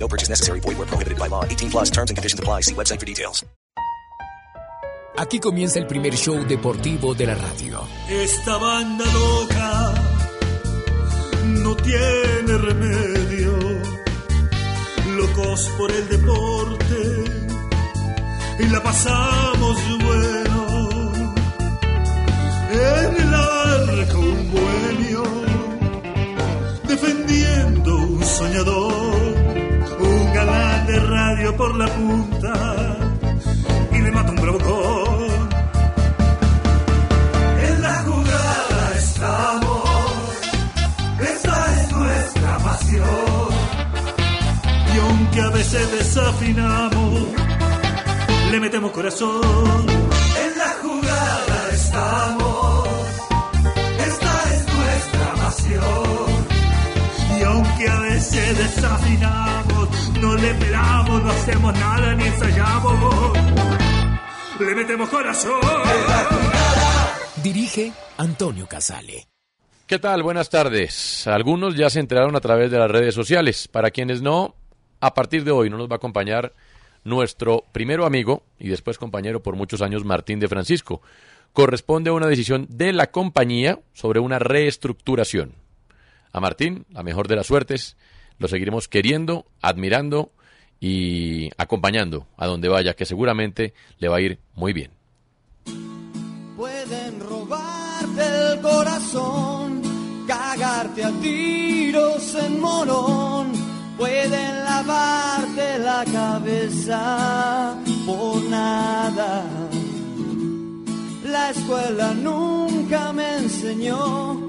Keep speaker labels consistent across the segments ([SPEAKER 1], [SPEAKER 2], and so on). [SPEAKER 1] No purchase necessary. Void where prohibited by law. 18 plus terms and conditions apply. See website for details.
[SPEAKER 2] Aquí comienza el primer show deportivo de la radio.
[SPEAKER 3] Esta banda loca no tiene remedio. Locos por el deporte y la pasamos bueno. En el arco un bohemio defendiendo un soñador, un galán de radio por la punta y le mata un bravucón. En la jugada estamos, esta es nuestra pasión. Y aunque a veces desafinamos, le metemos corazón. En la jugada estamos, esta es nuestra pasión. Y aunque a veces desafinamos, no le esperamos, no hacemos nada ni ensayamos, le metemos corazón.
[SPEAKER 2] Dirige Antonio Casale.
[SPEAKER 4] ¿Qué tal? Buenas tardes. Algunos ya se enteraron a través de las redes sociales. Para quienes no, a partir de hoy no nos va a acompañar nuestro primero amigo y después compañero por muchos años, Martín de Francisco. Corresponde a una decisión de la compañía sobre una reestructuración. A Martín, la mejor de las suertes. Lo seguiremos queriendo, admirando y acompañando a donde vaya, que seguramente le va a ir muy bien.
[SPEAKER 5] Pueden robarte el corazón, cagarte a tiros en morón, pueden lavarte la cabeza por nada. La escuela nunca me enseñó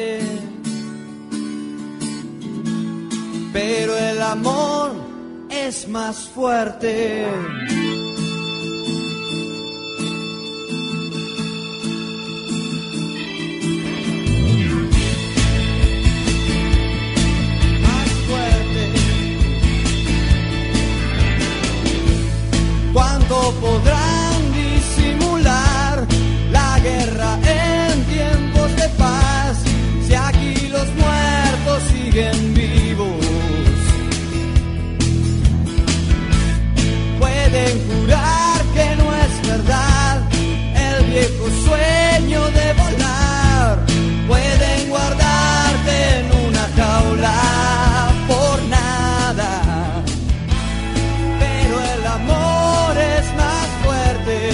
[SPEAKER 5] Pero el amor es más fuerte. más fuerte. ¿Cuánto podrán disimular la guerra en tiempos de paz? Si aquí los muertos siguen vivos, pueden jurar que no es verdad el viejo sueño de volar. Pueden guardarte en una jaula por nada. Pero el amor es más fuerte.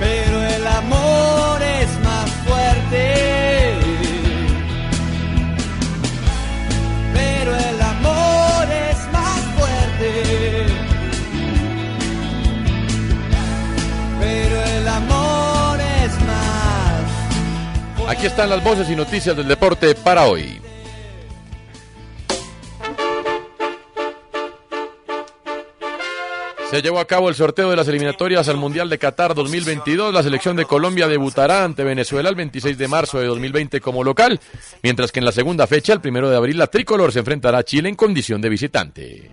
[SPEAKER 5] Pero el amor es más fuerte. Pero el amor es más fuerte. Pero el amor es más
[SPEAKER 4] Aquí están las voces y noticias del deporte para hoy. Se llevó a cabo el sorteo de las eliminatorias al Mundial de Qatar 2022. La selección de Colombia debutará ante Venezuela el 26 de marzo de 2020 como local, mientras que en la segunda fecha, el primero de abril, la tricolor se enfrentará a Chile en condición de visitante.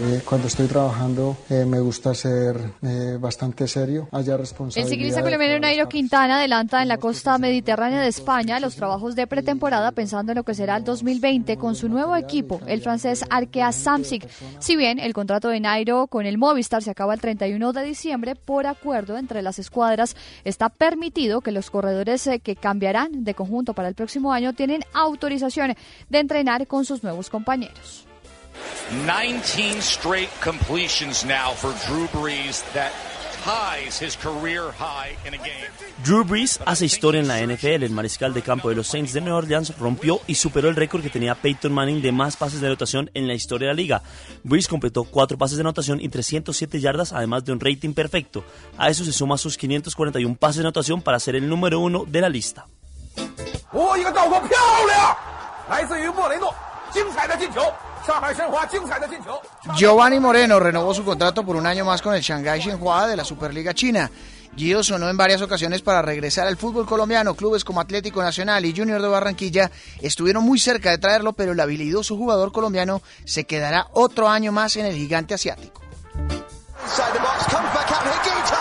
[SPEAKER 6] Eh, cuando estoy trabajando eh, me gusta ser eh, bastante serio, haya
[SPEAKER 7] El
[SPEAKER 6] responsabilidad.
[SPEAKER 7] ciclista
[SPEAKER 6] de
[SPEAKER 7] colombiano
[SPEAKER 6] todos los
[SPEAKER 7] Nairo
[SPEAKER 6] campos.
[SPEAKER 7] Quintana adelanta en la costa mediterránea de España los trabajos de pretemporada pensando en lo que será el 2020 con su nuevo equipo, el francés Arkea Samsic. Si bien el contrato de Nairo con el Movistar se acaba el 31 de diciembre, por acuerdo entre las escuadras está permitido que los corredores eh, que cambiarán de conjunto para el próximo año tienen autorización de entrenar con sus nuevos compañeros.
[SPEAKER 8] 19 straight completions now for Drew Brees that ties his career high in a game.
[SPEAKER 9] Drew Brees hace historia en la NFL. El mariscal de campo de los Saints de Nueva Orleans rompió y superó el récord que tenía Peyton Manning de más pases de anotación en la historia de la liga. Brees completó cuatro pases de anotación y 307 yardas, además de un rating perfecto. A eso se suma sus 541 pases de anotación para ser el número uno de la lista.
[SPEAKER 10] 哦，一个倒钩漂亮，来自于莫雷诺，精彩的进球，上海申花精彩的进球。
[SPEAKER 11] Giovanni Moreno renovó su contrato por un año más con el Shanghai Shenhua de la Superliga China. Guido sonó en varias ocasiones para regresar al fútbol colombiano. Clubes como Atlético Nacional y Junior de Barranquilla estuvieron muy cerca de traerlo, pero el habilidoso jugador colombiano se quedará otro año más en el gigante asiático.
[SPEAKER 12] Inside the box, comes back out Higuita.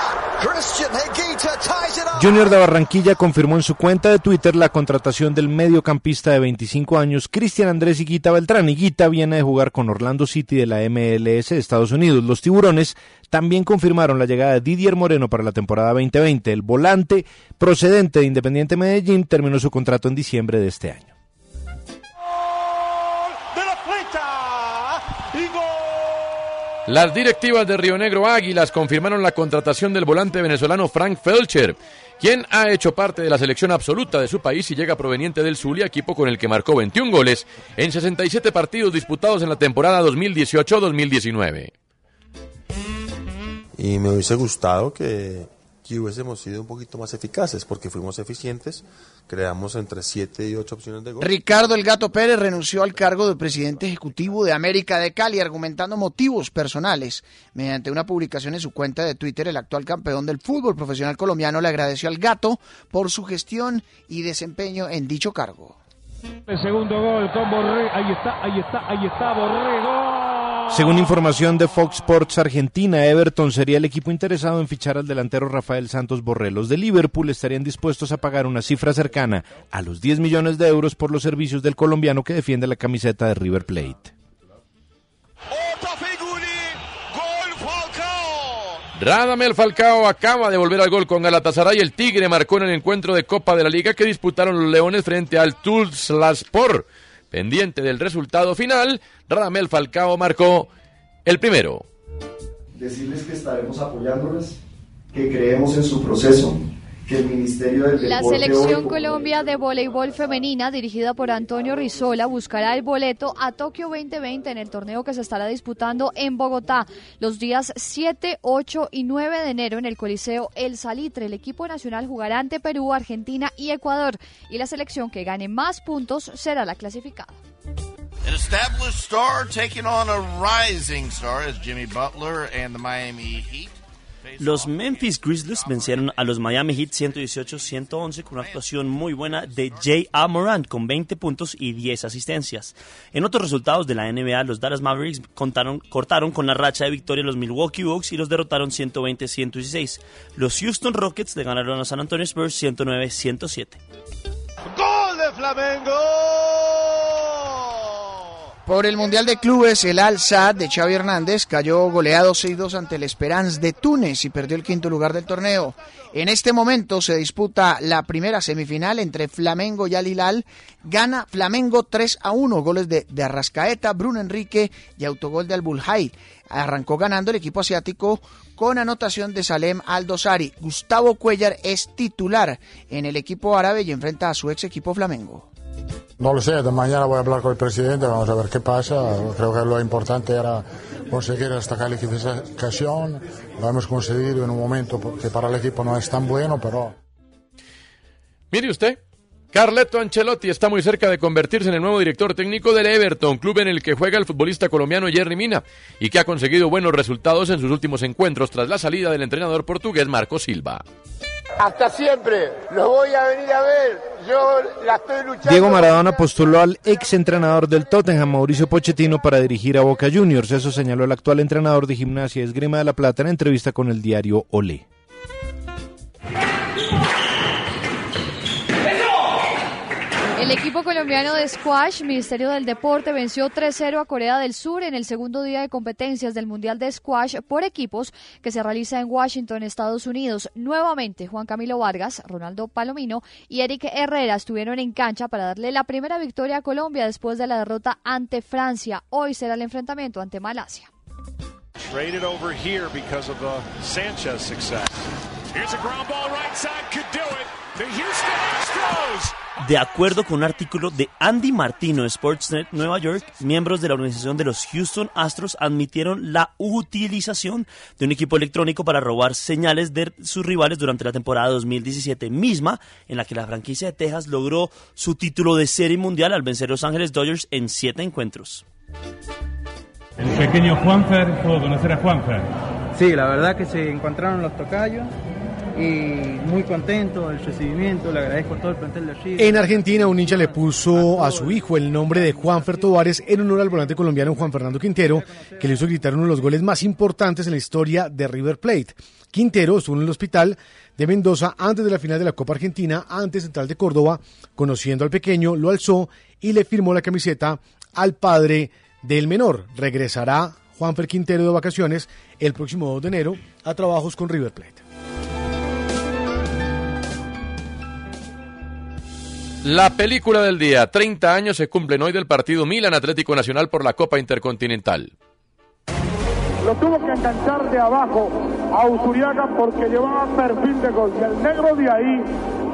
[SPEAKER 12] Christian Higuita ties it up.
[SPEAKER 13] Junior de Barranquilla confirmó en su cuenta de Twitter la contratación del mediocampista de 25 años, Cristian Andrés Higuita Beltrán. Higuita viene de jugar con Orlando City de la MLS de Estados Unidos. Los tiburones también confirmaron la llegada de Didier Moreno para la temporada 2020. El volante procedente de Independiente Medellín terminó su contrato en diciembre de este año.
[SPEAKER 4] Las directivas de Río Negro Águilas confirmaron la contratación del volante venezolano Frank Felcher, quien ha hecho parte de la selección absoluta de su país y llega proveniente del Zulia, equipo con el que marcó 21 goles en 67 partidos disputados en la temporada 2018-2019.
[SPEAKER 14] Y me hubiese gustado que, que hubiésemos sido un poquito más eficaces, porque fuimos eficientes, creamos entre 7 y 8 opciones de gol.
[SPEAKER 11] Ricardo El Gato Pérez renunció al cargo de presidente ejecutivo de América de Cali argumentando motivos personales. Mediante una publicación en su cuenta de Twitter, el actual campeón del fútbol profesional colombiano le agradeció al Gato por su gestión y desempeño en dicho cargo.
[SPEAKER 15] El segundo gol con Borré. Ahí está, ahí está, ahí está Borré. Gol.
[SPEAKER 13] Según información de Fox Sports Argentina, Everton sería el equipo interesado en fichar al delantero Rafael Santos Borré. Los de Liverpool estarían dispuestos a pagar una cifra cercana a los 10 millones de euros por los servicios del colombiano que defiende la camiseta de River Plate.
[SPEAKER 4] Radamel Falcao acaba de volver al gol con Galatasaray. El Tigre marcó en el encuentro de Copa de la Liga que disputaron los Leones frente al Tuzlaspor. Pendiente del resultado final, Radamel Falcao marcó el primero.
[SPEAKER 16] decirles que estaremos apoyándoles, que creemos en su proceso, que el Ministerio del Deporte
[SPEAKER 7] La
[SPEAKER 16] hoy,
[SPEAKER 7] selección
[SPEAKER 16] como
[SPEAKER 7] Colombia de voleibol femenina, dirigida por Antonio Rizola, buscará el boleto a Tokio 2020 en el torneo que se estará disputando en Bogotá los días 7, 8 y 9 de enero en el Coliseo El Salitre. El equipo nacional jugará ante Perú, Argentina y Ecuador. Y la selección que gane más puntos será la clasificada.
[SPEAKER 8] An established star taking on a rising star as Jimmy Butler and the Miami Heat.
[SPEAKER 9] Los Memphis Grizzlies vencieron a los Miami Heat 118-111 con una actuación muy buena de Jay Morant con 20 puntos y 10 asistencias. En otros resultados de la NBA, los Dallas Mavericks contaron- cortaron con la racha de victoria a los Milwaukee Bucks y los derrotaron 120-116. Los Houston Rockets le ganaron a San Antonio Spurs 109-107.
[SPEAKER 12] Gol de Flamengo.
[SPEAKER 11] Por el Mundial de Clubes, el Al-Sadd de Xavi Hernández cayó goleado 6-2 ante el Esperance de Túnez y perdió el quinto lugar del torneo. En este momento se disputa la primera semifinal entre Flamengo y Al-Hilal. Gana Flamengo 3-1, goles de, de Arrascaeta, Bruno Enrique y autogol de Albulhai. Arrancó ganando el equipo asiático con anotación de Salem Aldosari. Gustavo Cuellar es titular en el equipo árabe y enfrenta a su ex equipo Flamengo.
[SPEAKER 17] No lo sé, de mañana voy a hablar con el presidente, vamos a ver qué pasa. Creo que lo importante era conseguir esta calificación. Lo hemos conseguido en un momento que para el equipo no es tan bueno, pero
[SPEAKER 4] Mire usted, Carleto Ancelotti está muy cerca de convertirse en el nuevo director técnico del Everton, club en el que juega el futbolista colombiano Jerry Mina y que ha conseguido buenos resultados en sus últimos encuentros tras la salida del entrenador portugués Marco Silva.
[SPEAKER 18] Hasta siempre. Los voy a venir a ver. Yo la estoy luchando.
[SPEAKER 13] Diego Maradona postuló al ex entrenador del Tottenham, Mauricio Pochettino, para dirigir a Boca Juniors. Eso señaló el actual entrenador de gimnasia y esgrima de La Plata en entrevista con el diario Olé.
[SPEAKER 7] El equipo colombiano de squash, Ministerio del Deporte, venció 3-0 a Corea del Sur en el segundo día de competencias del Mundial de Squash por equipos que se realiza en Washington, Estados Unidos. Nuevamente, Juan Camilo Vargas, Ronaldo Palomino y Eric Herrera estuvieron en cancha para darle la primera victoria a Colombia después de la derrota ante Francia. Hoy será el enfrentamiento ante Malasia.
[SPEAKER 19] Traded over here because of the Sanchez success. Here's a ground ball right side, could do it. The Houston Astros.
[SPEAKER 9] De acuerdo con un artículo de Andy Martino de Sportsnet Nueva York, miembros de la organización de los Houston Astros admitieron la utilización de un equipo electrónico para robar señales de sus rivales durante la temporada 2017 misma, en la que la franquicia de Texas logró su título de serie mundial al vencer a Los Ángeles Dodgers en siete encuentros.
[SPEAKER 20] El pequeño Juanfer, puedo conocer a Juanfer.
[SPEAKER 21] Sí, la verdad que se encontraron los tocayos y muy contento del recibimiento, le agradezco a todo el plantel de allí.
[SPEAKER 22] En Argentina, un hincha le puso a su hijo el nombre de Juanfer Tovares en honor al volante colombiano Juan Fernando Quintero, que le hizo gritar uno de los goles más importantes en la historia de River Plate. Quintero estuvo en el hospital de Mendoza antes de la final de la Copa Argentina, ante Central de Córdoba, conociendo al pequeño, lo alzó y le firmó la camiseta al padre del menor. Regresará Juanfer Quintero de vacaciones el próximo 2 de enero a trabajos con River Plate.
[SPEAKER 4] La película del día, 30 años se cumplen hoy del partido Milan Atlético Nacional por la Copa Intercontinental.
[SPEAKER 23] Lo tuvo que enganchar de abajo a Usuriaga porque llevaba perfil de gol. Y el negro de ahí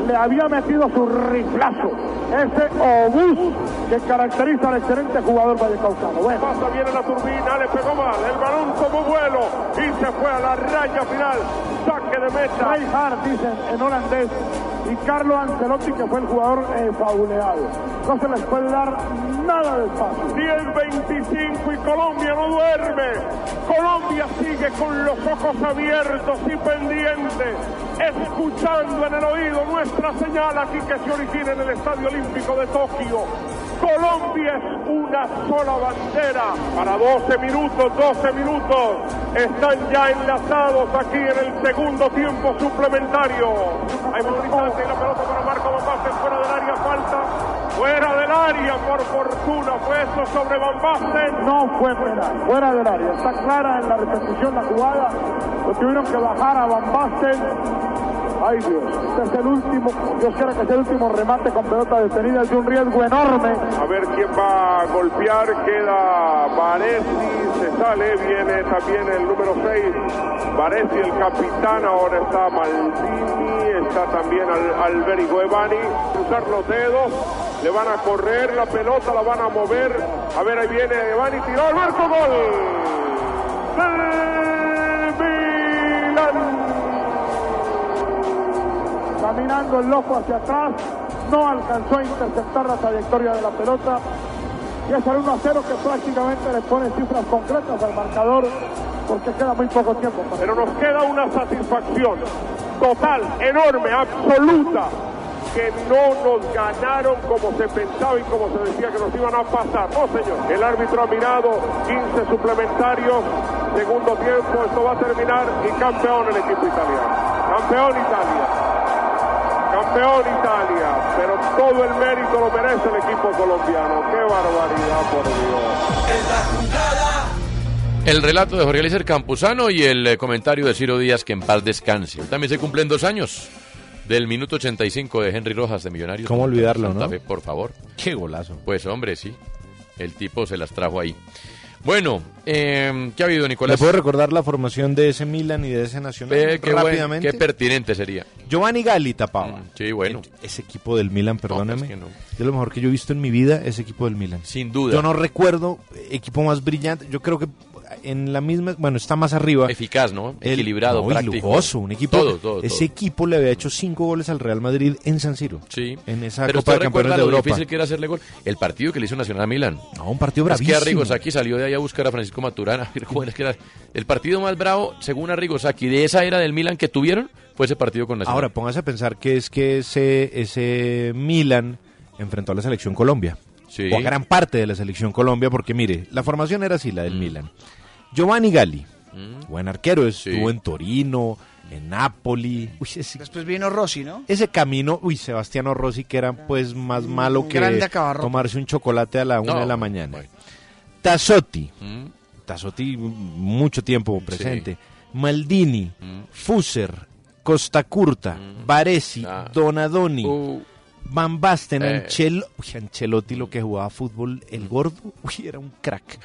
[SPEAKER 23] le había metido su riflazo. Ese obús que caracteriza al excelente jugador vallecaucano. Bueno.
[SPEAKER 24] Pasa bien en la turbina, le pegó mal. El balón tomó vuelo y se fue a la raya final. Saque de meta.
[SPEAKER 23] Hard, dicen en holandés y Carlo Ancelotti, que fue el jugador eh, fauleado. No se les puede dar nada de espacio.
[SPEAKER 24] 10-25 y Colombia no duerme. Colombia sigue con los ojos abiertos y pendientes, escuchando en el oído nuestra señal aquí que se origina en el Estadio Olímpico de Tokio. Colombia es una sola bandera. Para 12 minutos, 12 minutos, están ya enlazados aquí en el segundo tiempo suplementario. Hay movilizante y la pelota para Marco Bombasten fuera del área, falta. Fuera del área, por fortuna, fue eso sobre Bombasten.
[SPEAKER 23] No fue fuera, fuera del área. Está clara en la repetición la jugada. Lo tuvieron que bajar a Bombasten. Ay Dios, este es el último, Dios quiera que sea el último remate con pelota detenida, es de un riesgo enorme.
[SPEAKER 24] A ver quién va a golpear, queda Varesi, se sale, viene también el número 6, Varesi el capitán, ahora está Maldini, está también al, Alberico Evani, cruzar los dedos, le van a correr la pelota, la van a mover, a ver ahí viene Evani, tiró el marco, gol
[SPEAKER 23] caminando el loco hacia atrás, no alcanzó a interceptar la trayectoria de la pelota. Y es el 1 a 0 que prácticamente le pone cifras concretas al marcador porque queda muy poco tiempo.
[SPEAKER 24] Pero nos queda una satisfacción total, enorme, absoluta, que no nos ganaron como se pensaba y como se decía que nos iban a pasar. No, señor. El árbitro ha mirado 15 suplementarios, segundo tiempo, esto va a terminar y campeón el equipo italiano. Campeón Italia campeón Italia, pero todo el mérito lo merece el equipo colombiano. ¡Qué barbaridad, por Dios!
[SPEAKER 4] El relato de Jorge Eliezer Campuzano y el eh, comentario de Ciro Díaz, que en paz descanse. También se cumplen dos años del minuto 85 de Henry Rojas de Millonarios.
[SPEAKER 13] ¿Cómo olvidarlo, Santa
[SPEAKER 4] no? Fe, por favor.
[SPEAKER 13] ¡Qué golazo!
[SPEAKER 4] Pues hombre, sí. El tipo se las trajo ahí. Bueno, eh, ¿qué ha habido, Nicolás?
[SPEAKER 13] ¿Le puedo recordar la formación de ese Milan y de ese Nacional
[SPEAKER 4] eh, qué
[SPEAKER 13] rápidamente?
[SPEAKER 4] Buen, qué pertinente sería.
[SPEAKER 13] Giovanni Galli tapaba.
[SPEAKER 4] Mm, sí, bueno.
[SPEAKER 13] El, ese equipo del Milan, perdóname. No, es que no. De lo mejor que yo he visto en mi vida, ese equipo del Milan.
[SPEAKER 4] Sin duda.
[SPEAKER 13] Yo no recuerdo equipo más brillante. Yo creo que en la misma, bueno, está más arriba.
[SPEAKER 4] Eficaz, ¿no?
[SPEAKER 13] El-
[SPEAKER 4] Equilibrado,
[SPEAKER 13] no, y
[SPEAKER 4] práctico.
[SPEAKER 13] lujoso, un equipo.
[SPEAKER 4] Todo, todo,
[SPEAKER 13] ese
[SPEAKER 4] todo.
[SPEAKER 13] equipo le había hecho cinco goles al Real Madrid en San Siro.
[SPEAKER 4] Sí.
[SPEAKER 13] En esa
[SPEAKER 4] Pero
[SPEAKER 13] Copa
[SPEAKER 4] usted
[SPEAKER 13] de Campeones
[SPEAKER 4] recuerda
[SPEAKER 13] de
[SPEAKER 4] lo
[SPEAKER 13] Europa.
[SPEAKER 4] difícil que era hacerle gol. El partido que le hizo Nacional a Milán.
[SPEAKER 13] No, un partido
[SPEAKER 4] Es que
[SPEAKER 13] bravísimo.
[SPEAKER 4] Arrigosaki salió de ahí a buscar a Francisco Maturana. Es que era el partido más bravo, según Arrigosaki, de esa era del Milan que tuvieron, fue ese partido con Nacional.
[SPEAKER 13] Ahora, póngase a pensar que es que ese, ese Milan enfrentó a la selección Colombia.
[SPEAKER 4] Sí.
[SPEAKER 13] O a gran parte de la selección Colombia, porque mire, la formación era así, la
[SPEAKER 4] Mm.
[SPEAKER 13] del Milan. Giovanni Galli, buen arquero, estuvo en Torino, en Napoli. Uy, ese,
[SPEAKER 11] Después vino Rossi, ¿no?
[SPEAKER 13] ese camino, uy, Sebastiano Rossi, que era pues más malo que
[SPEAKER 11] grande acabarrote.
[SPEAKER 13] tomarse un chocolate a la una
[SPEAKER 11] No,
[SPEAKER 13] de la mañana. Tassotti, Tassotti mucho tiempo presente. Maldini, Fuser, Costa Curta, Baresi, Donadoni, Van Basten,
[SPEAKER 4] Eh.
[SPEAKER 13] Ancel- uy, Ancelotti, lo que jugaba fútbol, el gordo, uy, era un crack.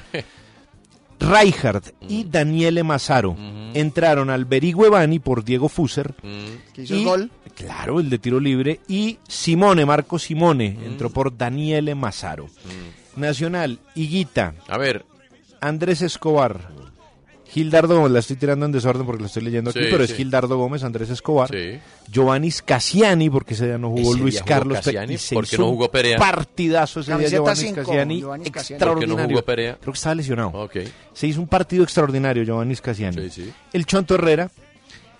[SPEAKER 13] Rijkaard y Daniele Massaro entraron al Berigüevani por Diego Fuser.
[SPEAKER 1] Mm.
[SPEAKER 11] Que hizo el gol.
[SPEAKER 13] Claro, el de tiro libre. Y Simone, Marco Simone, entró por Daniele Massaro. Nacional, Higuita.
[SPEAKER 4] A ver.
[SPEAKER 13] Andrés Escobar. Gildardo Gómez, la estoy tirando en desorden porque la estoy leyendo aquí,
[SPEAKER 4] Sí,
[SPEAKER 13] pero es
[SPEAKER 4] sí.
[SPEAKER 13] Gildardo Gómez, Andrés Escobar, Giovanni Scasiani, porque ese día no jugó
[SPEAKER 4] Ese
[SPEAKER 13] Luis
[SPEAKER 4] día jugó
[SPEAKER 13] Carlos
[SPEAKER 4] Cassiani,
[SPEAKER 13] Pe- y se
[SPEAKER 4] porque
[SPEAKER 13] hizo
[SPEAKER 4] no jugó
[SPEAKER 13] un
[SPEAKER 4] Perea.
[SPEAKER 13] Partidazo ese día
[SPEAKER 11] Camiseta
[SPEAKER 13] Giovanni
[SPEAKER 11] cinco,
[SPEAKER 13] Scasiani,
[SPEAKER 11] Giovanni Scassiani.
[SPEAKER 13] extraordinario.
[SPEAKER 4] Porque no jugó Perea.
[SPEAKER 13] Creo que estaba lesionado. Se hizo un partido extraordinario Giovanni Scasiani.
[SPEAKER 4] Sí, sí.
[SPEAKER 13] El Chonto Herrera,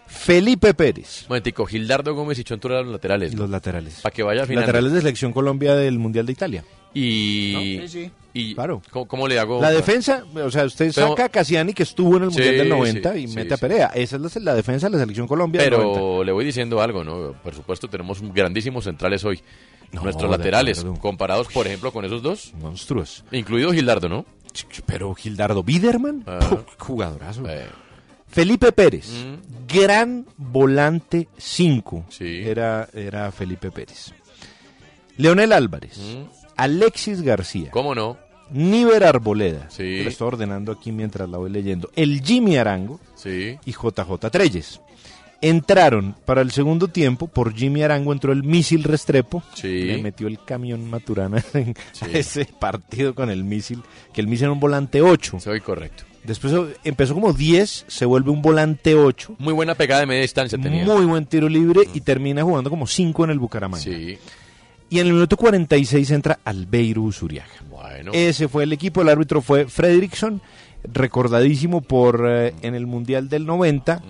[SPEAKER 13] Felipe Pérez,
[SPEAKER 4] Momentico, Gildardo Gómez y Chontura eran los laterales.
[SPEAKER 13] Los laterales.
[SPEAKER 4] Para que vaya a final.
[SPEAKER 13] laterales de selección Colombia del Mundial de Italia.
[SPEAKER 4] Y. y- ¿cómo, cómo le hago?
[SPEAKER 13] La defensa, o sea, usted
[SPEAKER 4] Pero-
[SPEAKER 13] saca a Cassiani que estuvo en el
[SPEAKER 4] Sí,
[SPEAKER 13] Mundial del 90
[SPEAKER 4] sí,
[SPEAKER 13] y
[SPEAKER 4] sí,
[SPEAKER 13] mete a
[SPEAKER 4] sí.
[SPEAKER 13] Perea. Esa es la, la defensa de la selección Colombia del 90.
[SPEAKER 4] Pero le voy diciendo algo, ¿no? Por supuesto, tenemos grandísimos centrales hoy. Nuestros
[SPEAKER 13] de
[SPEAKER 4] laterales,
[SPEAKER 13] acuerdo.
[SPEAKER 4] comparados, por ejemplo, con esos dos.
[SPEAKER 13] Monstruos.
[SPEAKER 4] Incluido Gildardo, ¿no?
[SPEAKER 13] Pero Gildardo Biderman,
[SPEAKER 4] Ah.
[SPEAKER 13] jugadorazo. Felipe Pérez,
[SPEAKER 4] Mm.
[SPEAKER 13] gran volante 5. Era, era Felipe Pérez. Leonel Álvarez, Alexis García,
[SPEAKER 4] Mm. ¿Cómo no?
[SPEAKER 13] Níver Arboleda.
[SPEAKER 4] Sí.
[SPEAKER 13] Yo la estoy ordenando aquí mientras la voy leyendo. El Jimmy Arango y JJ Treyes. Entraron para el segundo tiempo, por Jimmy Arango entró el misil Restrepo,
[SPEAKER 4] Sí.
[SPEAKER 13] le metió el camión Maturana en ese partido con el misil, que el misil era un volante 8.
[SPEAKER 4] Soy correcto.
[SPEAKER 13] Después eh, empezó como 10, se vuelve un volante 8,
[SPEAKER 4] Muy buena pegada de media distancia tenía. Mm.
[SPEAKER 13] muy buen tiro libre y termina jugando como 5 en el Bucaramanga.
[SPEAKER 4] Sí.
[SPEAKER 13] Y en el minuto 46 entra Albeiro Usuriaga.
[SPEAKER 4] Bueno.
[SPEAKER 13] Ese fue el equipo, el árbitro fue Fredrickson, recordadísimo por eh,
[SPEAKER 4] Mm.
[SPEAKER 13] en el Mundial del 90,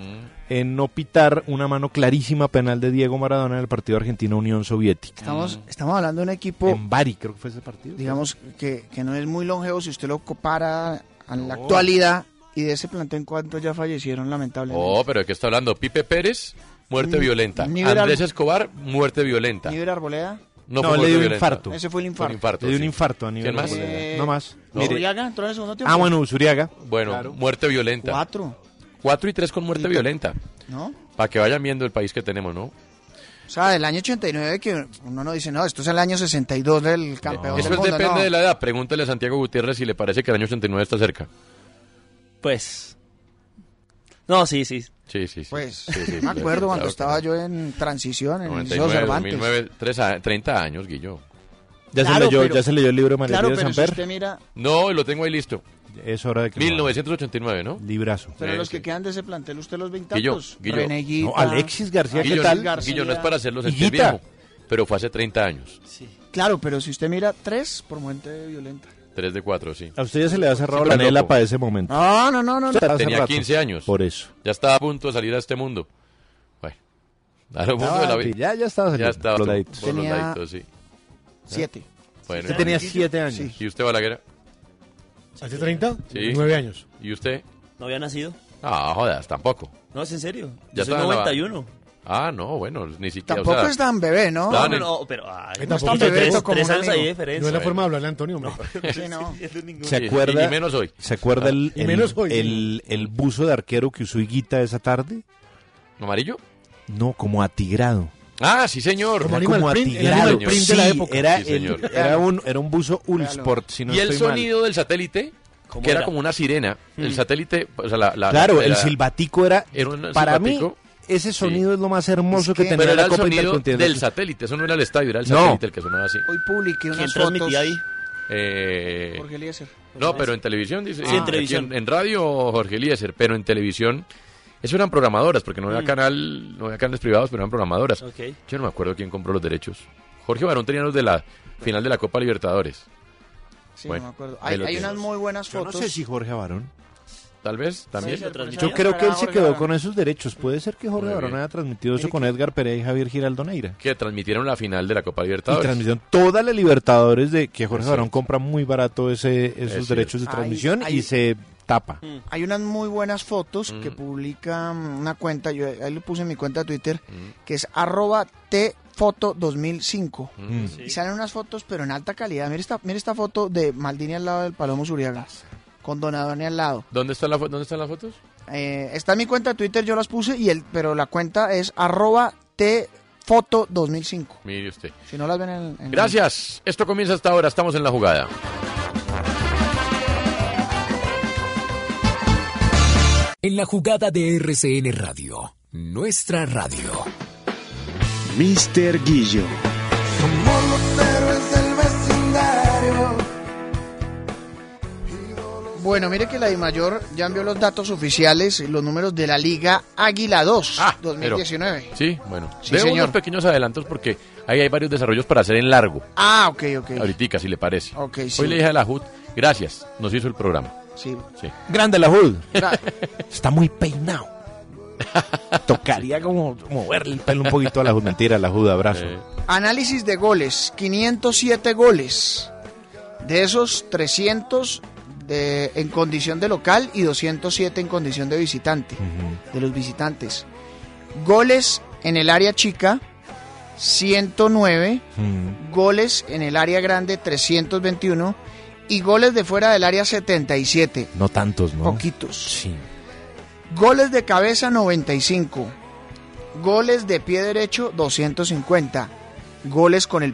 [SPEAKER 13] en no pitar una mano clarísima penal de Diego Maradona en el partido Argentina-Unión Soviética.
[SPEAKER 11] Estamos,
[SPEAKER 4] Mm.
[SPEAKER 11] estamos hablando de un equipo.
[SPEAKER 13] En Bari, creo que fue ese partido.
[SPEAKER 11] Digamos que, que no es muy longevo si usted lo compara a la actualidad y de ese plantel en cuanto ya fallecieron, lamentablemente.
[SPEAKER 4] Oh, pero ¿de qué está hablando? Pipe Pérez, muerte
[SPEAKER 13] Mm,
[SPEAKER 11] Ni-
[SPEAKER 4] violenta.
[SPEAKER 11] ni ver al-
[SPEAKER 4] Andrés Escobar, muerte violenta.
[SPEAKER 11] Nivel Arboleda.
[SPEAKER 4] No,
[SPEAKER 13] No,
[SPEAKER 4] fue
[SPEAKER 13] le
[SPEAKER 4] muerte
[SPEAKER 13] dio un
[SPEAKER 4] violenta.
[SPEAKER 13] infarto.
[SPEAKER 11] Ese fue el infarto. Eh,
[SPEAKER 13] Le dio un infarto a nivel
[SPEAKER 4] ¿Quién más?
[SPEAKER 13] Arboleda. No más.
[SPEAKER 4] No.
[SPEAKER 13] Mire.
[SPEAKER 11] Uriaga entró en el segundo tiempo.
[SPEAKER 13] Ah, bueno, Usuriaga.
[SPEAKER 4] Bueno, muerte violenta.
[SPEAKER 11] Cuatro.
[SPEAKER 4] Cuatro y tres con muerte violenta.
[SPEAKER 11] ¿No?
[SPEAKER 4] Para que vayan viendo el país que tenemos, ¿no?
[SPEAKER 11] O sea, del año 89 que uno no dice, no, esto es el año 62 del campeón
[SPEAKER 4] Eso
[SPEAKER 11] del
[SPEAKER 4] es,
[SPEAKER 11] mundo.
[SPEAKER 4] depende
[SPEAKER 11] no.
[SPEAKER 4] de la edad. Pregúntale a Santiago Gutiérrez si le parece que el año 89 está cerca.
[SPEAKER 9] Pues. No, sí, sí.
[SPEAKER 4] Sí, sí, sí.
[SPEAKER 11] Pues,
[SPEAKER 4] Sí, sí,
[SPEAKER 11] me
[SPEAKER 4] sí,
[SPEAKER 11] acuerdo
[SPEAKER 4] claro
[SPEAKER 11] cuando
[SPEAKER 4] que
[SPEAKER 11] estaba
[SPEAKER 4] no.
[SPEAKER 11] yo en transición, en el Liceo
[SPEAKER 4] 99,
[SPEAKER 11] Cervantes.
[SPEAKER 4] 2009, tres a- 30 años, Guillo.
[SPEAKER 13] Ya,
[SPEAKER 11] Claro,
[SPEAKER 13] se leyó,
[SPEAKER 11] pero-
[SPEAKER 13] ya se leyó el libro de María
[SPEAKER 11] Claro,
[SPEAKER 13] Elvira
[SPEAKER 11] pero si
[SPEAKER 13] Samper.
[SPEAKER 11] usted mira,
[SPEAKER 4] No, lo tengo ahí listo.
[SPEAKER 13] Es hora de que...
[SPEAKER 4] 1989, ¿no?
[SPEAKER 13] Librazo.
[SPEAKER 11] pero
[SPEAKER 4] Sí,
[SPEAKER 11] los que
[SPEAKER 4] Eh, sí.
[SPEAKER 11] quedan de ese plantel, usted los ve
[SPEAKER 4] Guillo,
[SPEAKER 11] intactos.
[SPEAKER 4] Guillo.
[SPEAKER 11] René Guita,
[SPEAKER 13] No, Alexis García, ¿qué
[SPEAKER 4] Guillo,
[SPEAKER 13] tal?
[SPEAKER 11] García.
[SPEAKER 4] Guillo, no es para hacerlo sentir
[SPEAKER 13] Higuita.
[SPEAKER 4] viejo, pero fue hace 30 años.
[SPEAKER 11] Claro, pero si usted mira, tres por muerte violenta.
[SPEAKER 4] 3 de 4, sí.
[SPEAKER 13] A usted ya se le ha cerrado la
[SPEAKER 4] Está
[SPEAKER 13] nela
[SPEAKER 4] loco.
[SPEAKER 13] para ese momento.
[SPEAKER 11] No, no, no, no.
[SPEAKER 13] Usted hace
[SPEAKER 4] Tenía
[SPEAKER 13] rato.
[SPEAKER 4] 15 años.
[SPEAKER 13] Por eso.
[SPEAKER 4] Ya estaba a punto de salir a este mundo. Bueno. A lo mundo
[SPEAKER 13] Estaba
[SPEAKER 4] de la
[SPEAKER 13] pi-
[SPEAKER 4] vida.
[SPEAKER 13] ya- ya estaba saliendo,
[SPEAKER 4] Ya estaba.
[SPEAKER 13] por los
[SPEAKER 4] por
[SPEAKER 13] laditos.
[SPEAKER 4] los
[SPEAKER 11] Tenía
[SPEAKER 4] laditos, sí. Ah,
[SPEAKER 11] Siete.
[SPEAKER 4] Bueno.
[SPEAKER 13] Usted tenía siete años.
[SPEAKER 4] ¿Y usted, Balaguer?
[SPEAKER 22] ¿Hace 30?
[SPEAKER 4] Sí.
[SPEAKER 22] 9 años.
[SPEAKER 4] ¿Y usted?
[SPEAKER 9] No había nacido.
[SPEAKER 4] Ah, jodas, tampoco.
[SPEAKER 9] No, es en serio.
[SPEAKER 4] Ya
[SPEAKER 9] Yo soy
[SPEAKER 4] estaba en la-
[SPEAKER 9] 91.
[SPEAKER 4] Ah, no, bueno, ni siquiera. o
[SPEAKER 11] Tampoco
[SPEAKER 4] sea,
[SPEAKER 11] es tan bebé, ¿no? ah,
[SPEAKER 4] estaban
[SPEAKER 9] No,
[SPEAKER 4] en-
[SPEAKER 9] no, pero. ay,
[SPEAKER 4] Que
[SPEAKER 9] no
[SPEAKER 4] tampoco
[SPEAKER 9] estamos
[SPEAKER 4] es
[SPEAKER 9] tres-
[SPEAKER 4] tanto como
[SPEAKER 9] tres
[SPEAKER 4] un
[SPEAKER 9] años ahí de
[SPEAKER 4] amigo.
[SPEAKER 9] diferencia. eh.
[SPEAKER 22] No es la forma de hablarle a Antonio, hombre.
[SPEAKER 13] ¿Se
[SPEAKER 4] Sí,
[SPEAKER 13] acuerda?
[SPEAKER 4] y menos hoy. Ah,
[SPEAKER 13] ¿Se acuerda el,
[SPEAKER 22] Y
[SPEAKER 13] el-
[SPEAKER 22] menos hoy.
[SPEAKER 13] el- el buzo de arquero que usó Higuita esa tarde?
[SPEAKER 4] ¿Amarillo?
[SPEAKER 13] No, como atigrado.
[SPEAKER 4] Ah, sí, señor.
[SPEAKER 13] Era como atigrado. Sí, Era,
[SPEAKER 4] Sí,
[SPEAKER 13] el-
[SPEAKER 4] señor.
[SPEAKER 13] era un, era un buzo Ulsport, si no
[SPEAKER 4] y el
[SPEAKER 13] estoy mal. Hmm.
[SPEAKER 4] sonido del satélite,
[SPEAKER 9] ¿Cómo
[SPEAKER 4] que era?
[SPEAKER 9] era?
[SPEAKER 4] como una sirena. El
[SPEAKER 9] Mm.
[SPEAKER 4] satélite, o sea, la, la-
[SPEAKER 13] Claro, el
[SPEAKER 4] era-
[SPEAKER 13] silbatico era...
[SPEAKER 4] Era un
[SPEAKER 13] para
[SPEAKER 4] silbatico.
[SPEAKER 13] mí, ese sonido es lo más hermoso que,
[SPEAKER 4] Pero
[SPEAKER 13] tenía
[SPEAKER 4] era
[SPEAKER 13] la
[SPEAKER 4] el
[SPEAKER 13] Copa
[SPEAKER 4] sonido
[SPEAKER 13] Intercontinental.
[SPEAKER 4] del satélite, eso no era el estadio, era el
[SPEAKER 13] No.
[SPEAKER 4] satélite el que sonaba así.
[SPEAKER 11] Hoy publiqué
[SPEAKER 9] ¿Quién
[SPEAKER 11] unas fotos.
[SPEAKER 9] transmitía ahí?
[SPEAKER 4] Eh,
[SPEAKER 11] Jorge Eliezer.
[SPEAKER 4] No, pero en televisión dice. ah,
[SPEAKER 11] Sí, en
[SPEAKER 4] aquí
[SPEAKER 11] televisión.
[SPEAKER 4] En radio Jorge Eliezer, pero en televisión. Eso eran programadoras, porque no era
[SPEAKER 25] Mm.
[SPEAKER 4] canal, no había canales privados, pero eran programadoras.
[SPEAKER 25] Ok.
[SPEAKER 4] Yo no me acuerdo quién compró los derechos. Jorge Barón tenía los de la final de la Copa Libertadores.
[SPEAKER 11] Sí,
[SPEAKER 4] Bueno,
[SPEAKER 11] no me acuerdo.
[SPEAKER 4] ahí
[SPEAKER 11] Hay,
[SPEAKER 4] lo
[SPEAKER 11] hay
[SPEAKER 4] tienes.
[SPEAKER 11] unas muy buenas fotos.
[SPEAKER 13] Pues Jorge Barón.
[SPEAKER 4] Tal vez, también.
[SPEAKER 11] Sí, lo transmitía.
[SPEAKER 13] Yo creo que él se
[SPEAKER 11] Jorge
[SPEAKER 13] quedó
[SPEAKER 11] Barón.
[SPEAKER 13] con esos derechos. Puede ser que Jorge
[SPEAKER 4] Muy
[SPEAKER 13] Barón
[SPEAKER 4] bien.
[SPEAKER 13] haya transmitido eso con Edgar Perea y Javier Giraldo Neira.
[SPEAKER 4] Que transmitieron la final de la Copa
[SPEAKER 13] Y
[SPEAKER 4] Libertadores.
[SPEAKER 13] transmisión toda la Libertadores de que Jorge
[SPEAKER 4] Es
[SPEAKER 13] Barón compra muy barato ese, esos
[SPEAKER 4] cierto.
[SPEAKER 13] derechos de
[SPEAKER 11] Ahí-
[SPEAKER 13] transmisión
[SPEAKER 11] ahí-
[SPEAKER 13] y se tapa.
[SPEAKER 11] Mm. Hay unas muy buenas fotos que publica mm, una cuenta, yo ahí lo puse en mi cuenta de Twitter, que es arroba tfoto2005.
[SPEAKER 13] Mm.
[SPEAKER 11] Y salen unas fotos, pero en alta calidad. Mira esta, mira esta foto de Maldini al lado del Palomo Zuriaga, con Donadoni al lado.
[SPEAKER 4] ¿Dónde, están la fo- ¿Dónde están las fotos?
[SPEAKER 11] Eh, está en mi cuenta de Twitter, yo las puse, y el, pero la cuenta es arroba tfoto2005.
[SPEAKER 4] Mire usted.
[SPEAKER 11] Si no las ven en... en-
[SPEAKER 4] Gracias. Esto comienza hasta ahora. Estamos en la jugada.
[SPEAKER 26] En la jugada de RCN Radio, nuestra radio.
[SPEAKER 3] Mister Guillo.
[SPEAKER 11] Bueno, mire que la DIMAYOR ya envió los datos oficiales, los números de la Liga Águila 2
[SPEAKER 4] Ah, Pero-
[SPEAKER 11] 2019.
[SPEAKER 4] sí, bueno.
[SPEAKER 11] Sí,
[SPEAKER 4] Debo
[SPEAKER 11] señor.
[SPEAKER 4] unos pequeños adelantos porque ahí hay varios desarrollos para hacer en largo.
[SPEAKER 11] Ah, ok, ok.
[SPEAKER 4] Ahorita, si le parece.
[SPEAKER 11] Ok, sí.
[SPEAKER 4] Hoy le dije a la HUD, gracias, nos hizo el programa.
[SPEAKER 11] Sí.
[SPEAKER 13] Grande la Hood.
[SPEAKER 11] Gra-
[SPEAKER 13] Está muy peinado. Tocaría como moverle el pelo un poquito a la Hood. Mentira, la Hood, abrazo.
[SPEAKER 11] Análisis de goles, 507 goles. De esos 300 de- en condición de local y 207 en condición de visitante, de los visitantes. Goles en el área chica, 109.
[SPEAKER 13] Mm,
[SPEAKER 11] Goles en el área grande, 321. Y goles de fuera del área, 77.
[SPEAKER 13] No tantos, ¿no?
[SPEAKER 11] Poquitos.
[SPEAKER 13] Sí.
[SPEAKER 11] Goles de cabeza 95. Goles de pie derecho 250. Goles con el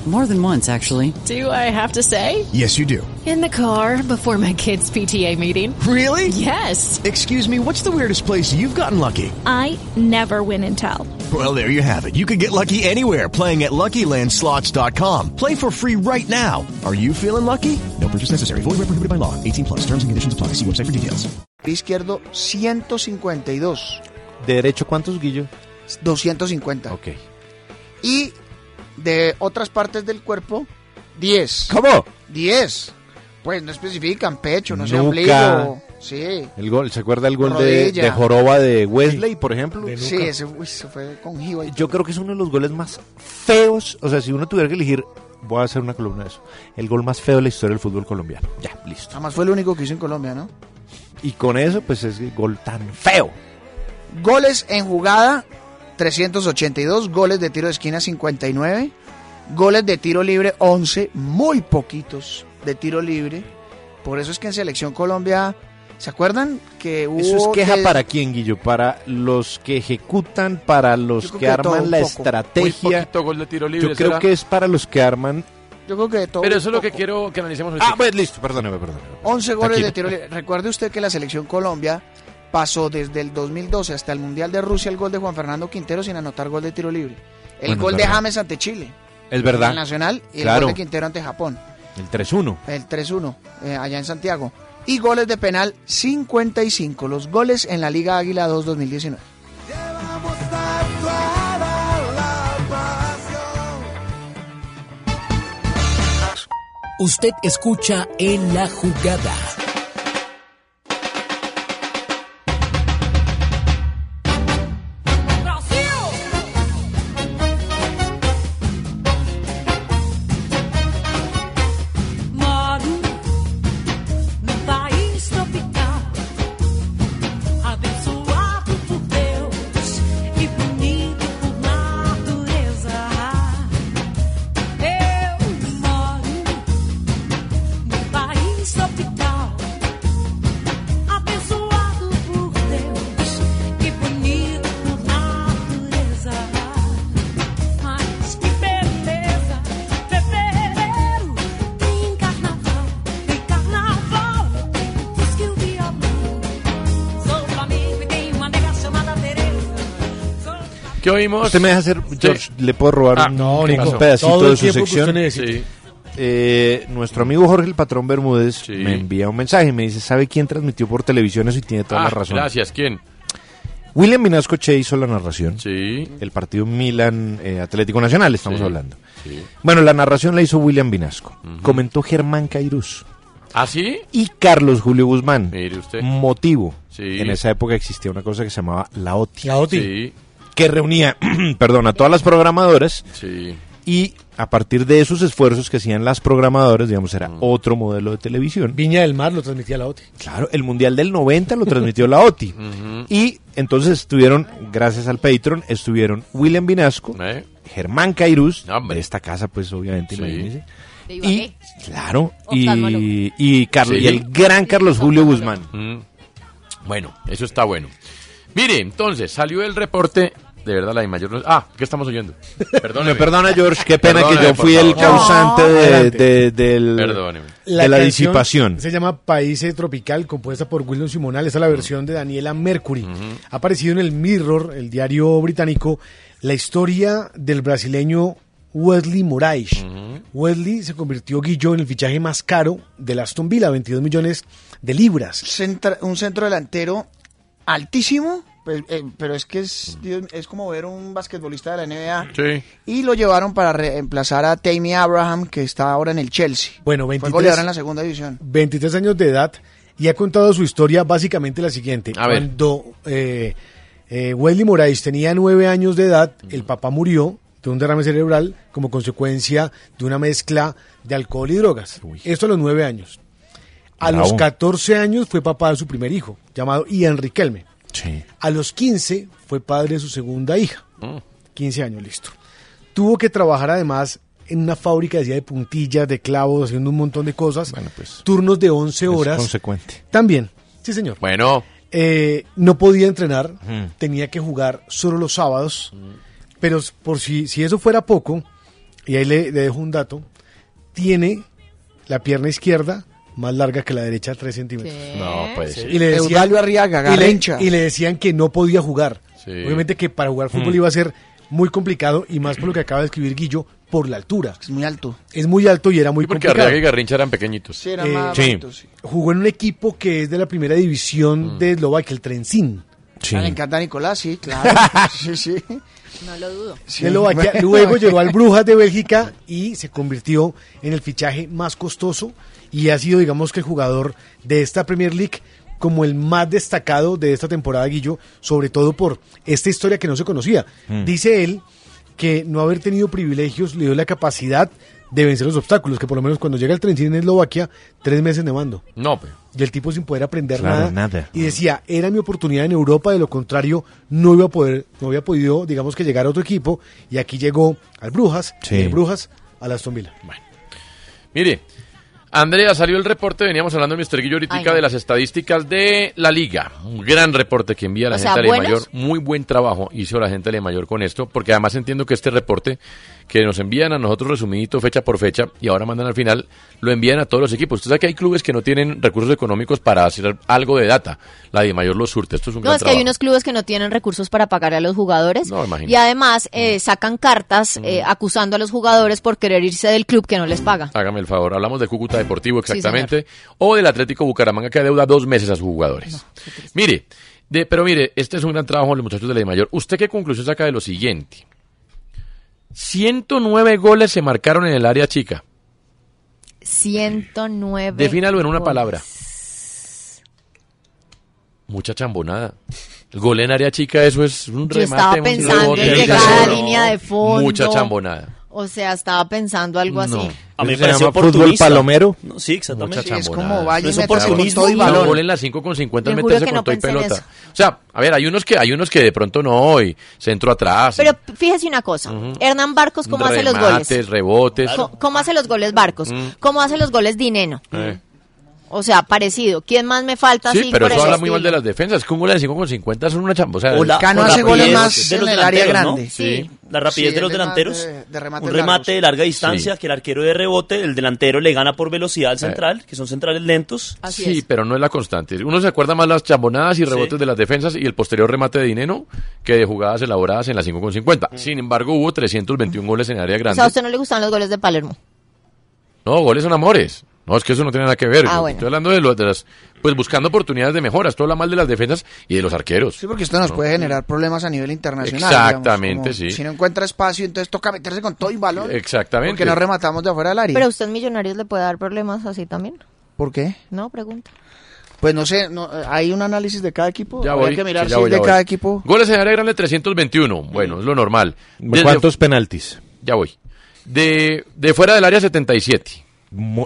[SPEAKER 27] More than once, actually.
[SPEAKER 28] Do I have to say?
[SPEAKER 6] Yes, you do.
[SPEAKER 28] In the car before my kids' PTA meeting.
[SPEAKER 6] Really?
[SPEAKER 28] Yes.
[SPEAKER 6] Excuse me, what's the weirdest place you've gotten lucky?
[SPEAKER 29] I never win and tell.
[SPEAKER 6] Well, there you have it. You can get lucky anywhere playing at LuckyLandSlots.com. Play for free right now. Are you feeling lucky? No purchase necessary. Void where prohibited by law. 18 plus. Terms and conditions apply. See website for details.
[SPEAKER 11] pie izquierdo 152.
[SPEAKER 13] ¿De derecho cuántos, Guillo?
[SPEAKER 11] 250.
[SPEAKER 13] Ok.
[SPEAKER 11] Y de otras partes del cuerpo 10.
[SPEAKER 13] ¿Cómo?
[SPEAKER 11] 10. Pues no especifican pecho, no sé,
[SPEAKER 13] Nuca.
[SPEAKER 11] ombligo. Sí.
[SPEAKER 13] El gol, ¿se acuerda el gol de,
[SPEAKER 11] Rodilla.
[SPEAKER 13] de Joroba de Wesley, por ejemplo?
[SPEAKER 11] Sí, ese uy, se fue con jiba y
[SPEAKER 13] Yo creo que es uno de los goles más feos. O sea, si uno tuviera que elegir, voy a hacer una columna de eso. El gol más feo de la historia del fútbol colombiano. Ya, listo.
[SPEAKER 11] Además fue el único que hizo en Colombia, ¿no?
[SPEAKER 13] Y con eso, pues es el gol tan feo.
[SPEAKER 11] Goles en jugada, 382. Goles de tiro de esquina, 59. Goles de tiro libre, 11. Muy poquitos de tiro libre. Por eso es que en Selección Colombia, ¿se acuerdan que hubo...
[SPEAKER 13] Eso es queja
[SPEAKER 11] de-
[SPEAKER 13] para quién, Guillo? Para los que ejecutan, para los
[SPEAKER 11] creo
[SPEAKER 13] que,
[SPEAKER 11] que de todo
[SPEAKER 13] arman
[SPEAKER 11] un
[SPEAKER 13] la
[SPEAKER 11] poco.
[SPEAKER 4] Muy
[SPEAKER 13] estrategia.
[SPEAKER 4] poquito gol de tiro libre.
[SPEAKER 13] Yo creo
[SPEAKER 4] será.
[SPEAKER 13] que es para los que arman.
[SPEAKER 11] Yo creo que de todo
[SPEAKER 4] Pero
[SPEAKER 11] un
[SPEAKER 4] eso es lo que
[SPEAKER 11] poco.
[SPEAKER 4] quiero que analicemos hoy.
[SPEAKER 13] Ah, pues listo, perdóneme, perdóneme.
[SPEAKER 11] 11 goles
[SPEAKER 13] Tranquilo.
[SPEAKER 11] de tiro libre. Recuerde usted que la Selección Colombia pasó desde el 2012 hasta el Mundial de Rusia el gol de Juan Fernando Quintero sin anotar gol de tiro libre. El
[SPEAKER 13] Bueno,
[SPEAKER 11] gol
[SPEAKER 13] es
[SPEAKER 11] de
[SPEAKER 13] verdad.
[SPEAKER 11] James ante Chile.
[SPEAKER 13] Es verdad.
[SPEAKER 11] El Nacional y el
[SPEAKER 13] Claro.
[SPEAKER 11] gol de Quintero ante Japón.
[SPEAKER 13] El 3-1.
[SPEAKER 11] el 3-1 eh, allá en Santiago. Y goles de penal 55, los goles en la Liga Águila 2 2019.
[SPEAKER 26] Usted escucha en la jugada.
[SPEAKER 30] Moro no país tropical, abençoado
[SPEAKER 4] ¿Qué oímos?
[SPEAKER 13] Usted me deja hacer,
[SPEAKER 4] Sí.
[SPEAKER 13] George, le puedo robar
[SPEAKER 4] Ah,
[SPEAKER 13] un,
[SPEAKER 4] no,
[SPEAKER 13] un
[SPEAKER 4] Nico.
[SPEAKER 13] pedacito
[SPEAKER 4] Todo el
[SPEAKER 13] de su
[SPEAKER 4] tiempo que
[SPEAKER 13] sección.
[SPEAKER 4] usted necesite.
[SPEAKER 13] Eh, nuestro amigo Jorge el Patrón Bermúdez me envía un mensaje y me dice, ¿sabe quién transmitió por televisión eso y tiene toda
[SPEAKER 4] Ah,
[SPEAKER 13] la razón?
[SPEAKER 4] Gracias, ¿quién?
[SPEAKER 13] William Vinasco Che hizo la narración. El partido Milan eh, Atlético Nacional, estamos
[SPEAKER 4] Sí.
[SPEAKER 13] hablando.
[SPEAKER 4] Sí.
[SPEAKER 13] Bueno, la narración la hizo William Vinasco.
[SPEAKER 4] Ujú.
[SPEAKER 13] Comentó Germán Cairús.
[SPEAKER 4] ¿Ah, sí?
[SPEAKER 13] Y Carlos Julio Guzmán.
[SPEAKER 4] Mire usted.
[SPEAKER 13] Motivo.
[SPEAKER 4] Sí.
[SPEAKER 13] En esa época existía una cosa que se llamaba la OTI.
[SPEAKER 4] La OTI. Sí.
[SPEAKER 13] Que reunía, perdón, a todas las programadoras.
[SPEAKER 4] Sí.
[SPEAKER 13] Y a partir de esos esfuerzos que hacían las programadoras, digamos, era otro modelo de televisión.
[SPEAKER 22] Viña del Mar lo transmitía la OTI.
[SPEAKER 13] Claro, el Mundial del 90 lo transmitió la OTI.
[SPEAKER 1] Mm.
[SPEAKER 13] Y entonces estuvieron, gracias al Patreon, estuvieron William Vinasco, Germán Cairús, de esta casa, pues obviamente,
[SPEAKER 4] Eh. Sí.
[SPEAKER 13] imagínense.
[SPEAKER 1] De
[SPEAKER 13] Y,
[SPEAKER 1] Ibagué.
[SPEAKER 13] claro,
[SPEAKER 1] Oftalmólogo.
[SPEAKER 13] y, y, Carlos,
[SPEAKER 4] Sí.
[SPEAKER 13] y el gran Carlos Julio Guzmán.
[SPEAKER 4] Mm. Bueno, eso está bueno. Mire, entonces, salió el reporte. De verdad, la de mayor. no- Ah, ¿qué estamos oyendo? Perdóneme.
[SPEAKER 13] Me perdona, George, qué pena que
[SPEAKER 4] Perdóneme,
[SPEAKER 13] yo
[SPEAKER 4] por
[SPEAKER 13] fui el
[SPEAKER 4] favor.
[SPEAKER 13] causante de,
[SPEAKER 4] Adelante.
[SPEAKER 13] de- del-
[SPEAKER 4] Perdóneme.
[SPEAKER 13] de la
[SPEAKER 22] canción
[SPEAKER 13] disipación.
[SPEAKER 22] Se llama País Tropical, compuesta por William Simonal. Esa es la versión de Daniela Mercury. Ha aparecido en el Mirror, el diario británico, la historia del brasileño Wesley Moraes. Wesley se convirtió, Guillo, en el fichaje más caro del Aston Villa, 22 millones de libras.
[SPEAKER 11] Centra- un centro delantero altísimo, pues, eh, pero es que es, Dios, es como ver un basquetbolista de la NBA.
[SPEAKER 4] Sí.
[SPEAKER 11] Y lo llevaron para eh, reemplazar a Tammy Abraham, que está ahora en el Chelsea.
[SPEAKER 22] Bueno, 23,
[SPEAKER 11] Fue goleador en la segunda división.
[SPEAKER 22] 23 años de edad y ha contado su historia básicamente la siguiente.
[SPEAKER 4] A ver.
[SPEAKER 22] Cuando eh, eh, Wesley Moraes tenía nueve años de edad, el papá murió de un derrame cerebral como consecuencia de una mezcla de alcohol y drogas. Esto a los nueve años. A
[SPEAKER 13] Bravo.
[SPEAKER 22] los 14 años fue papá de su primer hijo, llamado Ian Riquelme.
[SPEAKER 13] Sí.
[SPEAKER 22] A los 15 fue padre de su segunda hija.
[SPEAKER 4] Mm.
[SPEAKER 22] 15 años, listo. Tuvo que trabajar además en una fábrica decía, de puntillas, de clavos, haciendo un montón de cosas. turnos de 11 horas.
[SPEAKER 13] consecuente.
[SPEAKER 22] También, sí señor.
[SPEAKER 4] Bueno,
[SPEAKER 22] Eh, no podía entrenar,
[SPEAKER 13] Mm.
[SPEAKER 4] Ujú.
[SPEAKER 22] tenía que jugar solo los sábados. Pero por si, si eso fuera poco, y ahí le, le dejo un dato, tiene la pierna izquierda más larga que la derecha, 3 centímetros.
[SPEAKER 4] No, pues.
[SPEAKER 22] Y le decían,
[SPEAKER 11] Eudalio Arriaga,
[SPEAKER 22] y le-
[SPEAKER 11] Garrincha.
[SPEAKER 22] y le decían que no podía jugar. Obviamente que para jugar fútbol
[SPEAKER 4] Hmm.
[SPEAKER 22] iba a ser muy complicado y más por lo que acaba de escribir Guillo, por la altura. Es
[SPEAKER 11] muy alto.
[SPEAKER 22] Es muy alto y era muy
[SPEAKER 4] porque
[SPEAKER 22] complicado.
[SPEAKER 4] Arriaga y Garrincha eran pequeñitos.
[SPEAKER 22] Sí, eran Eh, más sí. bajitos, Jugó en un equipo que es de la primera
[SPEAKER 4] Mm.
[SPEAKER 22] división de Eslovaquia, el Trencin.
[SPEAKER 11] Ah, le encanta a Nicolás, sí, claro. sí, sí.
[SPEAKER 1] No lo dudo.
[SPEAKER 22] de Eslovaquia. Luego llegó al Brujas de Bélgica y se convirtió en el fichaje más costoso y ha sido, digamos, que el jugador de esta Premier League como el más destacado de esta temporada, Guillo, sobre todo por esta historia que no se conocía.
[SPEAKER 13] Mm.
[SPEAKER 22] Dice él que no haber tenido privilegios le dio la capacidad de vencer los obstáculos, que por lo menos cuando llega el tren en Eslovaquia, tres meses de mando.
[SPEAKER 4] No, pues.
[SPEAKER 22] Y el tipo sin poder aprender nada.
[SPEAKER 13] Claro, nada.
[SPEAKER 22] Y decía, era mi oportunidad en Europa, de lo contrario, no iba a poder, no había podido, digamos que llegar a otro equipo. Y aquí llegó al Brujas,
[SPEAKER 4] Sí.
[SPEAKER 22] y de Brujas a la Aston Villa.
[SPEAKER 4] Mire, Andrea, salió el reporte, veníamos hablando de Mr. Guillo ahorita
[SPEAKER 22] Ay, no.
[SPEAKER 4] de las estadísticas de la liga. Un gran reporte que envía la
[SPEAKER 1] O
[SPEAKER 4] gente
[SPEAKER 1] sea,
[SPEAKER 4] de
[SPEAKER 1] ¿buenas?
[SPEAKER 4] Mayor. Muy buen trabajo hizo la gente de Mayor con esto, porque además entiendo que este reporte que nos envían a nosotros resumidito fecha por fecha y ahora mandan al final, lo envían a todos los equipos. Usted sabe que hay clubes que no tienen recursos económicos para hacer algo de data. La de Mayor lo surte, esto es un
[SPEAKER 1] No,
[SPEAKER 4] gran
[SPEAKER 1] es que hay
[SPEAKER 4] trabajo.
[SPEAKER 1] unos clubes que no tienen recursos para pagar a los jugadores
[SPEAKER 4] No, Mm. imagino.
[SPEAKER 1] y además eh, sacan cartas eh, acusando a los jugadores por querer irse del club que no les paga.
[SPEAKER 4] Hágame el favor, hablamos del Cúcuta Deportivo
[SPEAKER 1] Sí,
[SPEAKER 4] exactamente, o del Atlético Bucaramanga que adeuda dos meses a sus jugadores. mire, de- pero mire, este es un gran trabajo de los muchachos de la Mayor. ¿Usted qué conclusión saca de lo siguiente? 109 goles se marcaron en el área chica.
[SPEAKER 1] 109.
[SPEAKER 4] Defínalo en una
[SPEAKER 1] goles.
[SPEAKER 4] palabra. Mucha chambonada. El gol en área chica, eso es un
[SPEAKER 1] Yo
[SPEAKER 4] remate.
[SPEAKER 1] estaba
[SPEAKER 4] un
[SPEAKER 1] pensando
[SPEAKER 4] rebote,
[SPEAKER 1] en
[SPEAKER 4] un
[SPEAKER 1] llegar a la
[SPEAKER 4] tesoro.
[SPEAKER 1] línea de fondo.
[SPEAKER 4] Mucha chambonada. Ah,
[SPEAKER 1] O sea, estaba pensando algo así.
[SPEAKER 4] A mí
[SPEAKER 13] Eso
[SPEAKER 4] me pareció
[SPEAKER 13] fútbol
[SPEAKER 4] oportunista.
[SPEAKER 13] palomero.
[SPEAKER 9] No, sí, exactamente.
[SPEAKER 4] Mucha
[SPEAKER 9] Sí, es
[SPEAKER 4] chambonada.
[SPEAKER 9] como vaya y
[SPEAKER 4] No es
[SPEAKER 9] métase con
[SPEAKER 4] oportunismo.
[SPEAKER 9] todo y
[SPEAKER 4] No,
[SPEAKER 9] balón.
[SPEAKER 4] gol en la 5 con 50 es
[SPEAKER 1] Yo juro
[SPEAKER 4] meterse
[SPEAKER 1] que
[SPEAKER 4] con
[SPEAKER 1] no
[SPEAKER 4] todo y
[SPEAKER 1] pensé en
[SPEAKER 4] pelota.
[SPEAKER 1] eso.
[SPEAKER 4] O sea, a ver, hay unos que hay unos que de pronto no hoy, centro atrás.
[SPEAKER 1] Pero fíjese una cosa. Hernán Barcos, ¿cómo hace los goles?
[SPEAKER 4] remates, rebotes.
[SPEAKER 1] Co- ¿Cómo hace los goles Barcos?
[SPEAKER 4] Mm.
[SPEAKER 1] ¿Cómo hace los goles Dineno?
[SPEAKER 4] Eh,
[SPEAKER 1] O sea, parecido. ¿Quién más me falta?
[SPEAKER 4] Sí,
[SPEAKER 1] así
[SPEAKER 4] pero
[SPEAKER 1] por
[SPEAKER 4] eso
[SPEAKER 1] ese
[SPEAKER 4] habla muy mal de
[SPEAKER 1] estilo?
[SPEAKER 4] las defensas. Que un gol de 5 con 50 es una chamba. O sea,
[SPEAKER 11] O la- Cano o la hace goles rapidez más de los en el área
[SPEAKER 9] delanteros, ¿no?
[SPEAKER 11] grande.
[SPEAKER 9] Sí. La rapidez
[SPEAKER 11] Sí,
[SPEAKER 9] de los
[SPEAKER 11] el remate-
[SPEAKER 9] delanteros.
[SPEAKER 11] de remates
[SPEAKER 9] un remate de
[SPEAKER 11] largos.
[SPEAKER 9] larga distancia que el arquero de rebote, el delantero le gana por velocidad al central, que son centrales lentos.
[SPEAKER 4] sí, pero no es la constante. Uno se acuerda más las chambonadas y rebotes de las defensas y el posterior remate de Dineno que de jugadas elaboradas en la 5 con 50. Sin embargo, hubo 321 goles en área
[SPEAKER 1] O
[SPEAKER 4] grande.
[SPEAKER 1] sea, a usted no le gustan los goles de Palermo.
[SPEAKER 4] No, goles son amores. No, es que eso no tiene nada que ver.
[SPEAKER 1] Ah,
[SPEAKER 4] Yo
[SPEAKER 1] bueno.
[SPEAKER 4] Estoy hablando de, los, de las... Pues buscando oportunidades de mejoras. Todo habla mal de las defensas y de los arqueros.
[SPEAKER 11] Sí, porque esto nos
[SPEAKER 4] No.
[SPEAKER 11] puede generar problemas a nivel internacional.
[SPEAKER 4] Exactamente,
[SPEAKER 11] digamos, como
[SPEAKER 4] sí.
[SPEAKER 11] Si no encuentra espacio, entonces toca meterse con todo y balón.
[SPEAKER 4] Exactamente.
[SPEAKER 11] Porque no rematamos de afuera del área.
[SPEAKER 1] Pero a usted Millonarios le puede dar problemas así también.
[SPEAKER 11] ¿Por qué?
[SPEAKER 1] No, pregunta.
[SPEAKER 11] Pues no sé, no, eh, hay un análisis de cada equipo.
[SPEAKER 4] Ya
[SPEAKER 11] Habría
[SPEAKER 4] voy,
[SPEAKER 11] que mirar
[SPEAKER 4] sí,
[SPEAKER 11] si
[SPEAKER 4] ya
[SPEAKER 11] es
[SPEAKER 4] voy,
[SPEAKER 11] de
[SPEAKER 4] ya voy.
[SPEAKER 11] cada equipo.
[SPEAKER 4] Goles en área grande 321. Bueno, es lo normal. Desde-
[SPEAKER 13] ¿Cuántos penaltis?
[SPEAKER 4] Ya voy. De, de fuera del área 77.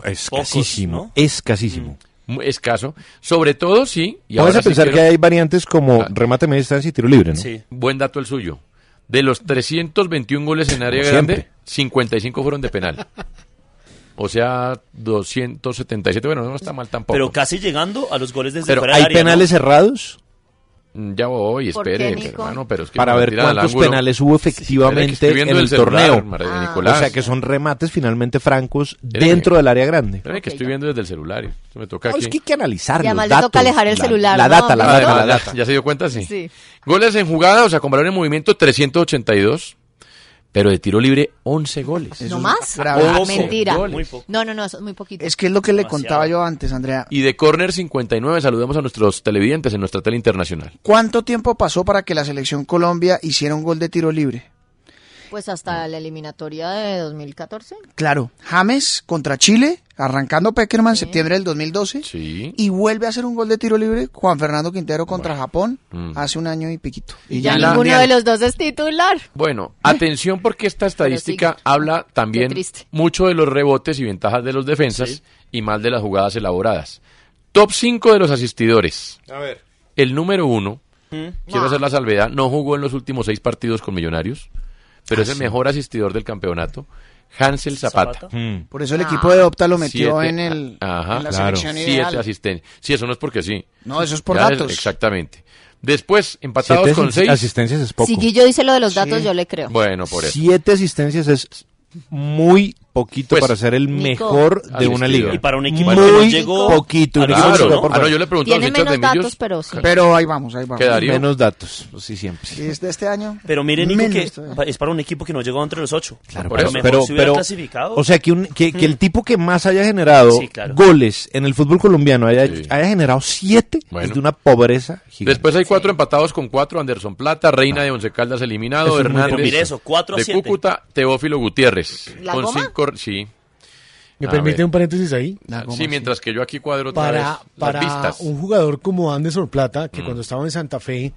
[SPEAKER 13] Escasísimo, escasísimo.
[SPEAKER 4] Mu- Escaso. Sobre todo, sí. Mm. Y
[SPEAKER 13] Vamos
[SPEAKER 4] ahora
[SPEAKER 13] a
[SPEAKER 4] sí
[SPEAKER 13] pensar
[SPEAKER 4] quiero-
[SPEAKER 13] que hay variantes como remate media distancia y tiro libre, ¿no?
[SPEAKER 4] Sí. Buen dato el suyo. De los 321 goles en área
[SPEAKER 13] Como
[SPEAKER 4] grande,
[SPEAKER 13] siempre.
[SPEAKER 4] 55 fueron de penal. O sea, 277. Bueno, no está mal tampoco.
[SPEAKER 9] Pero casi llegando a los goles desde
[SPEAKER 4] Pero
[SPEAKER 9] fuera del
[SPEAKER 4] hay
[SPEAKER 9] área, ¿no?
[SPEAKER 13] ¿Penales cerrados?
[SPEAKER 4] Mm, Ya voy,
[SPEAKER 13] ¿Por qué,
[SPEAKER 4] espere,
[SPEAKER 13] Nico?
[SPEAKER 4] hermano, pero es que
[SPEAKER 13] para
[SPEAKER 4] me
[SPEAKER 13] ver
[SPEAKER 4] tiran al
[SPEAKER 13] cuántos
[SPEAKER 4] ángulo.
[SPEAKER 13] penales hubo
[SPEAKER 4] Espere, que
[SPEAKER 13] efectivamente
[SPEAKER 4] estoy viendo
[SPEAKER 13] en el
[SPEAKER 4] celular,
[SPEAKER 13] torneo.
[SPEAKER 4] María
[SPEAKER 13] Ah.
[SPEAKER 4] Nicolás.
[SPEAKER 13] O sea que son remates finalmente francos
[SPEAKER 4] Espéreme.
[SPEAKER 13] dentro del área grande.
[SPEAKER 4] Espéreme que estoy viendo desde el celular. y esto Me toca
[SPEAKER 13] No, es
[SPEAKER 4] aquí.
[SPEAKER 13] que hay que analizar
[SPEAKER 1] Y
[SPEAKER 13] los
[SPEAKER 1] además le toca
[SPEAKER 13] datos,
[SPEAKER 1] alejar el
[SPEAKER 13] la-
[SPEAKER 1] celular,
[SPEAKER 13] La
[SPEAKER 1] ¿no?
[SPEAKER 13] data, la
[SPEAKER 4] Ah,
[SPEAKER 13] data,
[SPEAKER 4] de
[SPEAKER 13] la
[SPEAKER 4] la
[SPEAKER 13] data.
[SPEAKER 4] data. ¿Ya se dio cuenta? Sí.
[SPEAKER 1] Sí.
[SPEAKER 4] Goles en jugada, o sea, con balón en movimiento 382, pero de tiro libre 11 goles.
[SPEAKER 1] ¿No más? Ah,
[SPEAKER 4] Once
[SPEAKER 1] mentira.
[SPEAKER 4] goles.
[SPEAKER 1] No, no, no, eso es muy poquito.
[SPEAKER 11] Es que es lo que le contaba yo antes, Andrea.
[SPEAKER 4] Y de córner 59 saludamos a nuestros televidentes en nuestra tele internacional.
[SPEAKER 11] ¿Cuánto tiempo pasó para que la selección Colombia hiciera un gol de tiro libre?
[SPEAKER 1] Pues hasta la eliminatoria de 2014.
[SPEAKER 11] Claro, James contra Chile, arrancando Peckerman en septiembre del 2012. Y vuelve a hacer un gol de tiro libre Juan Fernando Quintero contra Japón
[SPEAKER 4] Mm.
[SPEAKER 11] hace un año y piquito.
[SPEAKER 4] Y
[SPEAKER 1] Ya
[SPEAKER 4] en la-
[SPEAKER 1] ninguno de los dos es titular.
[SPEAKER 4] Bueno, atención porque esta estadística habla también
[SPEAKER 1] Qué triste.
[SPEAKER 4] mucho de los rebotes y ventajas de los defensas y más de las jugadas elaboradas. Top 5 de los asistidores.
[SPEAKER 13] A ver.
[SPEAKER 4] El número 1,
[SPEAKER 13] Mm.
[SPEAKER 4] quiero
[SPEAKER 13] Ah.
[SPEAKER 4] hacer la salvedad, no jugó en los últimos 6 partidos con Millonarios, pero
[SPEAKER 11] Ah,
[SPEAKER 4] es el
[SPEAKER 11] sí.
[SPEAKER 4] mejor asistidor del campeonato, Hansel Zapata. Mm.
[SPEAKER 11] Por eso el equipo de Opta lo metió
[SPEAKER 4] Siete- ah,
[SPEAKER 11] en, el,
[SPEAKER 4] Ajá,
[SPEAKER 11] en la
[SPEAKER 4] claro.
[SPEAKER 11] selección
[SPEAKER 4] Siete
[SPEAKER 11] ideal.
[SPEAKER 4] asistencias. Sí, eso no es porque sí.
[SPEAKER 11] No, eso es por
[SPEAKER 4] Ya,
[SPEAKER 11] datos.
[SPEAKER 4] Exactamente. Después, empatados
[SPEAKER 13] Siete
[SPEAKER 4] con
[SPEAKER 13] asis-
[SPEAKER 4] seis.
[SPEAKER 13] asistencias es poco.
[SPEAKER 1] Si Guillo dice lo de los datos,
[SPEAKER 4] Sí.
[SPEAKER 1] yo le creo.
[SPEAKER 4] Bueno, por eso.
[SPEAKER 13] Siete asistencias es muy poquito
[SPEAKER 4] Pues,
[SPEAKER 13] para ser el
[SPEAKER 1] Nico.
[SPEAKER 13] mejor de una liga.
[SPEAKER 9] Y para un equipo
[SPEAKER 13] muy
[SPEAKER 9] que no llegó
[SPEAKER 13] poquito.
[SPEAKER 9] a
[SPEAKER 13] un
[SPEAKER 9] la
[SPEAKER 13] equipo que
[SPEAKER 9] Euro,
[SPEAKER 13] llegó
[SPEAKER 9] ¿no?
[SPEAKER 13] por
[SPEAKER 9] Ah, no, yo
[SPEAKER 4] le pregunto
[SPEAKER 1] Tiene menos datos, pero sí.
[SPEAKER 11] Pero ahí vamos, ahí vamos.
[SPEAKER 4] Quedaría.
[SPEAKER 13] Menos datos, pues sí, siempre.
[SPEAKER 11] Y es de este año.
[SPEAKER 9] Pero miren, Nico,
[SPEAKER 11] menos
[SPEAKER 9] que
[SPEAKER 11] todavía.
[SPEAKER 9] pa- es para un equipo que no llegó entre los ocho.
[SPEAKER 13] Claro,
[SPEAKER 9] A lo mejor se hubiera clasificado. Mm.
[SPEAKER 13] o sea, que, un- que, que el tipo que más haya generado
[SPEAKER 9] Sí, claro.
[SPEAKER 13] goles en el fútbol colombiano haya, haya generado siete
[SPEAKER 4] Bueno.
[SPEAKER 13] es de una pobreza gigante.
[SPEAKER 4] Después hay cuatro empatados con cuatro, Anderson Plata, Reina de Once Caldas eliminado,
[SPEAKER 13] Eso es muy
[SPEAKER 4] Hernández
[SPEAKER 13] triste. Mire eso,
[SPEAKER 9] cuatro a
[SPEAKER 4] de
[SPEAKER 9] siete.
[SPEAKER 4] Cúcuta, Teófilo Gutiérrez.
[SPEAKER 13] ¿La
[SPEAKER 4] con
[SPEAKER 13] goma?
[SPEAKER 4] cinco, sí.
[SPEAKER 22] ¿Me
[SPEAKER 4] A
[SPEAKER 22] permite
[SPEAKER 4] ver. Ah,
[SPEAKER 22] un paréntesis ahí?
[SPEAKER 4] Sí, mientras que yo aquí cuadro otra
[SPEAKER 22] para,
[SPEAKER 4] vez
[SPEAKER 22] para
[SPEAKER 4] las vistas. Mm.
[SPEAKER 22] un jugador como Anderson Plata, que cuando estaba en Santa Fe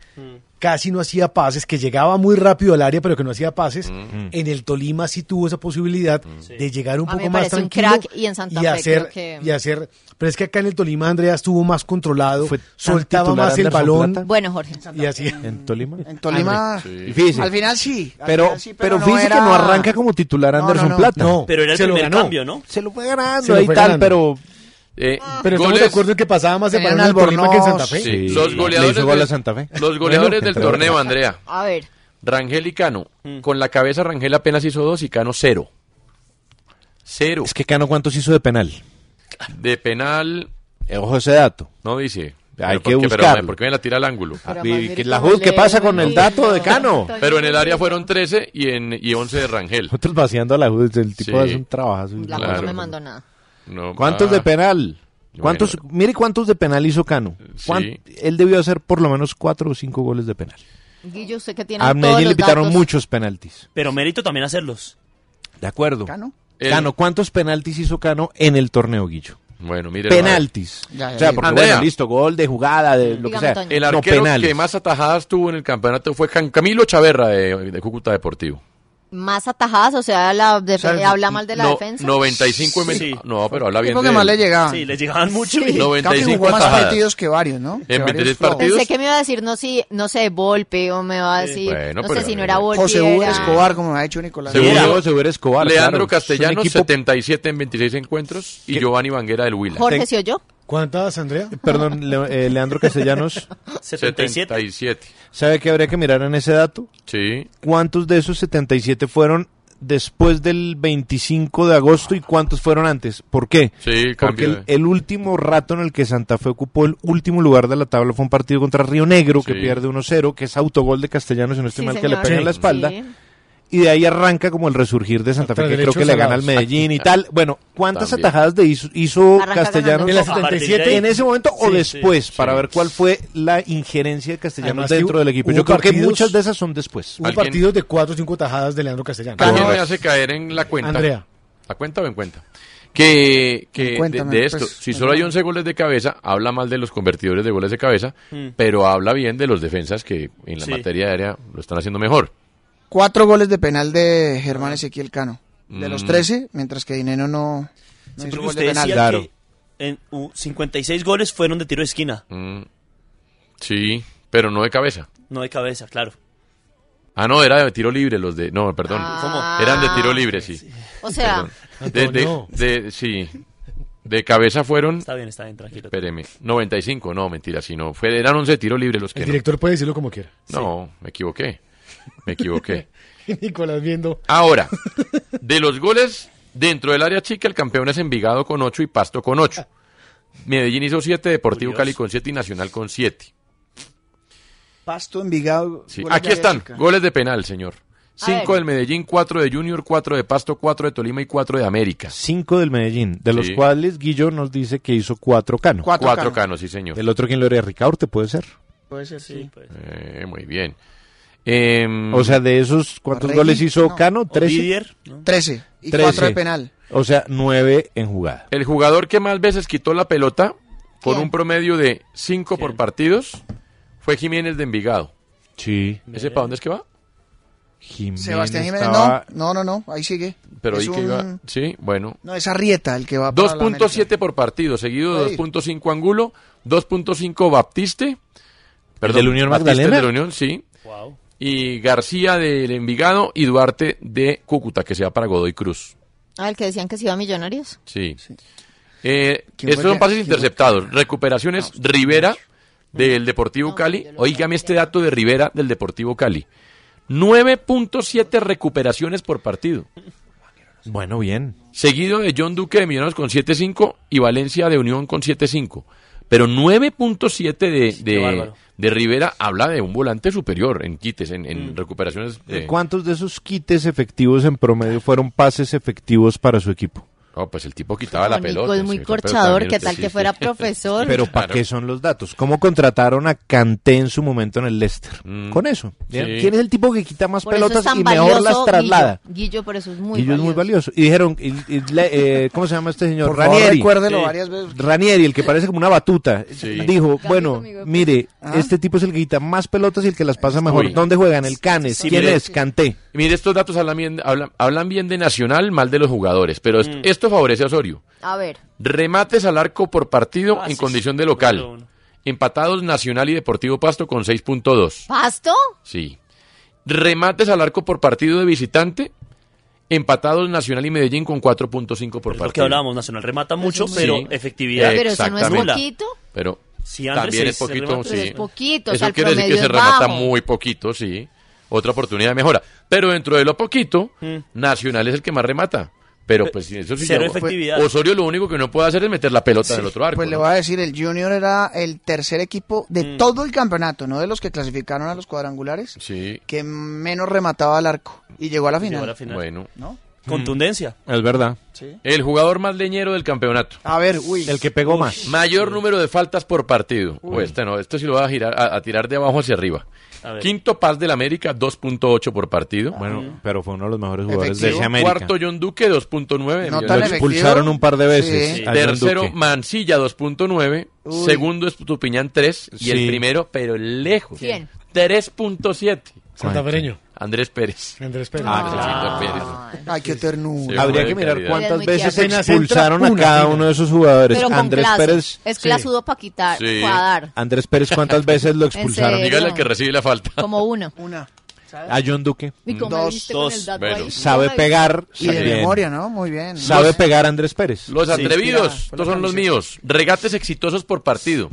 [SPEAKER 22] casi no hacía pases, que llegaba muy rápido al área, pero que no hacía
[SPEAKER 4] Mm.
[SPEAKER 22] pases,
[SPEAKER 13] Mm.
[SPEAKER 22] en el Tolima sí tuvo esa posibilidad de llegar un
[SPEAKER 1] A mí me
[SPEAKER 22] poco más
[SPEAKER 1] parece un
[SPEAKER 22] tranquilo
[SPEAKER 1] crack y en Santa Fe
[SPEAKER 22] hacer,
[SPEAKER 1] creo que-
[SPEAKER 22] y hacer. Pero es que acá en el Tolima Andrea estuvo más controlado, soltaba
[SPEAKER 13] titular
[SPEAKER 22] más el
[SPEAKER 13] Anderson
[SPEAKER 22] balón.
[SPEAKER 13] Plata.
[SPEAKER 1] Bueno, Jorge.
[SPEAKER 22] Y así.
[SPEAKER 13] ¿En Tolima?
[SPEAKER 11] En Tolima,
[SPEAKER 13] Ah, Sí. Y fíjese.
[SPEAKER 11] al final sí. al
[SPEAKER 13] Pero,
[SPEAKER 11] final sí,
[SPEAKER 13] pero, fíjese que no arranca como titular
[SPEAKER 11] No, no,
[SPEAKER 13] Anderson
[SPEAKER 11] no.
[SPEAKER 13] Plata.
[SPEAKER 22] No,
[SPEAKER 9] Pero era el
[SPEAKER 22] se lo
[SPEAKER 9] primer
[SPEAKER 22] ganó.
[SPEAKER 9] cambio, ¿no?
[SPEAKER 13] Se lo fue ganando
[SPEAKER 22] Se lo
[SPEAKER 13] ahí
[SPEAKER 22] fue
[SPEAKER 13] tal,
[SPEAKER 22] ganando.
[SPEAKER 13] pero...
[SPEAKER 4] Eh,
[SPEAKER 22] Pero estamos
[SPEAKER 4] goles-
[SPEAKER 22] de acuerdo en que pasaba más el
[SPEAKER 11] Tenían
[SPEAKER 22] balón en el Tolima que en Santa Fe.
[SPEAKER 4] Sí.
[SPEAKER 13] Le
[SPEAKER 4] Los
[SPEAKER 13] hizo
[SPEAKER 4] goleadores,
[SPEAKER 13] gol
[SPEAKER 4] del-
[SPEAKER 13] a Santa Fe.
[SPEAKER 4] Los goleadores
[SPEAKER 13] Bueno,
[SPEAKER 4] del
[SPEAKER 13] entre
[SPEAKER 4] torneo,
[SPEAKER 13] otros.
[SPEAKER 4] Andrea.
[SPEAKER 1] A ver,
[SPEAKER 4] Rangel y Cano. Con la cabeza Rangel apenas hizo dos y Cano cero. Cero.
[SPEAKER 13] Es que Cano, ¿cuántos hizo de penal?
[SPEAKER 4] De penal,
[SPEAKER 13] Eh, Ojo ese dato.
[SPEAKER 4] no dice.
[SPEAKER 13] Hay
[SPEAKER 4] Pero ¿por
[SPEAKER 13] que
[SPEAKER 4] qué? Pero,
[SPEAKER 13] buscarlo.
[SPEAKER 4] ¿Por qué me la tira al ángulo?
[SPEAKER 13] Ah, y que la juz, ¿Qué pasa con el dato de Cano?
[SPEAKER 4] Pero en el área fueron 13 y, en, y 11 de Rangel.
[SPEAKER 13] Nosotros vaciando a la juz, el
[SPEAKER 4] Sí.
[SPEAKER 13] tipo hace un trabajazo.
[SPEAKER 1] la
[SPEAKER 4] Claro.
[SPEAKER 1] foto no me mandó nada.
[SPEAKER 4] No,
[SPEAKER 13] ¿Cuántos
[SPEAKER 4] ah,
[SPEAKER 13] de penal? ¿Cuántos, Mire cuántos de penal hizo Cano. ¿Cuán-
[SPEAKER 4] Sí.
[SPEAKER 13] Él debió hacer por lo menos cuatro o cinco goles de penal.
[SPEAKER 1] Guillo, usted que tiene
[SPEAKER 13] A
[SPEAKER 1] todos
[SPEAKER 13] Medellín
[SPEAKER 1] los
[SPEAKER 13] le pitaron
[SPEAKER 1] datos.
[SPEAKER 13] muchos penaltis.
[SPEAKER 9] Pero mérito también hacerlos.
[SPEAKER 13] De acuerdo.
[SPEAKER 11] Cano.
[SPEAKER 4] El-
[SPEAKER 13] Cano, ¿cuántos penaltis hizo Cano en el torneo, Guillo?
[SPEAKER 4] Bueno, mire.
[SPEAKER 13] penaltis.
[SPEAKER 11] Ya, ya,
[SPEAKER 13] o sea,
[SPEAKER 11] ya.
[SPEAKER 13] porque
[SPEAKER 4] Andrea.
[SPEAKER 13] bueno, listo, gol de jugada, de lo que
[SPEAKER 1] Mm, Dígame,
[SPEAKER 13] sea.
[SPEAKER 1] Toño.
[SPEAKER 4] El
[SPEAKER 13] No,
[SPEAKER 4] arquero
[SPEAKER 13] penales.
[SPEAKER 4] que más atajadas tuvo en el campeonato fue Can- Camilo Chaverra de, de Cúcuta Deportivo.
[SPEAKER 1] Más atajadas, o sea, la def-
[SPEAKER 4] sea,
[SPEAKER 1] habla mal de la
[SPEAKER 4] No,
[SPEAKER 1] defensa.
[SPEAKER 4] 95 en
[SPEAKER 9] Sí.
[SPEAKER 4] No, pero habla bien
[SPEAKER 11] Tipo que
[SPEAKER 4] de
[SPEAKER 11] más
[SPEAKER 4] él.
[SPEAKER 11] le llegaban.
[SPEAKER 9] Sí, le llegaban mucho. y-
[SPEAKER 4] 95
[SPEAKER 11] jugó más
[SPEAKER 4] atajadas.
[SPEAKER 11] partidos que varios, ¿no? Que
[SPEAKER 4] En
[SPEAKER 11] varios
[SPEAKER 4] 23
[SPEAKER 11] pro.
[SPEAKER 4] partidos.
[SPEAKER 1] Pensé que me iba a decir, no, si, no sé, Volpe, o me va a decir, no
[SPEAKER 4] Bueno, pero-
[SPEAKER 1] sé si no era Volpe.
[SPEAKER 11] José Hugo
[SPEAKER 1] era-
[SPEAKER 11] Escobar, como ha hecho Nicolás.
[SPEAKER 4] Seguro.
[SPEAKER 11] Mira,
[SPEAKER 13] Diego Segura Escobar.
[SPEAKER 4] Leandro
[SPEAKER 13] claro. Es un
[SPEAKER 4] Castellanos,
[SPEAKER 13] equipo-
[SPEAKER 4] 77 en 26 encuentros. Y Giovanni Vanguera del Huila.
[SPEAKER 1] Jorge, ¿se oyó?
[SPEAKER 22] ¿Cuántas, Andrea?
[SPEAKER 13] Perdón, Le- eh, Leandro Castellanos.
[SPEAKER 4] 77. 77.
[SPEAKER 13] ¿Sabe qué habría que mirar en ese dato?
[SPEAKER 4] Sí.
[SPEAKER 13] ¿Cuántos de esos 77 fueron después del 25 de agosto y cuántos fueron antes? ¿Por qué?
[SPEAKER 4] Sí,
[SPEAKER 13] Porque
[SPEAKER 4] cambio
[SPEAKER 13] el, el último rato en el que Santa Fe ocupó el último lugar de la tabla fue un partido contra Río Negro que
[SPEAKER 4] Sí.
[SPEAKER 13] pierde 1-0, que es autogol de Castellanos en este
[SPEAKER 4] Sí,
[SPEAKER 13] mal que le
[SPEAKER 4] señor.
[SPEAKER 13] pega en la
[SPEAKER 4] Sí.
[SPEAKER 13] espalda.
[SPEAKER 4] Sí.
[SPEAKER 13] Y de ahí arranca como el resurgir de Santa Fe,
[SPEAKER 22] Tras
[SPEAKER 13] que
[SPEAKER 22] del
[SPEAKER 13] creo
[SPEAKER 22] hecho
[SPEAKER 13] que le gana al
[SPEAKER 22] salados.
[SPEAKER 13] Medellín y tal. Bueno, ¿cuántas
[SPEAKER 22] También.
[SPEAKER 13] atajadas de hizo, hizo
[SPEAKER 22] Arranca
[SPEAKER 13] Castellanos
[SPEAKER 22] ganando En la Copa. 77.
[SPEAKER 13] A partir de ahí. en ese momento o
[SPEAKER 22] Sí,
[SPEAKER 13] después?
[SPEAKER 22] sí,
[SPEAKER 13] para
[SPEAKER 22] sí.
[SPEAKER 13] ver cuál fue la injerencia de Castellanos
[SPEAKER 22] Además,
[SPEAKER 13] dentro
[SPEAKER 22] hubo-
[SPEAKER 13] del equipo.
[SPEAKER 22] hubo
[SPEAKER 13] Yo creo que
[SPEAKER 22] partidos-
[SPEAKER 13] muchas de esas son después.
[SPEAKER 22] Hubo partidos de cuatro o cinco tajadas de Leandro Castellanos.
[SPEAKER 4] Alguien me hace caer en la cuenta.
[SPEAKER 22] Andrea.
[SPEAKER 4] ¿La cuenta o en cuenta? Que, que de-
[SPEAKER 22] Cuéntame,
[SPEAKER 4] de, esto,
[SPEAKER 22] pues,
[SPEAKER 4] si solo hay 11 goles de cabeza, habla mal de los convertidores de goles de cabeza,
[SPEAKER 11] Mm.
[SPEAKER 4] pero habla bien de los defensas que en la
[SPEAKER 11] Sí.
[SPEAKER 4] materia aérea lo están haciendo mejor.
[SPEAKER 11] Cuatro goles de penal de Germán Ezequiel Cano. De los
[SPEAKER 4] Ah. Mm.
[SPEAKER 11] 13, mientras que Dineno no, no
[SPEAKER 9] Sí,
[SPEAKER 11] hizo
[SPEAKER 9] porque
[SPEAKER 11] gol de
[SPEAKER 9] usted decía
[SPEAKER 11] penal.
[SPEAKER 9] que en, uh, 56 goles fueron de tiro de esquina,
[SPEAKER 4] Mm, sí, pero no de cabeza.
[SPEAKER 9] no de cabeza, claro.
[SPEAKER 4] Ah, no, era de tiro libre los de... No, perdón.
[SPEAKER 9] Ah.
[SPEAKER 4] Eran de tiro libre, sí.
[SPEAKER 1] O sea,
[SPEAKER 4] Perdón. de, de,
[SPEAKER 9] Antonio.
[SPEAKER 4] de- sí. De cabeza fueron...
[SPEAKER 9] Está bien, está bien, tranquilo.
[SPEAKER 4] Espéreme. 95, no, mentira, si no. Fue, eran 11 de tiro libre los que...
[SPEAKER 22] El
[SPEAKER 4] no.
[SPEAKER 22] director puede decirlo como quiera.
[SPEAKER 4] No, me equivoqué. Me equivoqué.
[SPEAKER 22] Y Nicolás viendo.
[SPEAKER 4] Ahora, de los goles dentro del área chica, el campeón es Envigado con 8 y Pasto con 8. Medellín hizo 7, Deportivo Cali con 7 y Nacional con 7.
[SPEAKER 11] Pasto, Envigado.
[SPEAKER 4] Sí,
[SPEAKER 11] goles
[SPEAKER 4] Aquí
[SPEAKER 11] de
[SPEAKER 4] están,
[SPEAKER 11] América.
[SPEAKER 4] goles de Ah, penal, señor.
[SPEAKER 11] ver.
[SPEAKER 4] 5 del Medellín, 4 de Junior, 4 de Pasto, 4 de Tolima y 4 de América.
[SPEAKER 13] Cinco del Medellín, de los
[SPEAKER 4] Sí.
[SPEAKER 13] cuales Guillo nos dice que hizo cuatro Cano.
[SPEAKER 4] 4 canos. sí, señor.
[SPEAKER 13] El otro quien lo haría, Ricaurte, puede ser.
[SPEAKER 11] Puede ser, sí.
[SPEAKER 4] Eh, muy bien. Em,
[SPEAKER 13] O sea, de esos, ¿cuántos goles hizo Cano? ¿Trece?
[SPEAKER 11] 13. Y
[SPEAKER 13] Trece.
[SPEAKER 11] 4 de penal.
[SPEAKER 13] O sea, nueve en jugada.
[SPEAKER 4] El jugador que más veces quitó la pelota, con un promedio de 5 por partidos, fue Jiménez de Envigado.
[SPEAKER 13] Sí.
[SPEAKER 4] ¿Ese para dónde es que va?
[SPEAKER 13] Jiménez
[SPEAKER 11] Sebastián Jiménez,
[SPEAKER 4] estaba-
[SPEAKER 11] no. No, no, no. Ahí sigue.
[SPEAKER 4] Pero
[SPEAKER 11] Es
[SPEAKER 4] ahí que iba.
[SPEAKER 11] un-
[SPEAKER 4] Sí, bueno.
[SPEAKER 11] No, es Arrieta el que va para la América.
[SPEAKER 4] 2.7 por partido, seguido
[SPEAKER 11] Ahí.
[SPEAKER 4] de 2.5 Angulo, 2.5 Baptiste. Perdón,
[SPEAKER 13] del Unión
[SPEAKER 4] Baptiste
[SPEAKER 13] Magdalena?
[SPEAKER 4] del Unión, sí. Y García del Envigado y Duarte de Cúcuta, que se va para Godoy Cruz.
[SPEAKER 1] al Ah, que decían que se iba a Millonarios.
[SPEAKER 4] Sí. Eh,
[SPEAKER 1] ¿Quién
[SPEAKER 4] estos
[SPEAKER 1] fue
[SPEAKER 4] son
[SPEAKER 1] que-
[SPEAKER 4] pases
[SPEAKER 1] quién fue
[SPEAKER 4] interceptados. Recuperaciones Rivera del Deportivo Cali. Oígame este dato de Rivera del Deportivo Cali. 9.7 recuperaciones por partido.
[SPEAKER 13] Bueno, bien.
[SPEAKER 4] Seguido de John Duque de Millonarios con 7.5 y Valencia de Unión con 7.5. Pero 9.7 de,
[SPEAKER 13] qué
[SPEAKER 4] de,
[SPEAKER 13] bárbaro.
[SPEAKER 4] de Rivera habla de un volante superior en quites, en, en recuperaciones. de-
[SPEAKER 13] ¿Cuántos de esos quites efectivos en promedio fueron pases efectivos para su equipo?
[SPEAKER 4] No, pues el tipo quitaba la
[SPEAKER 1] Nico
[SPEAKER 4] pelota.
[SPEAKER 1] es muy
[SPEAKER 4] señor, pero
[SPEAKER 1] corchador,
[SPEAKER 4] también
[SPEAKER 1] ¿qué
[SPEAKER 4] usted
[SPEAKER 1] tal
[SPEAKER 4] sí,
[SPEAKER 1] que
[SPEAKER 4] sí.
[SPEAKER 1] fuera profesor?
[SPEAKER 13] Pero ¿para qué son los datos? ¿Cómo contrataron a Kanté en su momento en el Leicester? Con eso.
[SPEAKER 4] Sí.
[SPEAKER 13] ¿Quién es el tipo que quita más
[SPEAKER 1] Por eso
[SPEAKER 13] pelotas
[SPEAKER 1] es tan
[SPEAKER 13] y mejor
[SPEAKER 1] valioso
[SPEAKER 13] las traslada?
[SPEAKER 1] Guillo, Guillo, por eso es muy
[SPEAKER 13] y ellos muy valioso. Y dijeron, y- y le- eh, ¿cómo se llama este señor?
[SPEAKER 11] Por favor,
[SPEAKER 13] Ranieri.
[SPEAKER 11] recuérdelo varias veces.
[SPEAKER 13] Ranieri, el que parece como una batuta.
[SPEAKER 11] Sí.
[SPEAKER 13] Dijo, bueno, mire,
[SPEAKER 11] Ah.
[SPEAKER 13] este tipo es el que quita más pelotas y el que las pasa mejor.
[SPEAKER 4] Uy.
[SPEAKER 13] ¿Dónde juegan? El Canes.
[SPEAKER 4] Sí,
[SPEAKER 13] ¿Quién
[SPEAKER 4] mire.
[SPEAKER 13] es? Canté.
[SPEAKER 4] Mire, estos datos hablan bien, hablan, hablan bien de Nacional, mal de los jugadores, pero est-
[SPEAKER 1] Mm.
[SPEAKER 4] esto favorece a Osorio.
[SPEAKER 1] A ver,
[SPEAKER 4] Remates al arco por
[SPEAKER 9] Ah,
[SPEAKER 4] partido en condición de local. Empatados Nacional y Deportivo Pasto con 6.2.
[SPEAKER 1] ¿pasto?
[SPEAKER 4] Sí. Remates al arco por partido de visitante. Empatados Nacional y Medellín con 4.5 por partido.
[SPEAKER 9] Lo que hablábamos, Nacional remata mucho,
[SPEAKER 4] Sí.
[SPEAKER 9] pero efectividad.
[SPEAKER 1] Ah, Pero eso no es
[SPEAKER 4] Exactamente.
[SPEAKER 1] poquito.
[SPEAKER 4] Pero
[SPEAKER 9] Sí, Andrés,
[SPEAKER 4] también
[SPEAKER 9] sí,
[SPEAKER 4] es
[SPEAKER 9] se
[SPEAKER 4] poquito,
[SPEAKER 9] remata.
[SPEAKER 4] sí.
[SPEAKER 1] Pero es poquito, o
[SPEAKER 4] Eso
[SPEAKER 1] sea, el
[SPEAKER 4] quiere decir que
[SPEAKER 1] promedio
[SPEAKER 4] se
[SPEAKER 1] es
[SPEAKER 4] remata
[SPEAKER 1] bajo.
[SPEAKER 4] muy poquito, sí. Otra oportunidad de mejora. Pero dentro de lo poquito, Nacional es el que más remata. Pero
[SPEAKER 11] Mm. Pe-
[SPEAKER 4] pues eso sí.
[SPEAKER 11] cero
[SPEAKER 4] ya-
[SPEAKER 11] efectividad.
[SPEAKER 4] Osorio lo único que no puede hacer es meter la pelota en el otro arco.
[SPEAKER 11] Pues le
[SPEAKER 4] ¿no?
[SPEAKER 11] voy a decir, el Junior era el tercer equipo de
[SPEAKER 4] Mm.
[SPEAKER 11] todo el campeonato, no de los que clasificaron a los cuadrangulares,
[SPEAKER 4] Sí.
[SPEAKER 11] que menos remataba al arco. Y llegó a la final.
[SPEAKER 4] Bueno.
[SPEAKER 9] Contundencia.
[SPEAKER 13] Es verdad.
[SPEAKER 4] El jugador más leñero del campeonato.
[SPEAKER 11] A ver, uy.
[SPEAKER 13] El que pegó más.
[SPEAKER 4] Mayor número de faltas por partido. O este no, este sí lo va a, girar, a, a tirar de abajo hacia arriba.
[SPEAKER 13] A ver.
[SPEAKER 4] Quinto pas del América, 2.8 por partido.
[SPEAKER 11] Ah.
[SPEAKER 13] Bueno, pero fue uno de los mejores jugadores de
[SPEAKER 4] Efectivo.
[SPEAKER 13] ese América.
[SPEAKER 4] Cuarto John Duque, 2.9.
[SPEAKER 13] No
[SPEAKER 4] Millonarios.
[SPEAKER 13] tan Lo expulsaron efectivo. un par de veces a John
[SPEAKER 4] Tercero
[SPEAKER 13] Duque.
[SPEAKER 4] Mancilla, 2.9.
[SPEAKER 13] Uy.
[SPEAKER 4] Segundo Estupiñán, 3. Y
[SPEAKER 13] Sí.
[SPEAKER 4] el primero, pero lejos.
[SPEAKER 13] ¿Quién?
[SPEAKER 4] 3.7.
[SPEAKER 22] Santafereño.
[SPEAKER 4] Andrés Pérez.
[SPEAKER 22] Andrés Pérez.
[SPEAKER 4] Ah,
[SPEAKER 22] Ah,
[SPEAKER 4] Andrés Pérez.
[SPEAKER 11] Ay, qué ternura.
[SPEAKER 4] Sí,
[SPEAKER 13] Habría
[SPEAKER 4] de
[SPEAKER 13] que mirar
[SPEAKER 4] calidad.
[SPEAKER 13] cuántas
[SPEAKER 1] Muy
[SPEAKER 13] veces
[SPEAKER 1] tierno.
[SPEAKER 13] expulsaron a
[SPEAKER 22] Apenas entra
[SPEAKER 13] cada
[SPEAKER 22] una.
[SPEAKER 13] uno de esos jugadores.
[SPEAKER 1] Pero con
[SPEAKER 13] Andrés
[SPEAKER 1] clase.
[SPEAKER 13] Pérez.
[SPEAKER 1] Es clasudo para quitar,
[SPEAKER 4] Sí.
[SPEAKER 1] para dar.
[SPEAKER 13] Andrés Pérez, ¿cuántas veces lo expulsaron?
[SPEAKER 1] serio? Dígale al que
[SPEAKER 4] recibe la falta.
[SPEAKER 1] Como uno.
[SPEAKER 11] Una.
[SPEAKER 13] a John Duque.
[SPEAKER 1] ¿Y
[SPEAKER 4] Mm.
[SPEAKER 1] cómo me viste con el dato ahí?
[SPEAKER 13] Sabe pegar.
[SPEAKER 11] Y de
[SPEAKER 13] también.
[SPEAKER 11] memoria, ¿no? Muy bien.
[SPEAKER 13] Sabe pegar a Andrés Pérez.
[SPEAKER 4] Los atrevidos, estos son los
[SPEAKER 11] canción.
[SPEAKER 4] míos. Regates exitosos por partido.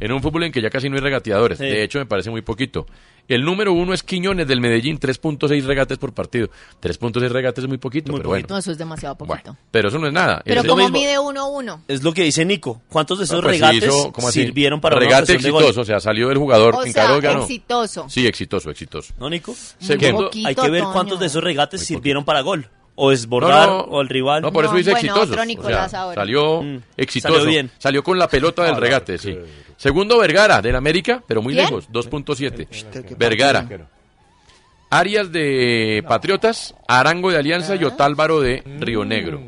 [SPEAKER 4] En un fútbol en que ya casi no hay regateadores.
[SPEAKER 9] Sí.
[SPEAKER 4] De hecho, me parece muy poquito. El número uno es Quiñones del Medellín, 3.6 regates por partido. 3.6 regates es muy poquito, pero bueno.
[SPEAKER 1] No, eso es demasiado poquito.
[SPEAKER 4] Pero eso no es nada.
[SPEAKER 1] Pero
[SPEAKER 4] Es lo
[SPEAKER 1] como
[SPEAKER 4] mismo.
[SPEAKER 1] mide uno a uno.
[SPEAKER 9] Es lo que dice Nico. ¿Cuántos de esos
[SPEAKER 4] No, pues sí
[SPEAKER 9] regates
[SPEAKER 4] hizo, ¿cómo así?
[SPEAKER 9] sirvieron para una
[SPEAKER 4] Regate
[SPEAKER 9] ocasión de gol?
[SPEAKER 4] exitoso, o sea, salió el jugador,
[SPEAKER 1] O
[SPEAKER 4] encaró y
[SPEAKER 1] sea,
[SPEAKER 4] ganó.
[SPEAKER 1] exitoso.
[SPEAKER 4] Sí, exitoso, exitoso.
[SPEAKER 9] ¿No, Nico?
[SPEAKER 4] Segundo,
[SPEAKER 9] hay que ver cuántos de esos regates sirvieron para gol. O esbordar,
[SPEAKER 4] No, no.
[SPEAKER 9] o el rival.
[SPEAKER 4] No, por eso dice exitoso.
[SPEAKER 1] Nicolás ahora.
[SPEAKER 4] Mm. Salió exitoso.
[SPEAKER 9] Salió bien.
[SPEAKER 4] Salió con la pelota del regate, sí. Segundo, Vergara, del América, pero muy
[SPEAKER 1] ¿Quién?
[SPEAKER 4] lejos, 2.7. Vergara. Arias de Patriotas, Arango de Alianza
[SPEAKER 11] ¿Eh?
[SPEAKER 4] y Otálvaro de
[SPEAKER 11] Mm.
[SPEAKER 4] Río Negro.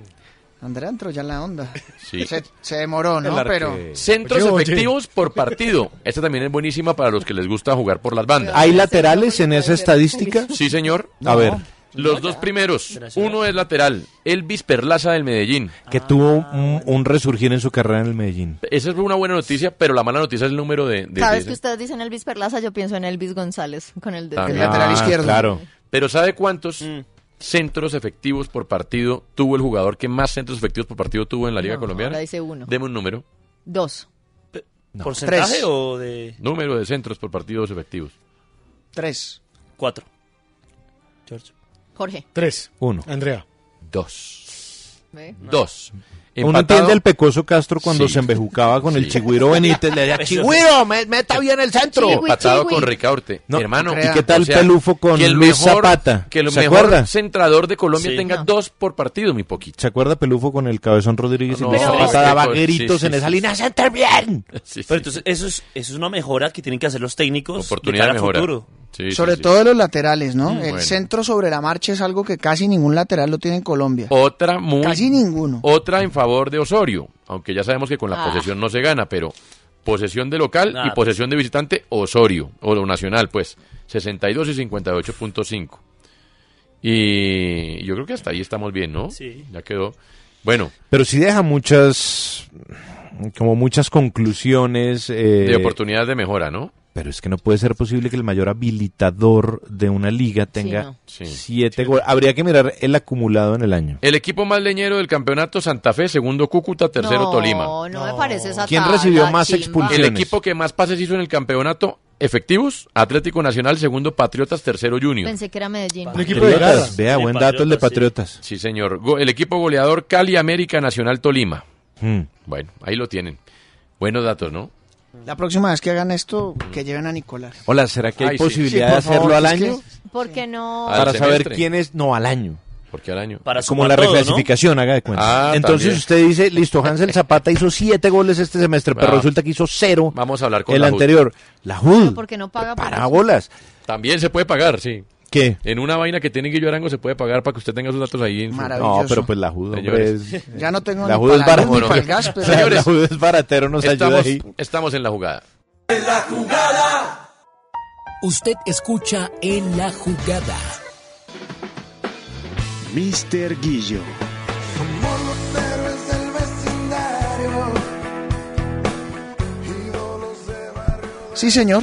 [SPEAKER 11] André entró ya en la onda.
[SPEAKER 4] Sí.
[SPEAKER 11] Se, se demoró, ¿no? Pero.
[SPEAKER 4] Centros
[SPEAKER 11] Oye, oye.
[SPEAKER 4] efectivos por partido. Esta también es buenísima para los que les gusta jugar por las bandas.
[SPEAKER 13] ¿Hay laterales en esa estadística?
[SPEAKER 4] Sí, señor.
[SPEAKER 13] A ver.
[SPEAKER 4] Los dos primeros. Uno es lateral, Elvis Perlaza del Medellín.
[SPEAKER 13] Que tuvo un, un resurgir en su carrera en el Medellín.
[SPEAKER 4] Esa es una buena noticia, pero la mala noticia es el número de... de-
[SPEAKER 1] Cada
[SPEAKER 4] de-
[SPEAKER 1] vez que ustedes dicen Elvis Perlaza, yo pienso en Elvis González, con el de
[SPEAKER 4] También.
[SPEAKER 13] lateral Ah, izquierdo. claro.
[SPEAKER 4] Pero ¿sabe cuántos centros efectivos por partido tuvo el jugador que más centros efectivos por partido tuvo en la Liga
[SPEAKER 1] No,
[SPEAKER 4] Colombiana?
[SPEAKER 1] ahora dice uno.
[SPEAKER 4] Deme un número.
[SPEAKER 1] dos.
[SPEAKER 9] ¿Porcentaje
[SPEAKER 4] Tres.
[SPEAKER 9] o de...?
[SPEAKER 4] Número de centros por partidos efectivos.
[SPEAKER 11] Tres.
[SPEAKER 9] Cuatro.
[SPEAKER 1] Jorge.
[SPEAKER 22] Tres.
[SPEAKER 13] Uno.
[SPEAKER 22] Andrea.
[SPEAKER 4] Dos.
[SPEAKER 1] ¿Ve?
[SPEAKER 4] Dos.
[SPEAKER 13] Uno
[SPEAKER 4] Empatado-
[SPEAKER 13] entiende el pecoso Castro cuando
[SPEAKER 4] Sí.
[SPEAKER 13] se embejucaba con
[SPEAKER 4] Sí.
[SPEAKER 13] el
[SPEAKER 4] Pues,
[SPEAKER 13] Chigüiro Benítez. Le decía, Chigüiro, me- meta bien el centro.
[SPEAKER 4] Empatado con Ricaurte.
[SPEAKER 13] No,
[SPEAKER 4] Hermano,
[SPEAKER 13] ¿y qué tal Pelufo con
[SPEAKER 4] que el
[SPEAKER 13] Luis Zapata?
[SPEAKER 4] Que el
[SPEAKER 13] ¿Se
[SPEAKER 4] mejor
[SPEAKER 13] acuerda?
[SPEAKER 4] centrador de Colombia tenga dos por partido, mi poquito.
[SPEAKER 13] ¿Se acuerda Pelufo con el cabezón Rodríguez?
[SPEAKER 4] No,
[SPEAKER 13] en que
[SPEAKER 4] no,
[SPEAKER 13] Zapata
[SPEAKER 4] no,
[SPEAKER 13] daba
[SPEAKER 4] no, sí,
[SPEAKER 13] gritos
[SPEAKER 4] sí,
[SPEAKER 13] en
[SPEAKER 4] sí,
[SPEAKER 13] esa
[SPEAKER 4] sí.
[SPEAKER 13] línea. ¡Center bien!
[SPEAKER 9] Pero entonces, eso es, eso es una mejora que tienen que hacer los técnicos
[SPEAKER 4] Oportunidad
[SPEAKER 9] de
[SPEAKER 4] de
[SPEAKER 9] cara a
[SPEAKER 4] mejora.
[SPEAKER 9] futuro.
[SPEAKER 11] Sobre todo de los laterales, ¿no?
[SPEAKER 4] Mm,
[SPEAKER 11] el
[SPEAKER 4] bueno.
[SPEAKER 11] centro sobre la marcha es algo que casi ningún lateral lo tiene en Colombia.
[SPEAKER 4] Otra muy.
[SPEAKER 11] Casi ninguno.
[SPEAKER 4] Otra en favor de Osorio. Aunque ya sabemos que con la
[SPEAKER 11] Ah.
[SPEAKER 4] posesión no se gana, pero posesión de local
[SPEAKER 9] Ah,
[SPEAKER 4] y posesión de visitante, Osorio. O lo nacional, pues. 62 y 58.5. Y yo creo que hasta ahí estamos bien, ¿no? Sí. Ya quedó. Bueno,
[SPEAKER 13] Pero sí deja muchas, como muchas conclusiones. eh,
[SPEAKER 4] de oportunidades de mejora, ¿no?
[SPEAKER 13] Pero es que no puede ser posible que el mayor habilitador de una liga tenga
[SPEAKER 4] no. Sí.
[SPEAKER 13] siete goles. Habría que mirar el acumulado en el año.
[SPEAKER 4] El equipo más leñero del campeonato, Santa Fe. Segundo, Cúcuta. Tercero,
[SPEAKER 1] no,
[SPEAKER 4] Tolima.
[SPEAKER 1] No, me parece esa
[SPEAKER 13] ¿Quién
[SPEAKER 1] tabla,
[SPEAKER 13] recibió más
[SPEAKER 1] chimba.
[SPEAKER 13] expulsiones?
[SPEAKER 4] El equipo que más pases hizo en el campeonato efectivos, Atlético Nacional, segundo Patriotas, tercero Junior.
[SPEAKER 1] Pensé que era Medellín.
[SPEAKER 13] Patriotas, Vea, buen dato el de Patriotas.
[SPEAKER 4] Sí, señor. Go- el equipo goleador Cali América Nacional Tolima.
[SPEAKER 13] Mm.
[SPEAKER 4] Bueno, ahí lo tienen. Buenos datos, ¿no?
[SPEAKER 11] La próxima vez que hagan esto, que lleven a Nicolás.
[SPEAKER 13] Hola, ¿será que hay
[SPEAKER 4] Ay, sí. Sí,
[SPEAKER 13] posibilidad de
[SPEAKER 4] por
[SPEAKER 13] hacerlo
[SPEAKER 4] favor,
[SPEAKER 13] al
[SPEAKER 4] es que-
[SPEAKER 13] año?
[SPEAKER 1] ¿Por qué no?
[SPEAKER 4] Al
[SPEAKER 13] Para saber
[SPEAKER 4] semestre.
[SPEAKER 13] quién es, no, al año.
[SPEAKER 4] ¿Por qué al año?
[SPEAKER 13] Como la reclasificación, haga de cuenta.
[SPEAKER 4] Ah,
[SPEAKER 13] Entonces
[SPEAKER 4] también.
[SPEAKER 13] usted dice, listo, Hansel Zapata hizo siete goles este semestre, pero
[SPEAKER 4] Bravo.
[SPEAKER 13] resulta que hizo cero
[SPEAKER 4] Vamos a hablar con
[SPEAKER 13] el
[SPEAKER 4] la JUD.
[SPEAKER 13] anterior. La
[SPEAKER 4] Ah,
[SPEAKER 13] JUD,
[SPEAKER 1] ¿Por qué no paga? por
[SPEAKER 13] para
[SPEAKER 1] eso?
[SPEAKER 13] bolas.
[SPEAKER 4] También se puede pagar, sí.
[SPEAKER 13] ¿Qué?
[SPEAKER 4] En una vaina que tiene Guillo Arango se puede pagar para que usted tenga sus datos ahí. En su-
[SPEAKER 13] No, pero pues la JUD, hombre,
[SPEAKER 4] Señores.
[SPEAKER 13] es-
[SPEAKER 11] Ya no tengo
[SPEAKER 13] la
[SPEAKER 11] ni
[SPEAKER 13] JUD es
[SPEAKER 11] para la
[SPEAKER 13] baratero.
[SPEAKER 11] luz ni para el gas, pero-
[SPEAKER 13] Señores, La
[SPEAKER 11] Señores.
[SPEAKER 13] JUD es baratero, nos ayuda
[SPEAKER 4] estamos,
[SPEAKER 13] ahí.
[SPEAKER 4] estamos en la jugada.
[SPEAKER 25] Usted escucha en la jugada.
[SPEAKER 6] Mr. Guillo.
[SPEAKER 11] Sí, señor.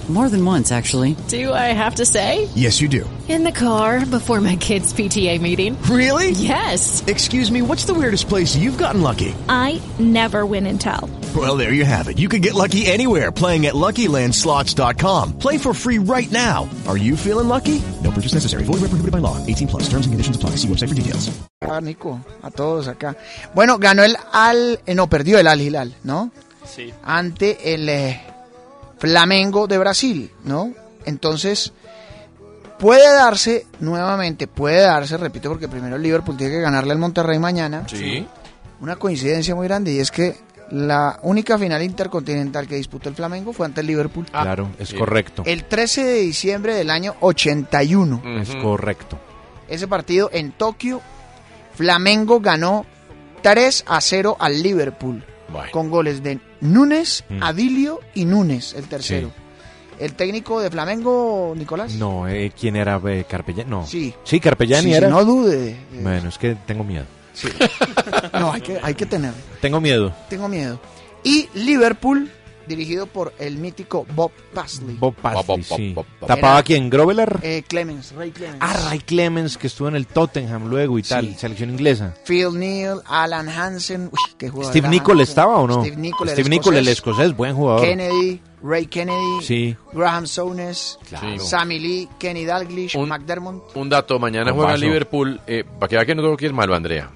[SPEAKER 3] More than once, actually.
[SPEAKER 28] Do I have to say?
[SPEAKER 6] Yes, you do.
[SPEAKER 28] In the car before my kids' PTA meeting.
[SPEAKER 6] Really?
[SPEAKER 28] Yes.
[SPEAKER 6] Excuse me, what's the weirdest place you've gotten lucky?
[SPEAKER 31] I never win and tell.
[SPEAKER 6] Well, there you have it. You can get lucky anywhere playing at LuckyLandSlots.com.
[SPEAKER 5] Play for free right now.
[SPEAKER 6] Are you feeling lucky?
[SPEAKER 5] No purchase necessary. Void where prohibited by law. 18 plus. Terms and conditions apply. See website for details.
[SPEAKER 11] Ah, Nico, a todos acá. Bueno, ganó el Al, eh, no, perdió el Al Hilal, ¿no?
[SPEAKER 9] Sí.
[SPEAKER 11] Ante el eh, Flamengo de Brasil, ¿no? Entonces, Puede darse, nuevamente, puede darse, repito, porque primero el Liverpool tiene que ganarle al Monterrey mañana.
[SPEAKER 4] Sí.
[SPEAKER 11] Una coincidencia muy grande y es que la única final intercontinental que disputó el Flamengo fue ante el Liverpool.
[SPEAKER 4] Ah,
[SPEAKER 13] Claro, es correcto.
[SPEAKER 11] El 13 de diciembre del año 81.
[SPEAKER 13] Es correcto.
[SPEAKER 11] Ese partido en Tokio, Flamengo ganó 3 a 0 al Liverpool. Con goles de Núñez,
[SPEAKER 13] Mm.
[SPEAKER 11] Adilio y Núñez, el tercero. El técnico de Flamengo, Nicolás.
[SPEAKER 13] No, eh, ¿quién era eh, Carpellani? No.
[SPEAKER 11] Sí.
[SPEAKER 13] Sí, Carpellani
[SPEAKER 11] Sí, sí,
[SPEAKER 13] era.
[SPEAKER 11] no
[SPEAKER 13] eh.
[SPEAKER 11] dude.
[SPEAKER 13] Bueno, es que tengo miedo.
[SPEAKER 11] No, hay que, hay que tener.
[SPEAKER 13] Tengo miedo.
[SPEAKER 11] Tengo miedo. Y Liverpool, dirigido por el mítico Bob Pasley.
[SPEAKER 13] Bob Paisley, sí.
[SPEAKER 11] Bob.
[SPEAKER 13] ¿Tapaba
[SPEAKER 11] Era-
[SPEAKER 13] a quién? ¿Grovelar?
[SPEAKER 11] Eh, Clemens, Ray Clemens.
[SPEAKER 13] Ah, Ray Clemens, que estuvo en el Tottenham luego y tal, selección inglesa.
[SPEAKER 11] Phil Neal, Alan Hansen. Uy, qué jugador.
[SPEAKER 13] ¿Steve
[SPEAKER 11] Alan
[SPEAKER 13] Nicol
[SPEAKER 11] Hansen.
[SPEAKER 13] estaba o no?
[SPEAKER 11] Steve Nicol, el
[SPEAKER 13] Steve Nicol, el
[SPEAKER 11] escocés.
[SPEAKER 13] escocés, buen jugador.
[SPEAKER 11] Kennedy, Ray Kennedy.
[SPEAKER 13] Sí.
[SPEAKER 11] Graham Souness.
[SPEAKER 4] Claro.
[SPEAKER 11] Sammy Lee, Kenny Dalglish, McDermott.
[SPEAKER 4] Un dato, mañana
[SPEAKER 11] Bombazo.
[SPEAKER 4] juega Liverpool, eh, para que vea que no tengo que ir malo, Andrea.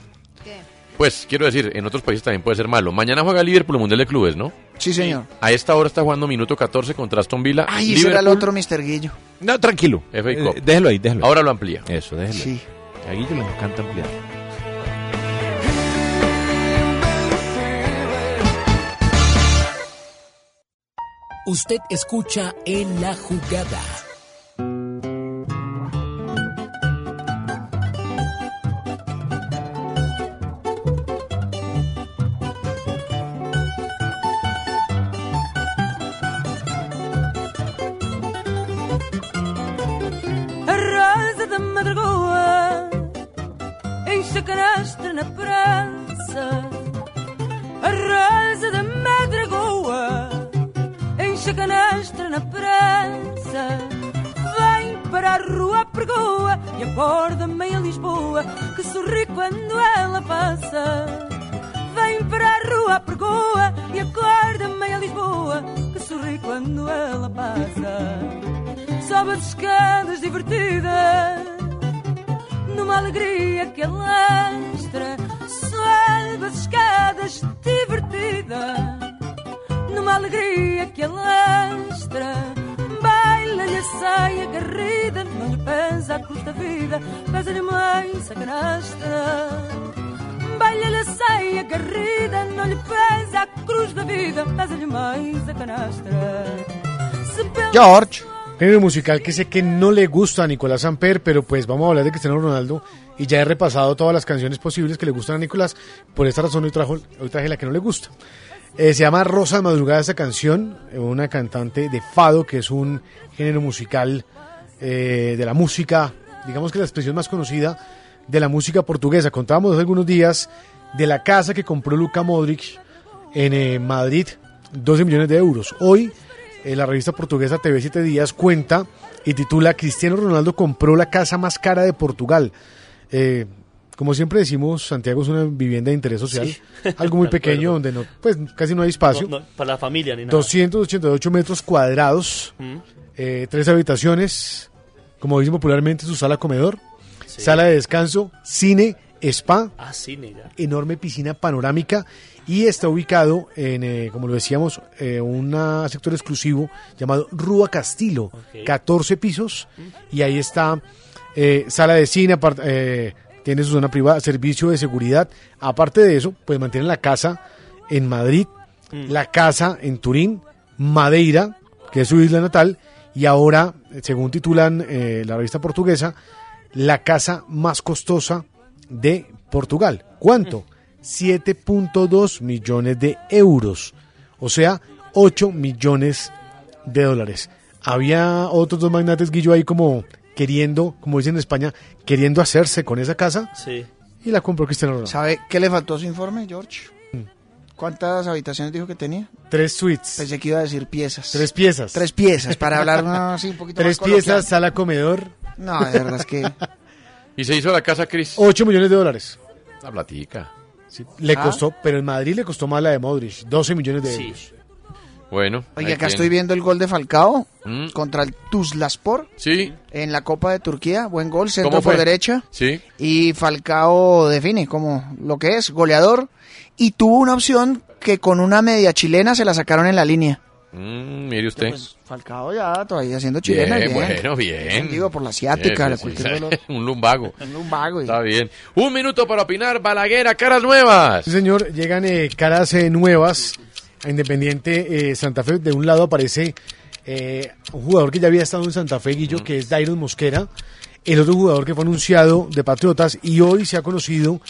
[SPEAKER 4] Pues quiero decir, en otros países también puede ser malo. Mañana juega Liverpool el Mundial de Clubes, ¿no?
[SPEAKER 11] Sí, señor.
[SPEAKER 4] A esta hora está jugando minuto 14 contra Aston Villa.
[SPEAKER 11] Ay, ese era el otro Mr. Guillo.
[SPEAKER 13] No, tranquilo.
[SPEAKER 4] FA Cup.
[SPEAKER 13] Eh, déjelo ahí, déjelo. ahí.
[SPEAKER 4] Ahora lo amplía.
[SPEAKER 13] Eso, déjelo.
[SPEAKER 11] Sí.
[SPEAKER 13] A Guillo le encanta ampliar.
[SPEAKER 32] Usted escucha en la jugada.
[SPEAKER 33] Arrasa da madrugada, enche a canastra na praça. Arrasa da madrugada, enche a canastra na praça. Vem para a rua à pergoa e acorda-me em Lisboa, que sorri quando ela passa. Vem para a rua à pergoa e acorda-me em Lisboa, que sorri quando ela passa. Sobe as escadas divertida Numa alegria que alastra Sobe as escadas divertida Numa alegria que alastra Baila-lhe a saia garrida Não lhe pesa a cruz da vida Pesa-lhe mais a canastra Baila-lhe a saia garrida Não lhe pesa a cruz da vida Pesa-lhe mais a canastra Se pela
[SPEAKER 11] George.
[SPEAKER 22] Género musical que sé que no le gusta a Nicolás Samper, pero pues vamos a hablar de Cristiano Ronaldo y ya he repasado todas las canciones posibles que le gustan a Nicolás. Por esta razón hoy, trajo, hoy traje la que no le gusta. Eh, se llama Rosa de Madrugada esta canción, eh, una cantante de Fado, que es un género musical eh, de la música, digamos que la expresión más conocida de la música portuguesa. Contábamos hace algunos días de la casa que compró Luca Modric en eh, Madrid, 12 millones de euros. Hoy eh, la revista portuguesa TV 7 Días cuenta y titula Cristiano Ronaldo compró la casa más cara de Portugal. Eh, como siempre decimos, Santiago es una vivienda de interés social,
[SPEAKER 9] Sí.
[SPEAKER 22] algo muy
[SPEAKER 9] De acuerdo.
[SPEAKER 22] pequeño donde no, pues casi no hay espacio.
[SPEAKER 9] No, no, para la familia ni nada.
[SPEAKER 22] 288 metros cuadrados,
[SPEAKER 9] Mm.
[SPEAKER 22] eh, tres habitaciones, como dicen popularmente, su sala comedor, sala de descanso, cine, spa,
[SPEAKER 9] Ah, cine ya.
[SPEAKER 22] enorme piscina panorámica y está ubicado en, eh, como lo decíamos, eh, un ah, sector exclusivo llamado Rua Castillo, 14 pisos y ahí está eh, sala de cine, apart- eh, tiene su zona privada, servicio de seguridad. Aparte de eso, pues mantienen la casa en Madrid, la casa en Turín, Madeira, que es su isla natal, y ahora, según titulan eh, la revista portuguesa, la casa más costosa de Portugal. ¿Cuánto? 7.2 millones de euros, o sea, 8 millones de dólares. Había otros dos magnates guillo ahí como queriendo, como dicen en España, queriendo hacerse con esa casa
[SPEAKER 9] Sí.
[SPEAKER 22] y la compró Cristiano Ronaldo.
[SPEAKER 11] ¿Sabe qué le faltó a su informe, George?
[SPEAKER 4] Mm.
[SPEAKER 11] ¿Cuántas habitaciones dijo que tenía?
[SPEAKER 22] Tres suites.
[SPEAKER 11] Pensé que iba a decir piezas.
[SPEAKER 22] Tres piezas.
[SPEAKER 11] Tres piezas, para hablar no, así un poquito más
[SPEAKER 22] Tres
[SPEAKER 11] coloquial.
[SPEAKER 22] piezas, sala comedor.
[SPEAKER 11] No, de verdad es que...
[SPEAKER 4] Y se hizo la casa, Chris.
[SPEAKER 22] 8 millones de dólares.
[SPEAKER 4] La platica.
[SPEAKER 22] Le
[SPEAKER 4] Ah.
[SPEAKER 22] costó, pero en Madrid le costó más la de Modric, 12 millones de
[SPEAKER 4] Sí.
[SPEAKER 22] euros.
[SPEAKER 4] Bueno.
[SPEAKER 11] Oye,
[SPEAKER 4] ahí
[SPEAKER 11] acá
[SPEAKER 4] tiene.
[SPEAKER 11] estoy viendo el gol de Falcao
[SPEAKER 4] Mm.
[SPEAKER 11] contra el Tuzlaspor
[SPEAKER 4] Sí.
[SPEAKER 11] en la Copa de Turquía. Buen gol, centro
[SPEAKER 4] ¿Cómo fue?
[SPEAKER 11] por derecha.
[SPEAKER 4] Sí.
[SPEAKER 11] Y Falcao define como lo que es, goleador. Y tuvo una opción que con una media chilena se la sacaron en la línea.
[SPEAKER 4] Mm, mire usted.
[SPEAKER 11] Pues, Falcao ya todavía haciendo chilena.
[SPEAKER 4] Bien, bueno, bien.
[SPEAKER 11] Digo, por la asiática,
[SPEAKER 4] Bien,
[SPEAKER 11] la
[SPEAKER 4] sí,
[SPEAKER 11] cualquier
[SPEAKER 4] sí.
[SPEAKER 11] dolor.
[SPEAKER 4] Un lumbago.
[SPEAKER 11] Un lumbago.
[SPEAKER 4] Está bien. Un minuto para opinar. Balaguer, a caras nuevas.
[SPEAKER 22] Sí, señor, llegan eh, caras eh, nuevas a Independiente eh, Santa Fe. De un lado aparece eh, un jugador que ya había estado en Santa Fe, Guillo, que es Dairon Mosquera. El otro jugador que fue anunciado de Patriotas y hoy se ha conocido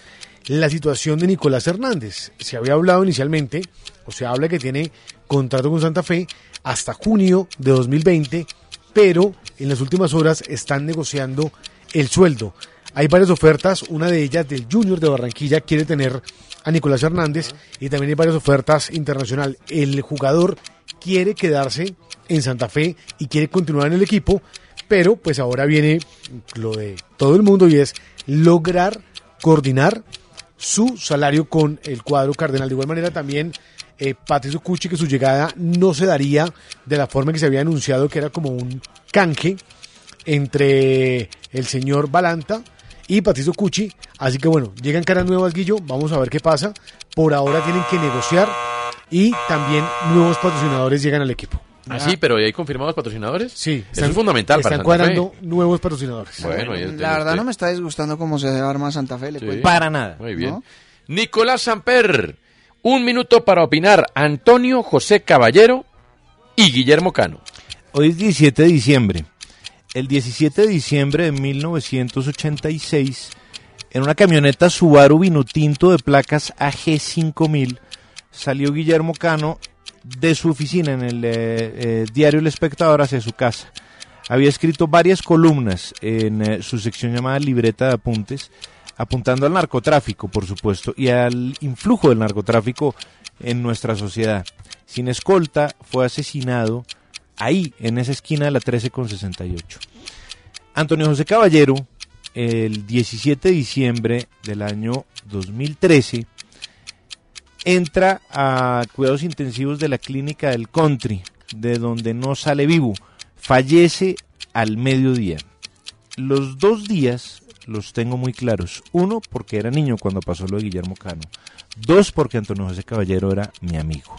[SPEAKER 22] la situación de Nicolás Hernández. Se había hablado inicialmente, o se habla que tiene contrato con Santa Fe hasta junio de 2020, pero en las últimas horas están negociando el sueldo. Hay varias ofertas, una de ellas del Junior de Barranquilla quiere tener a Nicolás Hernández y también hay varias ofertas internacional. El jugador quiere quedarse en Santa Fe y quiere continuar en el equipo, pero pues ahora viene lo de todo el mundo y es lograr coordinar su salario con el cuadro cardenal. De igual manera también eh, Patricio Cuchi que su llegada no se daría de la forma en que se había anunciado que era como un canje entre el señor Balanta y Patricio Cuchi. Así que bueno, llegan caras nuevas, Guillo. Vamos a ver qué pasa. Por ahora tienen que negociar y también nuevos patrocinadores llegan al equipo.
[SPEAKER 4] Ah, sí, pero ¿y hay confirmados patrocinadores?
[SPEAKER 22] Sí.
[SPEAKER 4] Eso es fundamental
[SPEAKER 22] Están
[SPEAKER 4] para Santa
[SPEAKER 22] cuadrando nuevos patrocinadores.
[SPEAKER 4] Fe. Bueno, ahí es-
[SPEAKER 11] La verdad no me está disgustando cómo se arma Santa Fe. le
[SPEAKER 4] Sí.
[SPEAKER 22] pues,
[SPEAKER 11] cuento.
[SPEAKER 4] Muy bien.
[SPEAKER 11] ¿No?
[SPEAKER 4] Nicolás Samper, un minuto para opinar. Antonio José Caballero y Guillermo Cano.
[SPEAKER 13] Hoy es 17 de diciembre. El 17 de diciembre de 1986, en una camioneta Subaru Vinotinto de placas AG5000, salió Guillermo Cano de su oficina en el eh, eh, diario El Espectador hacia su casa. Había escrito varias columnas en eh, su sección llamada Libreta de Apuntes, apuntando al narcotráfico, por supuesto, y al influjo del narcotráfico en nuestra sociedad. Sin escolta, fue asesinado ahí, en esa esquina de la 13 con 68. Antonio José Caballero, el 17 de diciembre del año 2013, entra a cuidados intensivos de la clínica del country, de donde no sale vivo. Fallece al mediodía. Los dos días los tengo muy claros. Uno, porque era niño cuando pasó lo de Guillermo Cano. Dos, porque Antonio José Caballero era mi amigo.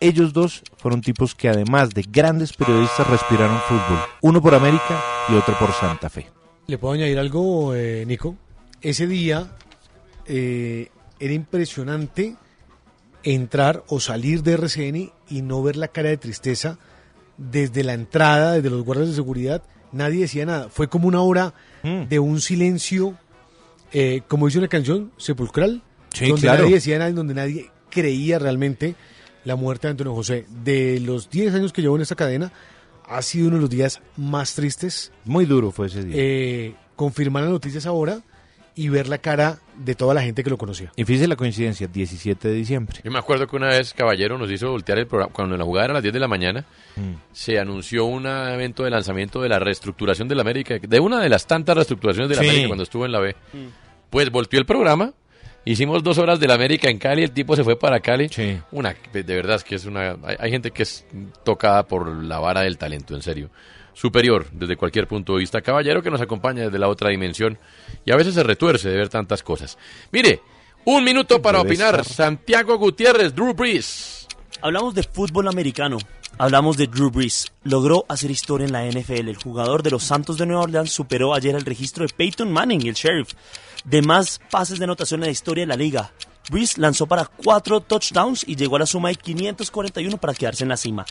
[SPEAKER 13] Ellos dos fueron tipos que además de grandes periodistas respiraron fútbol. Uno por América y otro por Santa Fe.
[SPEAKER 22] ¿Le puedo añadir algo, eh, Nico? Ese día eh, era impresionante entrar o salir de RCN y no ver la cara de tristeza desde la entrada, desde los guardias de seguridad. Nadie decía nada. Fue como una hora
[SPEAKER 13] Mm.
[SPEAKER 22] de un silencio, eh, como dice una canción, sepulcral.
[SPEAKER 13] Sí,
[SPEAKER 22] donde
[SPEAKER 13] claro.
[SPEAKER 22] nadie decía nada, y donde nadie creía realmente la muerte de Antonio José. De los 10 años que llevo en esta cadena, ha sido uno de los días más tristes
[SPEAKER 13] Muy duro fue ese día.
[SPEAKER 22] eh, confirmar las noticias ahora y ver la cara de toda la gente que lo conocía.
[SPEAKER 13] Y fíjese la coincidencia, 17 de diciembre.
[SPEAKER 4] Yo me acuerdo que una vez Caballero nos hizo voltear el programa, cuando la jugada era a las 10 de la mañana,
[SPEAKER 13] Mm.
[SPEAKER 4] se anunció un evento de lanzamiento de la reestructuración del América, de una de las tantas reestructuraciones del
[SPEAKER 13] Sí.
[SPEAKER 4] América cuando estuvo en la B.
[SPEAKER 13] Mm.
[SPEAKER 4] Pues volteó el programa, hicimos dos horas del América en Cali, el tipo se fue para Cali. Una, de verdad es que es una... Hay, hay gente que es tocada por la vara del talento, en serio. Superior, desde cualquier punto de vista. Caballero que nos acompaña desde la otra dimensión y a veces se retuerce de ver tantas cosas. Mire, un minuto para
[SPEAKER 9] Debe
[SPEAKER 4] opinar.
[SPEAKER 9] estar.
[SPEAKER 4] Santiago Gutiérrez, Drew Brees.
[SPEAKER 9] Hablamos de fútbol americano. Hablamos de Drew Brees. Logró hacer historia en la NFL. El jugador de los Santos de Nueva Orleans superó ayer el registro de Peyton Manning, el sheriff, de más pases de anotación en la historia de la liga. Brees lanzó para cuatro touchdowns y llegó a la suma de 541 para quedarse en la cima.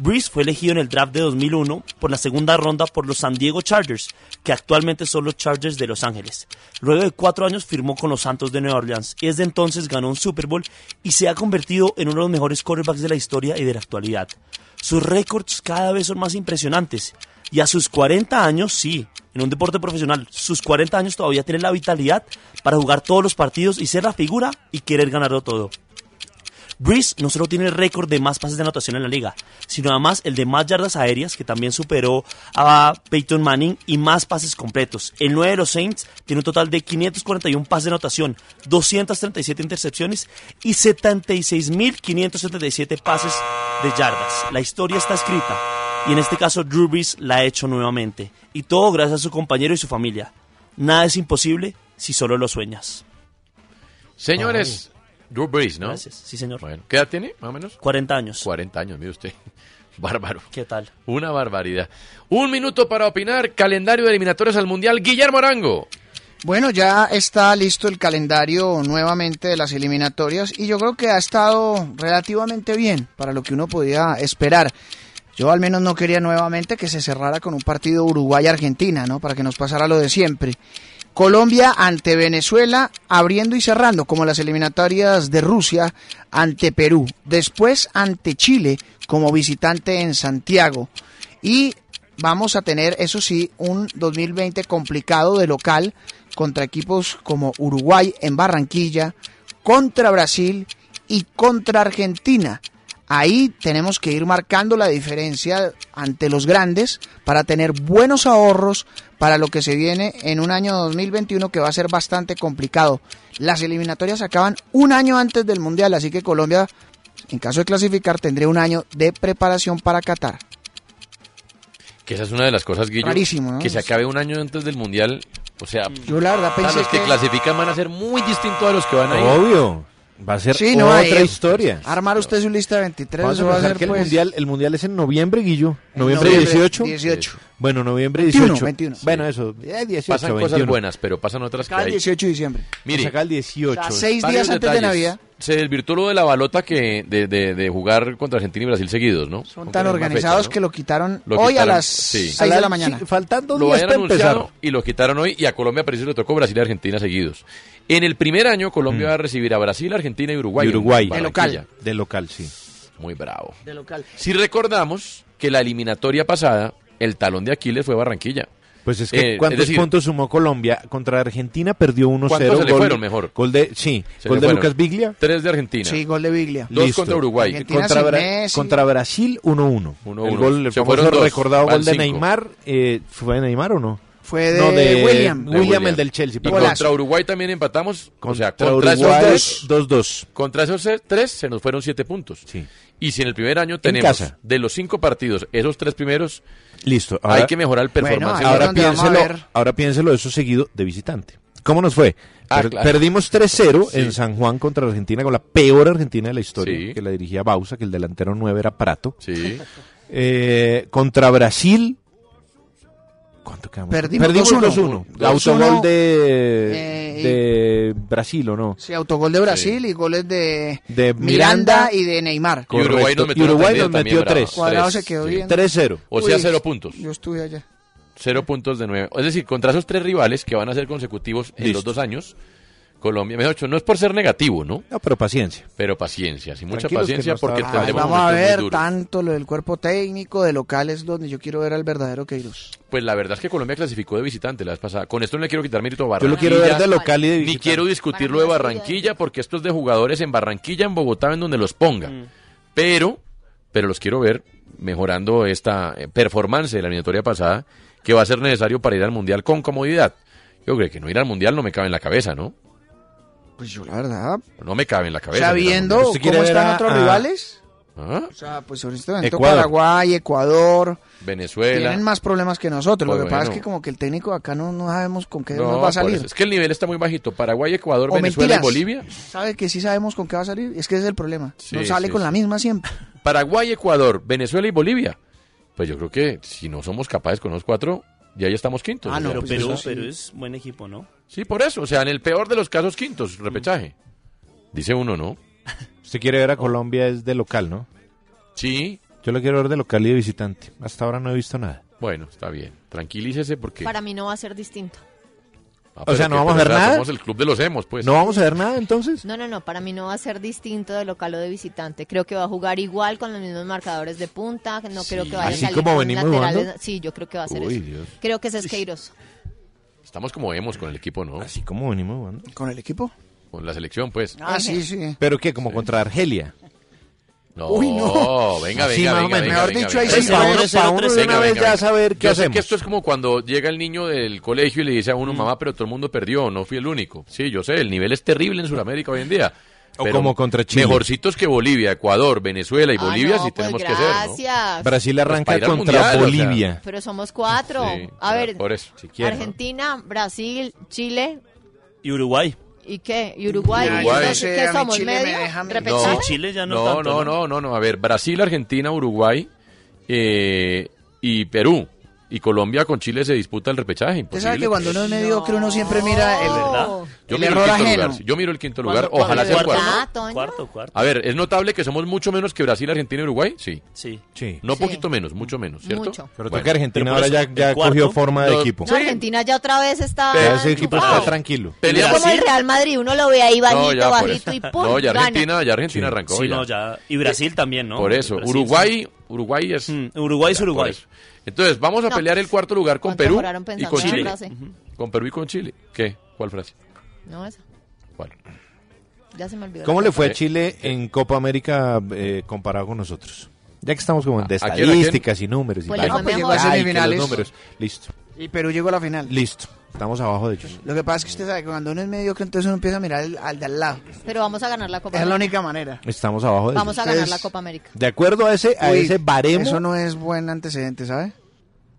[SPEAKER 9] Brees fue elegido en el draft de 2001 por la segunda ronda por los San Diego Chargers, que actualmente son los Chargers de Los Ángeles. Luego de cuatro años firmó con los Santos de Nueva Orleans y desde entonces ganó un Super Bowl y se ha convertido en uno de los mejores quarterbacks de la historia y de la actualidad. Sus récords cada vez son más impresionantes y a sus 40 años, sí, en un deporte profesional, sus 40 años todavía tiene la vitalidad para jugar todos los partidos y ser la figura y querer ganarlo todo. Brees no solo tiene el récord de más pases de anotación en la liga, sino además el de más yardas aéreas, que también superó a Peyton Manning, y más pases completos. El 9 de los Saints tiene un total de 541 pases de anotación, 237 intercepciones y 76.577 pases de yardas. La historia está escrita, y en este caso Drew Brees la ha hecho nuevamente. Y todo gracias a su compañero y su familia. Nada es imposible si solo lo sueñas.
[SPEAKER 4] Señores, Drew Brees, ¿no?
[SPEAKER 9] Gracias, sí señor.
[SPEAKER 4] Bueno, ¿Qué edad tiene, más o menos?
[SPEAKER 9] 40 años.
[SPEAKER 4] 40 años, mire usted. Bárbaro.
[SPEAKER 9] ¿Qué tal?
[SPEAKER 4] Una barbaridad. Un minuto para opinar. Calendario de eliminatorias al Mundial. Guillermo Arango.
[SPEAKER 11] Bueno, ya está listo el calendario nuevamente de las eliminatorias y yo creo que ha estado relativamente bien para lo que uno podía esperar. Yo al menos no quería nuevamente que se cerrara con un partido Uruguay-Argentina, ¿no? Para que nos pasara lo de siempre. Colombia ante Venezuela, abriendo y cerrando, como las eliminatorias de Rusia ante Perú. Después ante Chile, como visitante en Santiago. Y vamos a tener, eso sí, un 2020 complicado de local contra equipos como Uruguay en Barranquilla, contra Brasil y contra Argentina. Ahí tenemos que ir marcando la diferencia ante los grandes para tener buenos ahorros para lo que se viene en un año 2021 que va a ser bastante complicado. Las eliminatorias acaban un año antes del Mundial, así que Colombia, en caso de clasificar, tendría un año de preparación para Qatar.
[SPEAKER 4] Que esa es una de las cosas, Guillermo.
[SPEAKER 11] Rarísimo, ¿no? Mm.
[SPEAKER 4] Que se acabe un año antes del Mundial. O sea,
[SPEAKER 11] Yo la verdad
[SPEAKER 4] para
[SPEAKER 11] pensé
[SPEAKER 4] los que,
[SPEAKER 11] que-
[SPEAKER 4] clasifican van a ser muy distintos a los que van a ir.
[SPEAKER 13] Obvio. Va a ser
[SPEAKER 11] Sí, no, eh,
[SPEAKER 13] otra
[SPEAKER 11] ahí-
[SPEAKER 13] historia.
[SPEAKER 11] Armar usted su lista de 23,
[SPEAKER 13] Vamos a
[SPEAKER 11] eso va a
[SPEAKER 13] pensar
[SPEAKER 11] ser
[SPEAKER 13] que el
[SPEAKER 11] pues,
[SPEAKER 13] mundial, el mundial es en noviembre, Guillo. Noviembre,
[SPEAKER 11] noviembre
[SPEAKER 13] 18.
[SPEAKER 11] 18.
[SPEAKER 13] Bueno, noviembre
[SPEAKER 11] 21,
[SPEAKER 13] 18.
[SPEAKER 11] 21.
[SPEAKER 13] Bueno, eso. eh, 18,
[SPEAKER 4] pasan cosas
[SPEAKER 13] 21.
[SPEAKER 4] buenas, pero pasan otras que
[SPEAKER 11] Acaba el
[SPEAKER 4] hay.
[SPEAKER 11] 18 de diciembre.
[SPEAKER 4] Mire,
[SPEAKER 13] Saca el 18.
[SPEAKER 11] O sea, seis
[SPEAKER 4] varios
[SPEAKER 11] días antes de
[SPEAKER 4] detalles.
[SPEAKER 11] Navidad.
[SPEAKER 4] Se desvirtuó lo de la balota que de, de- de jugar contra Argentina y Brasil seguidos, ¿no?
[SPEAKER 11] Son tan organizados que lo quitaron
[SPEAKER 4] Lo
[SPEAKER 11] hoy
[SPEAKER 4] quitaron,
[SPEAKER 11] a las
[SPEAKER 4] sí.
[SPEAKER 11] 6 de la mañana.
[SPEAKER 13] faltando
[SPEAKER 4] Lo habían anunciado y lo quitaron hoy y a Colombia parece que le tocó Brasil y Argentina seguidos. En el primer año Colombia va a recibir a Brasil, Argentina y Uruguay.
[SPEAKER 13] Mm. Y
[SPEAKER 4] en
[SPEAKER 13] Uruguay.
[SPEAKER 4] Barranquilla.
[SPEAKER 13] De local, sí.
[SPEAKER 4] Muy bravo. Si recordamos que la eliminatoria pasada, el talón de Aquiles fue Barranquilla.
[SPEAKER 13] Pues es que
[SPEAKER 4] Eh,
[SPEAKER 13] ¿cuántos
[SPEAKER 4] decir,
[SPEAKER 13] puntos sumó Colombia? Contra Argentina perdió 1-0.
[SPEAKER 4] ¿Cuántos se le
[SPEAKER 13] gol-
[SPEAKER 4] fueron mejor?
[SPEAKER 13] Gol de, sí,
[SPEAKER 4] se
[SPEAKER 13] gol
[SPEAKER 4] le
[SPEAKER 13] de
[SPEAKER 4] fueron
[SPEAKER 13] Lucas Biglia.
[SPEAKER 4] Tres de Argentina.
[SPEAKER 11] Sí, gol de Biglia.
[SPEAKER 4] Dos contra Uruguay.
[SPEAKER 11] Argentina
[SPEAKER 13] contra,
[SPEAKER 11] sin
[SPEAKER 13] Bra-
[SPEAKER 11] Messi.
[SPEAKER 13] contra Brasil 1-1.
[SPEAKER 4] 1-1.
[SPEAKER 13] El gol, el
[SPEAKER 4] Se
[SPEAKER 13] famoso
[SPEAKER 4] fueron dos,
[SPEAKER 13] recordado
[SPEAKER 4] van
[SPEAKER 13] gol de
[SPEAKER 4] cinco.
[SPEAKER 13] Neymar. eh, ¿Fue de Neymar o no?
[SPEAKER 11] Fue de
[SPEAKER 13] No, de
[SPEAKER 11] William.
[SPEAKER 13] William, el del Chelsea.
[SPEAKER 4] Y
[SPEAKER 13] perdón.
[SPEAKER 4] contra Uruguay también empatamos. o sea,
[SPEAKER 13] Contra
[SPEAKER 4] contra
[SPEAKER 13] Uruguay,
[SPEAKER 4] esos tres,
[SPEAKER 13] 2-2.
[SPEAKER 4] contra esos se- tres se nos fueron siete puntos. Y si en el primer año tenemos
[SPEAKER 13] casa.
[SPEAKER 4] de los cinco partidos esos tres primeros,
[SPEAKER 13] Listo.
[SPEAKER 4] hay que mejorar el performance.
[SPEAKER 13] ahora, piénselo, ahora piénselo eso seguido de visitante. ¿Cómo nos fue?
[SPEAKER 4] Ah,
[SPEAKER 13] Per-
[SPEAKER 4] claro.
[SPEAKER 13] Perdimos 3-0
[SPEAKER 4] Sí.
[SPEAKER 13] en San Juan contra Argentina con la peor Argentina de la historia,
[SPEAKER 4] Sí.
[SPEAKER 13] que la dirigía Bausa, que el delantero 9 era Prato.
[SPEAKER 4] Sí.
[SPEAKER 13] Eh, contra Brasil. ¿Cuánto quedamos?
[SPEAKER 11] Perdimos 2-1.
[SPEAKER 13] 2-1.
[SPEAKER 11] 2-1.
[SPEAKER 13] Autogol
[SPEAKER 11] Eh,
[SPEAKER 13] de, de Brasil, ¿o no?
[SPEAKER 11] Sí, autogol de Brasil y goles de,
[SPEAKER 13] De
[SPEAKER 11] Miranda
[SPEAKER 13] Miranda
[SPEAKER 11] y de Neymar.
[SPEAKER 13] Y Uruguay nos metió,
[SPEAKER 4] Y Uruguay
[SPEAKER 13] también,
[SPEAKER 4] nos metió
[SPEAKER 13] también,
[SPEAKER 4] tres.
[SPEAKER 13] bravo.
[SPEAKER 11] Cuadrado
[SPEAKER 4] Tres,
[SPEAKER 11] se quedó
[SPEAKER 4] sí.
[SPEAKER 11] bien.
[SPEAKER 13] 3-0.
[SPEAKER 4] O sea,
[SPEAKER 11] Uy,
[SPEAKER 4] cero puntos.
[SPEAKER 11] Yo estuve allá.
[SPEAKER 4] Cero puntos de nueve. Es decir, contra esos tres rivales que van a ser consecutivos en los
[SPEAKER 13] Listo.
[SPEAKER 4] dos años, Colombia, mejor dicho, no es por ser negativo, ¿no?
[SPEAKER 13] No, pero paciencia.
[SPEAKER 4] Pero paciencia, sí, mucha
[SPEAKER 13] Tranquilos que
[SPEAKER 4] paciencia
[SPEAKER 13] no está-
[SPEAKER 4] porque
[SPEAKER 13] Ay,
[SPEAKER 11] Ay,
[SPEAKER 4] tendremos
[SPEAKER 11] vamos a
[SPEAKER 4] momentos muy
[SPEAKER 11] ver
[SPEAKER 4] duros.
[SPEAKER 11] tanto lo del cuerpo técnico, de locales, donde yo quiero ver al verdadero Queiroz.
[SPEAKER 4] Pues la verdad es que Colombia clasificó de visitante la vez pasada. Con esto no le quiero quitar mérito a
[SPEAKER 13] Yo
[SPEAKER 4] Barranquilla.
[SPEAKER 13] lo quiero ver de local y de
[SPEAKER 4] Ni quiero discutir lo de Barranquilla porque esto es de jugadores en Barranquilla, en Bogotá, en donde los ponga. Pero, pero los quiero ver mejorando esta eh, performance de la eliminatoria pasada que va a ser necesario para ir al Mundial con comodidad. Yo creo que no ir al Mundial no me cabe en la cabeza, ¿no?
[SPEAKER 11] Pues yo la verdad.
[SPEAKER 4] No me cabe en la
[SPEAKER 11] O
[SPEAKER 4] cabeza.
[SPEAKER 11] sea,
[SPEAKER 4] mirar al
[SPEAKER 11] viendo
[SPEAKER 4] Mundial.
[SPEAKER 11] cómo están otros rivales.
[SPEAKER 4] Ah,
[SPEAKER 11] O sea, pues ahorita este momento
[SPEAKER 4] Ecuador.
[SPEAKER 11] Paraguay, Ecuador.
[SPEAKER 4] Venezuela.
[SPEAKER 11] Tienen más problemas que nosotros. lo
[SPEAKER 4] Pues
[SPEAKER 11] que pasa es
[SPEAKER 4] bueno.
[SPEAKER 11] que como que el técnico acá no, no sabemos con qué
[SPEAKER 4] No,
[SPEAKER 11] nos va a
[SPEAKER 4] por
[SPEAKER 11] salir.
[SPEAKER 4] eso. Es que el nivel está muy bajito. Paraguay, Ecuador,
[SPEAKER 11] O
[SPEAKER 4] Venezuela
[SPEAKER 11] mentiras.
[SPEAKER 4] y Bolivia.
[SPEAKER 11] ¿Sabe que sí sabemos con qué va a salir? Es que ese es el problema. no
[SPEAKER 4] Sí,
[SPEAKER 11] sale
[SPEAKER 4] sí,
[SPEAKER 11] con la
[SPEAKER 4] sí.
[SPEAKER 11] misma siempre.
[SPEAKER 4] Paraguay, Ecuador, Venezuela y Bolivia. Pues yo creo que si no somos capaces con los cuatro, ya ya estamos quintos.
[SPEAKER 13] Ah,
[SPEAKER 4] O sea,
[SPEAKER 9] Ah, pero
[SPEAKER 4] pues
[SPEAKER 9] Perú,
[SPEAKER 4] eso sí.
[SPEAKER 9] Perú es buen equipo, ¿no?
[SPEAKER 4] Sí, por eso. O sea, en el peor de los casos,
[SPEAKER 13] Mm.
[SPEAKER 4] quintos, repechaje. Dice uno, ¿no?
[SPEAKER 13] Usted quiere ver a Colombia es de local, ¿no?
[SPEAKER 4] Sí.
[SPEAKER 13] Yo lo quiero ver de local y de visitante. Hasta ahora no he visto nada.
[SPEAKER 4] Bueno, está bien. Tranquilícese porque...
[SPEAKER 1] Para mí no va a ser distinto.
[SPEAKER 4] Ah,
[SPEAKER 13] o
[SPEAKER 4] pero
[SPEAKER 13] sea, ¿no
[SPEAKER 4] que-
[SPEAKER 13] vamos a
[SPEAKER 4] pero,
[SPEAKER 13] ver
[SPEAKER 4] o sea,
[SPEAKER 13] nada?
[SPEAKER 4] Somos el club de los hemos, pues.
[SPEAKER 13] ¿No vamos a ver nada Ah, entonces?
[SPEAKER 1] No, no, no, para mí no va a ser distinto de local o de visitante. Creo que va a jugar igual con los mismos marcadores de punta, no creo que vaya a
[SPEAKER 13] Así
[SPEAKER 1] salir
[SPEAKER 13] como
[SPEAKER 1] con
[SPEAKER 13] venimos
[SPEAKER 1] laterales.
[SPEAKER 13] jugando.
[SPEAKER 1] Sí, yo creo que va a ser
[SPEAKER 4] Uy,
[SPEAKER 1] eso.
[SPEAKER 4] Dios. Pues
[SPEAKER 1] Creo que ese es Queiroz.
[SPEAKER 4] Estamos como hemos con el equipo, ¿no?
[SPEAKER 13] Así como venimos jugando.
[SPEAKER 11] ¿Con el equipo?
[SPEAKER 4] Con la selección, pues.
[SPEAKER 11] Ah, sí, sí.
[SPEAKER 13] ¿Pero qué? ¿Como contra Argelia?
[SPEAKER 4] No,
[SPEAKER 13] Uy, no.
[SPEAKER 4] Oh, venga,
[SPEAKER 13] Así
[SPEAKER 4] venga,
[SPEAKER 13] más o
[SPEAKER 4] venga,
[SPEAKER 13] menos.
[SPEAKER 4] venga,
[SPEAKER 13] Mejor
[SPEAKER 4] venga,
[SPEAKER 13] dicho,
[SPEAKER 4] venga.
[SPEAKER 13] ahí sí,
[SPEAKER 4] Venga,
[SPEAKER 13] bueno,
[SPEAKER 4] venga,
[SPEAKER 13] pa' uno
[SPEAKER 4] venga,
[SPEAKER 13] de una
[SPEAKER 4] venga,
[SPEAKER 13] vez
[SPEAKER 4] venga,
[SPEAKER 13] ya
[SPEAKER 4] venga.
[SPEAKER 13] saber qué
[SPEAKER 4] Yo sé que
[SPEAKER 13] hacemos. Mm.
[SPEAKER 4] esto es como cuando llega el niño del colegio y le dice a uno, mamá, pero todo el mundo perdió, no fui el único. Sí, yo sé, el nivel es terrible en Sudamérica hoy en día.
[SPEAKER 13] O
[SPEAKER 4] Pero
[SPEAKER 13] como contra Chile.
[SPEAKER 4] Mejorcitos que Bolivia, Ecuador, Venezuela y
[SPEAKER 1] Ah,
[SPEAKER 4] Bolivia
[SPEAKER 1] no,
[SPEAKER 4] sí
[SPEAKER 1] pues
[SPEAKER 4] tenemos que ser.
[SPEAKER 1] gracias.
[SPEAKER 4] ¿no?
[SPEAKER 13] Brasil arranca
[SPEAKER 4] Pues para ir al
[SPEAKER 13] contra
[SPEAKER 4] Mundial, o sea.
[SPEAKER 13] Bolivia.
[SPEAKER 1] Pero somos cuatro.
[SPEAKER 4] Sí,
[SPEAKER 1] a ver,
[SPEAKER 4] por eso, si quiere, ¿no?
[SPEAKER 1] Argentina, Brasil, Chile
[SPEAKER 9] Y Uruguay.
[SPEAKER 1] y qué? ¿Y Uruguay.
[SPEAKER 9] Uruguay.
[SPEAKER 1] Entonces,
[SPEAKER 9] Yo sé,
[SPEAKER 1] ¿Qué
[SPEAKER 11] a mí
[SPEAKER 1] somos?
[SPEAKER 11] Chile me
[SPEAKER 1] ¿Medio?
[SPEAKER 11] deja a mí.
[SPEAKER 1] ¿Repechaje?
[SPEAKER 4] No,
[SPEAKER 9] Chile ya no
[SPEAKER 4] no,
[SPEAKER 9] tanto,
[SPEAKER 4] no, no, no, no. A ver, Brasil, Argentina, Uruguay eh, y Perú. Y Colombia con Chile se disputa el repechaje.
[SPEAKER 11] Usted
[SPEAKER 13] Pues
[SPEAKER 4] Imposible.
[SPEAKER 11] sabe que cuando uno es mediocre uno siempre mira el,
[SPEAKER 4] Yo
[SPEAKER 11] el
[SPEAKER 4] miro
[SPEAKER 11] error
[SPEAKER 4] el quinto
[SPEAKER 11] ajeno.
[SPEAKER 4] lugar. sí, Yo miro el quinto lugar. Ojalá sea el
[SPEAKER 9] cuarto,
[SPEAKER 4] cuarto.
[SPEAKER 1] Ah,
[SPEAKER 9] ¿no? cuarto, cuarto.
[SPEAKER 4] A ver, ¿es notable que somos mucho menos que Brasil, Argentina y Uruguay? Sí.
[SPEAKER 9] Sí.
[SPEAKER 4] No
[SPEAKER 1] Sí.
[SPEAKER 4] poquito menos, mucho menos, ¿cierto?
[SPEAKER 1] Mucho.
[SPEAKER 13] Pero toca Argentina ahora ya- ya cogió forma de equipo.
[SPEAKER 1] No, Argentina ya otra vez está.
[SPEAKER 13] Ya ese equipo
[SPEAKER 1] enchufado.
[SPEAKER 13] está tranquilo.
[SPEAKER 1] Es como el Real Madrid, uno lo ve ahí bajito, bajito y pum,
[SPEAKER 4] No, ya
[SPEAKER 1] gana.
[SPEAKER 4] Argentina, ya Argentina arrancó.
[SPEAKER 9] Sí, no, ya. Y Brasil también, ¿no?
[SPEAKER 4] Por eso.
[SPEAKER 9] Brasil, Mm,
[SPEAKER 4] Uruguay, Uruguay es. Uruguay es Uruguay. Entonces, vamos a
[SPEAKER 1] No,
[SPEAKER 4] pelear el cuarto lugar con
[SPEAKER 1] ¿cuánto
[SPEAKER 4] Perú
[SPEAKER 1] demoraron
[SPEAKER 4] y
[SPEAKER 1] pensando
[SPEAKER 4] con
[SPEAKER 1] en la
[SPEAKER 4] Chile.
[SPEAKER 1] frase?
[SPEAKER 4] Ujú. Con Perú y con Chile. ¿Qué? ¿Cuál frase?
[SPEAKER 1] No, esa.
[SPEAKER 4] ¿Cuál?
[SPEAKER 1] Ya se me olvidó.
[SPEAKER 13] ¿Cómo le fue a
[SPEAKER 4] Eh,
[SPEAKER 13] Chile en Copa América eh, comparado con nosotros? Ah, Ya que estamos como de
[SPEAKER 4] ¿A- a quién, a
[SPEAKER 13] estadísticas y números. y
[SPEAKER 11] Pues
[SPEAKER 13] vaina.
[SPEAKER 11] le fue Pues mejor. llegó a
[SPEAKER 13] Ay, que
[SPEAKER 11] semifinales.
[SPEAKER 13] los números. Listo,
[SPEAKER 11] Y Perú llegó a la final.
[SPEAKER 13] listo. Estamos abajo de ellos.
[SPEAKER 11] Lo que pasa es que usted sabe que cuando uno es mediocre entonces uno empieza a mirar al, al de al lado.
[SPEAKER 1] Pero vamos a ganar la Copa
[SPEAKER 11] Es la
[SPEAKER 1] América.
[SPEAKER 11] única manera.
[SPEAKER 13] Estamos abajo de ellos.
[SPEAKER 1] Vamos a ganar la Copa América.
[SPEAKER 13] De acuerdo a ese, a
[SPEAKER 11] Uy,
[SPEAKER 13] ese baremo.
[SPEAKER 11] Eso no es buen antecedente, ¿sabe?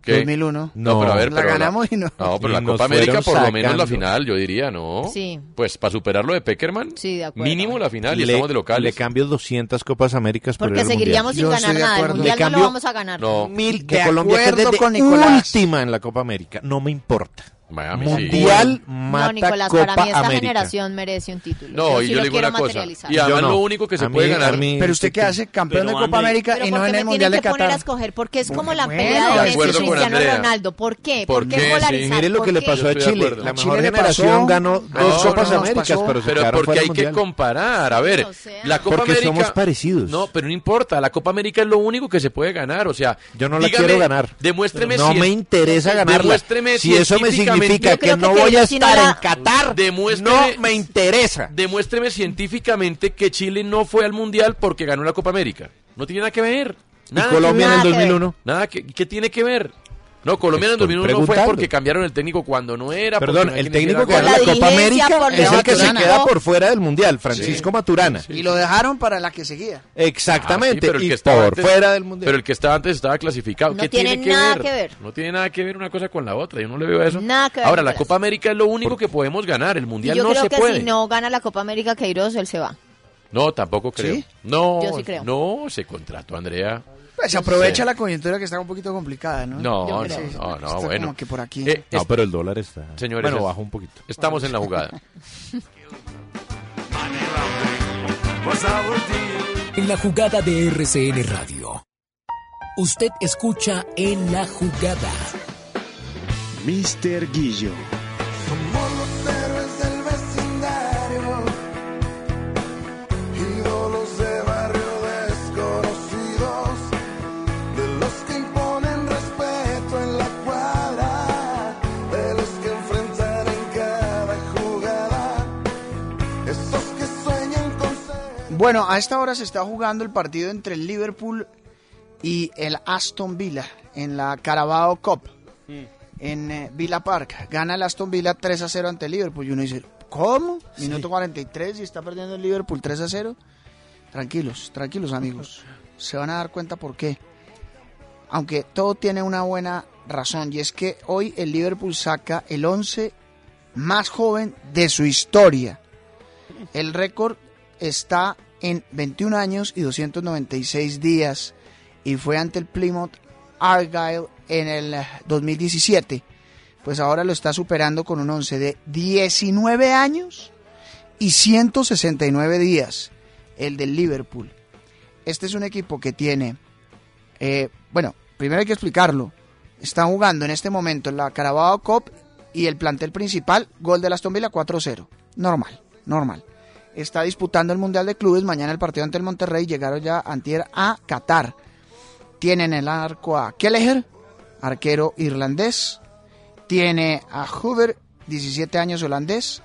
[SPEAKER 4] ¿Qué?
[SPEAKER 11] 2001.
[SPEAKER 4] No, pero a ver,
[SPEAKER 11] La
[SPEAKER 4] pero
[SPEAKER 11] ganamos y no.
[SPEAKER 4] No, pero
[SPEAKER 13] Y
[SPEAKER 4] la
[SPEAKER 13] nos
[SPEAKER 4] Copa América,
[SPEAKER 13] fueron
[SPEAKER 4] por lo menos la
[SPEAKER 13] sacando.
[SPEAKER 4] final, yo diría, ¿no?
[SPEAKER 1] Sí.
[SPEAKER 4] Pues para superar lo de Peckerman, mínimo la final y
[SPEAKER 13] le,
[SPEAKER 4] estamos de
[SPEAKER 13] le
[SPEAKER 4] locales.
[SPEAKER 13] cambio 200 Copas Américas por
[SPEAKER 1] Porque
[SPEAKER 13] el
[SPEAKER 1] seguiríamos sin
[SPEAKER 13] Mundial.
[SPEAKER 1] ganar nada. El mundial
[SPEAKER 13] Le
[SPEAKER 1] no
[SPEAKER 13] cambio
[SPEAKER 1] lo vamos a ganar.
[SPEAKER 13] No, mil que
[SPEAKER 11] De
[SPEAKER 13] Colombia que
[SPEAKER 11] acuerdo
[SPEAKER 13] desde
[SPEAKER 11] con Nicolás.
[SPEAKER 13] última en la Copa América. No me importa.
[SPEAKER 4] Miami, sí.
[SPEAKER 13] Mundial mata
[SPEAKER 1] No, Nicolás,
[SPEAKER 13] Copa
[SPEAKER 1] para mí esta
[SPEAKER 13] América.
[SPEAKER 1] generación merece un título.
[SPEAKER 4] No, y
[SPEAKER 1] sí
[SPEAKER 4] yo
[SPEAKER 1] lo
[SPEAKER 4] le digo
[SPEAKER 1] quiero
[SPEAKER 4] una cosa.
[SPEAKER 1] materializar.
[SPEAKER 4] Y además lo único que se
[SPEAKER 13] A mí-
[SPEAKER 4] puede ganar.
[SPEAKER 13] a mí-
[SPEAKER 11] Pero usted qué hace, campeón
[SPEAKER 4] Pero
[SPEAKER 11] de Copa
[SPEAKER 4] Andy-
[SPEAKER 11] América
[SPEAKER 1] Pero
[SPEAKER 11] y
[SPEAKER 1] ¿por
[SPEAKER 11] no
[SPEAKER 1] qué
[SPEAKER 11] en
[SPEAKER 1] me
[SPEAKER 11] el Mundial de
[SPEAKER 1] tienen que poner a
[SPEAKER 11] Qatar.
[SPEAKER 1] escoger? Porque es como la
[SPEAKER 11] Bueno,
[SPEAKER 1] pelea
[SPEAKER 11] de
[SPEAKER 1] de Messi
[SPEAKER 11] acuerdo
[SPEAKER 1] y
[SPEAKER 11] con
[SPEAKER 1] Cristiano
[SPEAKER 4] Andrea.
[SPEAKER 1] Ronaldo. ¿Por qué?
[SPEAKER 4] ¿Por
[SPEAKER 1] ¿Por,
[SPEAKER 4] qué? Sí.
[SPEAKER 1] qué polarizar?
[SPEAKER 13] Mire lo
[SPEAKER 1] ¿Por
[SPEAKER 13] que le
[SPEAKER 1] qué?
[SPEAKER 13] pasó a
[SPEAKER 4] Yo estoy de
[SPEAKER 13] Chile.
[SPEAKER 4] acuerdo.
[SPEAKER 13] La
[SPEAKER 4] A
[SPEAKER 13] mejor
[SPEAKER 11] Chile le
[SPEAKER 13] generación
[SPEAKER 11] pasó.
[SPEAKER 13] ganó dos
[SPEAKER 11] No, no,
[SPEAKER 13] Copas
[SPEAKER 11] nos
[SPEAKER 13] Américas,
[SPEAKER 11] pasó.
[SPEAKER 13] pero se
[SPEAKER 4] Pero
[SPEAKER 13] quedaron
[SPEAKER 4] porque
[SPEAKER 13] fuera
[SPEAKER 4] hay
[SPEAKER 13] del
[SPEAKER 4] que
[SPEAKER 13] Mundial.
[SPEAKER 4] comparar. A ver,
[SPEAKER 1] o sea.
[SPEAKER 4] la Copa
[SPEAKER 13] Porque
[SPEAKER 4] América.
[SPEAKER 13] somos parecidos.
[SPEAKER 4] No, pero no importa. La Copa América es lo único que se puede ganar. O sea,
[SPEAKER 13] Yo no la
[SPEAKER 4] dígame,
[SPEAKER 13] quiero ganar.
[SPEAKER 4] Demuéstreme
[SPEAKER 13] No
[SPEAKER 4] si
[SPEAKER 13] me interesa ganarla.
[SPEAKER 4] Demuéstreme
[SPEAKER 13] Si eso me
[SPEAKER 4] científicamente-
[SPEAKER 13] significa
[SPEAKER 4] Yo
[SPEAKER 13] que
[SPEAKER 4] creo
[SPEAKER 13] no
[SPEAKER 4] que
[SPEAKER 13] voy a
[SPEAKER 4] Chile
[SPEAKER 13] estar
[SPEAKER 4] la-
[SPEAKER 13] en Qatar,
[SPEAKER 4] Demuéstreme-
[SPEAKER 13] no me interesa.
[SPEAKER 4] Demuéstreme científicamente que Chile no fue al Mundial porque ganó la Copa América. No tiene nada que ver. Nada
[SPEAKER 13] y Colombia en el
[SPEAKER 1] nada que ver.
[SPEAKER 13] 2001.
[SPEAKER 4] Nada que, ¿Qué tiene que ver? No, Colombia en el
[SPEAKER 13] Estoy
[SPEAKER 4] 2001 fue
[SPEAKER 13] preguntando.
[SPEAKER 4] porque cambiaron el técnico cuando no era. porque
[SPEAKER 13] Perdón,
[SPEAKER 4] no hay
[SPEAKER 13] el
[SPEAKER 4] quien hiciera
[SPEAKER 13] técnico que
[SPEAKER 4] gol.
[SPEAKER 13] gana la
[SPEAKER 1] Por la
[SPEAKER 13] Copa
[SPEAKER 1] diligencia,
[SPEAKER 13] América
[SPEAKER 1] por
[SPEAKER 13] es el que se
[SPEAKER 11] Maturana.
[SPEAKER 13] queda por fuera del Mundial, Francisco Maturana.
[SPEAKER 11] Y lo dejaron para la que seguía.
[SPEAKER 4] Ah, sí,
[SPEAKER 13] Exactamente,
[SPEAKER 4] pero el
[SPEAKER 13] y
[SPEAKER 4] que estaba
[SPEAKER 13] por
[SPEAKER 4] antes-
[SPEAKER 13] fuera del Mundial.
[SPEAKER 4] Pero el que estaba antes estaba clasificado.
[SPEAKER 1] No
[SPEAKER 4] ¿Qué
[SPEAKER 1] tiene
[SPEAKER 4] que
[SPEAKER 1] nada
[SPEAKER 4] ver?
[SPEAKER 1] que ver.
[SPEAKER 4] No tiene nada que ver una cosa con la otra. Yo no le veo eso.
[SPEAKER 1] Nada que ver,
[SPEAKER 4] Ahora, la
[SPEAKER 1] Nicolás.
[SPEAKER 4] Copa América es lo único que podemos ganar. El
[SPEAKER 1] Y
[SPEAKER 4] Mundial
[SPEAKER 1] yo
[SPEAKER 4] no
[SPEAKER 1] creo
[SPEAKER 4] se
[SPEAKER 1] que
[SPEAKER 4] puede.
[SPEAKER 1] si no gana la Copa América, Queiroz, él se va.
[SPEAKER 4] No, tampoco creo. No,
[SPEAKER 1] Yo sí creo.
[SPEAKER 4] no, se contrató, Andrea.
[SPEAKER 11] Pues aprovecha la coyuntura que está un poquito complicada, ¿no?
[SPEAKER 4] No, no,
[SPEAKER 11] Sí, sí.
[SPEAKER 4] no, no,
[SPEAKER 11] Está
[SPEAKER 4] bueno.
[SPEAKER 11] Como que por aquí.
[SPEAKER 4] Eh,
[SPEAKER 13] No,
[SPEAKER 4] es-
[SPEAKER 13] pero el dólar está.
[SPEAKER 4] Señores,
[SPEAKER 13] bueno,
[SPEAKER 4] es-
[SPEAKER 13] bajó un poquito.
[SPEAKER 4] Estamos en la jugada.
[SPEAKER 25] En la jugada de RCN Radio. Usted escucha En la jugada.
[SPEAKER 12] Mr. Guillo.
[SPEAKER 14] ídolos de barrio desconocidos, de los que imponen respeto en la cuadra, de los que enfrentan en cada jugada, esos que sueñan con
[SPEAKER 11] Bueno, a esta hora se está jugando el partido entre el Liverpool y el Aston Villa en la Carabao Cup en eh, Villa Park. Gana el Aston Villa 3 a 0 ante el Liverpool. Y uno dice, ¿cómo? Minuto 43 y está perdiendo el Liverpool 3 a 0. Tranquilos, tranquilos amigos. Se van a dar cuenta por qué. Aunque todo tiene una buena razón y es que hoy el Liverpool saca el 11 más joven de su historia. El récord está en 21 años y 296 días y fue ante el Plymouth Argyle en el eh, 2017. Pues ahora lo está superando con un 11 de 19 años y 169 días, el del Liverpool. Este es un equipo que tiene, eh, bueno, primero hay que explicarlo. Están jugando en este momento en la Carabao Cup y el plantel principal, gol de la Aston Villa 4-0. Normal, normal está disputando el Mundial de Clubes. Mañana el partido ante el Monterrey. Llegaron ya antier a Qatar. Tienen el arco a Kelleher, arquero irlandés. Tiene a Hoover, 17 años holandés.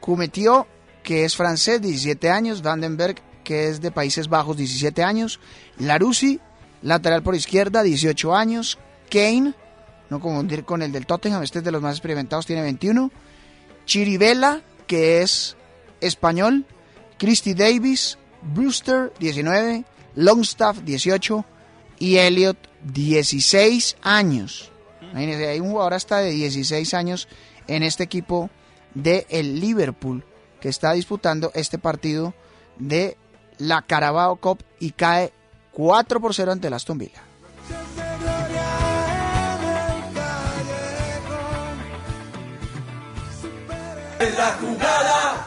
[SPEAKER 11] Cumetio, que es francés, 17 años. Vandenberg, que es de Países Bajos, 17 años. Larusi, lateral por izquierda, 18 años. Kane, no confundir con el del Tottenham, este es de los más experimentados, tiene 21. Chirivella, que es español, Christy Davis, Brewster, 19, Longstaff, 18 y Elliot, 16 años. Imagínense, hay un jugador hasta de 16 años en este equipo de el Liverpool que está disputando este partido de la Carabao Cup y cae 4 por 0 ante el Aston Villa.
[SPEAKER 14] ser
[SPEAKER 12] la jugada.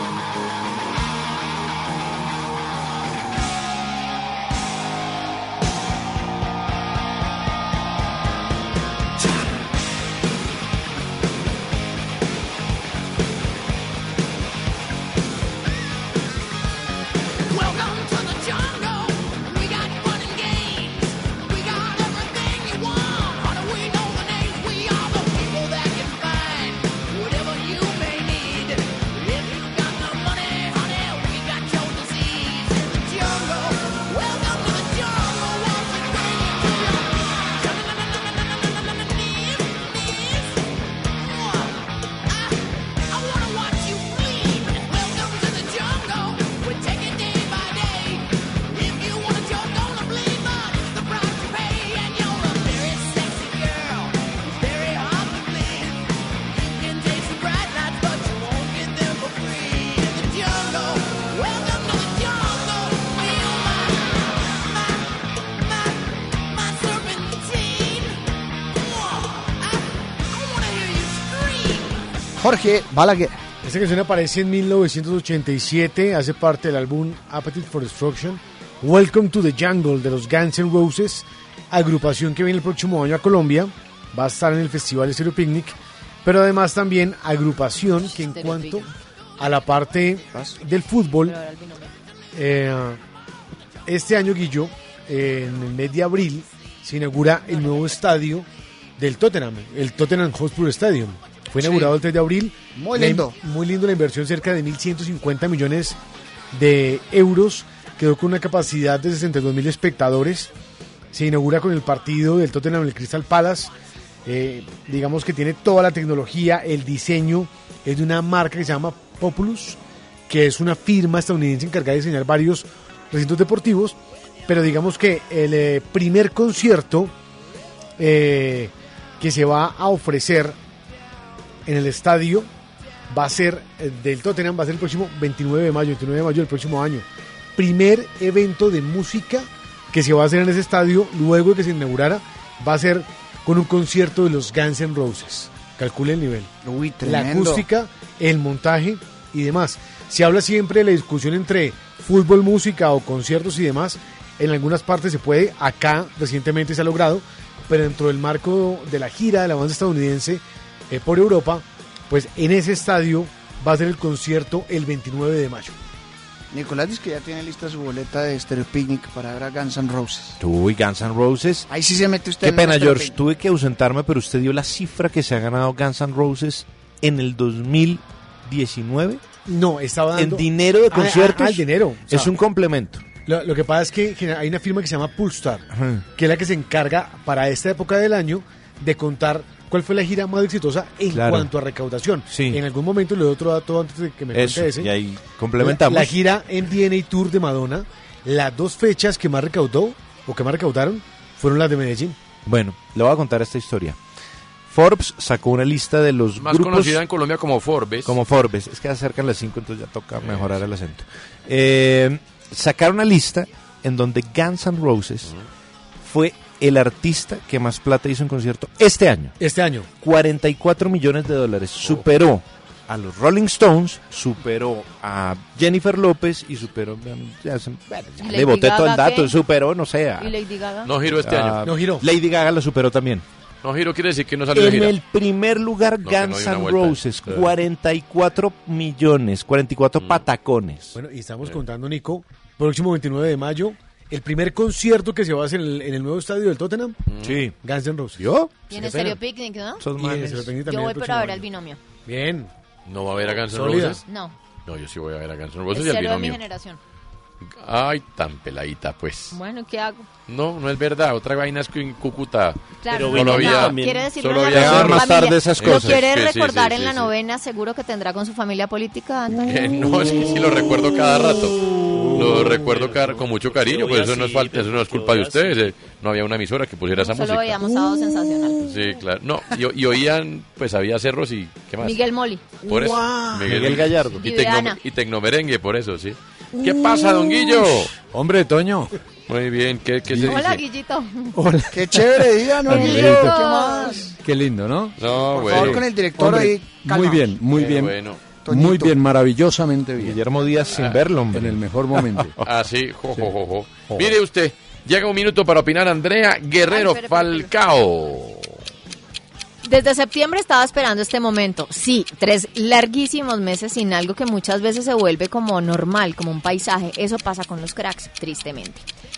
[SPEAKER 12] Welcome to the jungle. We got fun and games. We got everything you want. How do we know the names? We are the people that can find whatever you may need. If you got the money, honey, we got your disease. The jungle. Welcome to the jungle. Once we bring you to your knees, knees. I wanna watch you bleed. Welcome to the jungle. We take it day by day. If you want a joke, don't bleed much. The price you pay, and you're a very sexy girl. It's very hard to please. You can taste the bright lights, but you won't get them for free. In the jungle, welcome to the jungle. Feel my my my my serpentine. I I wanna hear you scream.
[SPEAKER 11] Jorge Balaguer.
[SPEAKER 22] Esta Este canción aparece en 1987, hace parte del álbum Appetite for Destruction. Welcome to the Jungle de los Guns N' Roses, agrupación que viene el próximo año a Colombia, va a estar en el Festival Estéreo Picnic, pero además también agrupación que en cuanto a la parte del fútbol, eh, este año Guillo, eh, en el mes de abril, se inaugura el nuevo estadio del Tottenham, el Tottenham Hotspur Stadium. Fue
[SPEAKER 11] Sí.
[SPEAKER 22] inaugurado el 3 de abril.
[SPEAKER 11] Muy
[SPEAKER 22] La in-
[SPEAKER 11] lindo.
[SPEAKER 22] muy lindo la inversión, cerca de 1.150 millones de euros. Quedó con una capacidad de 62.000 espectadores. Se inaugura con el partido del Tottenham, el Crystal Palace. Eh, digamos que tiene toda la tecnología, el diseño. Es de una marca que se llama Populus, que es una firma estadounidense encargada de diseñar varios recintos deportivos. Pero digamos que el eh, primer concierto eh, que se va a ofrecer en el estadio va a ser eh, del Tottenham, va a ser el próximo 29 de mayo, 29 de mayo del próximo año. Primer evento de música que se va a hacer en ese estadio luego de que se inaugurara, va a ser con un concierto de los Guns N' Roses. Calcule el nivel. La
[SPEAKER 11] tremendo.
[SPEAKER 22] acústica, el montaje y demás. Se habla siempre de la discusión entre fútbol, música o conciertos y demás. En algunas partes se puede, acá recientemente se ha logrado, pero dentro del marco de la gira de la banda estadounidense eh, por Europa, pues en ese estadio va a ser el concierto el 29 de mayo.
[SPEAKER 11] Nicolás dice que ya tiene lista su boleta de Stereo Picnic para ver a Guns N' Roses.
[SPEAKER 13] Tú y Guns N' Roses.
[SPEAKER 11] Ahí sí se mete usted.
[SPEAKER 13] Qué
[SPEAKER 11] en
[SPEAKER 13] pena,
[SPEAKER 11] nuestro
[SPEAKER 13] George.
[SPEAKER 11] picnic.
[SPEAKER 13] Tuve que ausentarme, pero usted dio la cifra que se ha ganado Guns N' Roses en el 2019.
[SPEAKER 22] No, estaba
[SPEAKER 13] En
[SPEAKER 22] dando...
[SPEAKER 13] dinero de
[SPEAKER 22] Ah, ah,
[SPEAKER 13] conciertos.
[SPEAKER 22] ah, el dinero. O sea,
[SPEAKER 13] es un complemento.
[SPEAKER 22] Lo, lo que pasa es que genera- hay una firma que se llama Pulstar, que es la que se encarga para esta época del año de contar cuál fue la gira más exitosa en
[SPEAKER 13] Claro.
[SPEAKER 22] cuanto a recaudación.
[SPEAKER 13] Sí.
[SPEAKER 22] En algún momento le doy otro dato antes de que me
[SPEAKER 13] Eso,
[SPEAKER 22] cuente ese.
[SPEAKER 13] y ahí complementamos.
[SPEAKER 22] La, la gira MDNA Tour de Madonna, las dos fechas que más recaudó o que más recaudaron fueron las de Medellín.
[SPEAKER 13] Bueno, le voy a contar esta historia. Forbes sacó una lista de los
[SPEAKER 4] Más
[SPEAKER 13] grupos
[SPEAKER 4] conocida en Colombia como Forbes.
[SPEAKER 13] como Forbes. Es que acercan las 5, entonces ya toca mejorar el acento. Eh, sacaron una lista en donde Guns N' Roses fue el artista que más plata hizo en concierto este año.
[SPEAKER 22] Este año.
[SPEAKER 13] 44 millones de dólares. Superó a los Rolling Stones, superó a Jennifer López y superó... ya se- bueno, ya
[SPEAKER 1] Lady
[SPEAKER 13] le boté todo el
[SPEAKER 1] Gaga,
[SPEAKER 13] dato,
[SPEAKER 1] ¿qué?
[SPEAKER 13] superó, no sé, a-
[SPEAKER 1] ¿Y Lady Gaga?
[SPEAKER 4] No giró este
[SPEAKER 13] a-
[SPEAKER 4] año.
[SPEAKER 13] Lady Gaga la superó también.
[SPEAKER 4] No giró quiere decir que no salió de
[SPEAKER 13] En
[SPEAKER 4] gira.
[SPEAKER 13] el primer lugar,
[SPEAKER 4] No, que no
[SPEAKER 13] Guns
[SPEAKER 4] dio una
[SPEAKER 13] N'
[SPEAKER 4] vuelta.
[SPEAKER 13] Roses,
[SPEAKER 4] Sí.
[SPEAKER 13] 44 millones, 44 patacones.
[SPEAKER 22] Bueno, y estamos contando, Nico, próximo 29 de mayo, el primer concierto que se va a hacer en el, en el nuevo estadio del Tottenham.
[SPEAKER 4] Mm.
[SPEAKER 13] Sí.
[SPEAKER 22] Guns N' Roses. ¿Yo?
[SPEAKER 1] Tiene Stereo Picnic, ¿no?
[SPEAKER 22] Esos Y manes. Stereo Picnic
[SPEAKER 1] Yo
[SPEAKER 22] también
[SPEAKER 1] voy
[SPEAKER 22] el
[SPEAKER 1] pero a ver
[SPEAKER 22] próximo
[SPEAKER 1] al binomio.
[SPEAKER 22] Bien.
[SPEAKER 4] ¿No va a haber a Guns N'
[SPEAKER 22] Sólida.
[SPEAKER 4] Roses?
[SPEAKER 1] No.
[SPEAKER 4] No, yo sí voy a ver a Guns N'
[SPEAKER 1] Es
[SPEAKER 4] Roses y al
[SPEAKER 1] cero de mi
[SPEAKER 4] binomio.
[SPEAKER 1] generación.
[SPEAKER 4] Ay, tan peladita, pues.
[SPEAKER 1] Bueno, ¿qué hago?
[SPEAKER 4] No, no es verdad. Otra vaina es que en Cúcuta.
[SPEAKER 1] Claro,
[SPEAKER 4] solo
[SPEAKER 1] no,
[SPEAKER 4] había,
[SPEAKER 1] quiere decir
[SPEAKER 4] solo
[SPEAKER 1] una
[SPEAKER 4] había
[SPEAKER 1] cosa,
[SPEAKER 4] más
[SPEAKER 1] familia.
[SPEAKER 4] tarde esas
[SPEAKER 1] ¿Lo
[SPEAKER 4] cosas.
[SPEAKER 1] quiere
[SPEAKER 4] Sí, sí,
[SPEAKER 1] recordar
[SPEAKER 4] sí,
[SPEAKER 1] en la
[SPEAKER 4] sí, sí.
[SPEAKER 1] novena? Seguro que tendrá con su familia política.
[SPEAKER 4] Eh, no, es que sí lo recuerdo cada rato. Lo recuerdo ca- con mucho cariño, pues eso no es falta, eso no es culpa de ustedes. eh, No había una emisora que pusiera esa
[SPEAKER 1] Solo
[SPEAKER 4] música.
[SPEAKER 1] veíamos sábado sensacional.
[SPEAKER 4] Sí, claro. No, y, y oían, pues había cerros y qué más.
[SPEAKER 1] Miguel Moli.
[SPEAKER 4] Por eso.
[SPEAKER 13] Miguel Gallardo.
[SPEAKER 4] Y,
[SPEAKER 1] Viveana.
[SPEAKER 4] tecno, y Tecnomerengue, por eso, sí. ¿Qué pasa, don Guillo?
[SPEAKER 13] Hombre, Toño.
[SPEAKER 4] Muy bien, ¿qué, qué se
[SPEAKER 1] Hola,
[SPEAKER 4] dice?
[SPEAKER 1] Guillito.
[SPEAKER 13] Hola.
[SPEAKER 11] Qué chévere día, ¿no?
[SPEAKER 13] Amiguito.
[SPEAKER 11] Guillo? ¿Qué más?
[SPEAKER 13] Qué lindo, ¿no?
[SPEAKER 4] No,
[SPEAKER 11] Por favor, con el director
[SPEAKER 13] Hombre,
[SPEAKER 11] ahí, calma.
[SPEAKER 13] Muy bien, muy
[SPEAKER 11] Qué
[SPEAKER 13] bien.
[SPEAKER 11] bueno.
[SPEAKER 13] Muy
[SPEAKER 11] Toñito.
[SPEAKER 13] bien, maravillosamente bien. Guillermo Díaz
[SPEAKER 4] Ah,
[SPEAKER 13] sin verlo, En el mejor momento.
[SPEAKER 4] Ah, sí, jo, jo, jo, jo. Mire usted, llega un minuto para opinar Andrea Guerrero Falcao.
[SPEAKER 1] Desde septiembre estaba esperando este momento. Sí, tres larguísimos meses sin algo que muchas veces se vuelve como normal, como un paisaje. Eso pasa con los cracks, tristemente.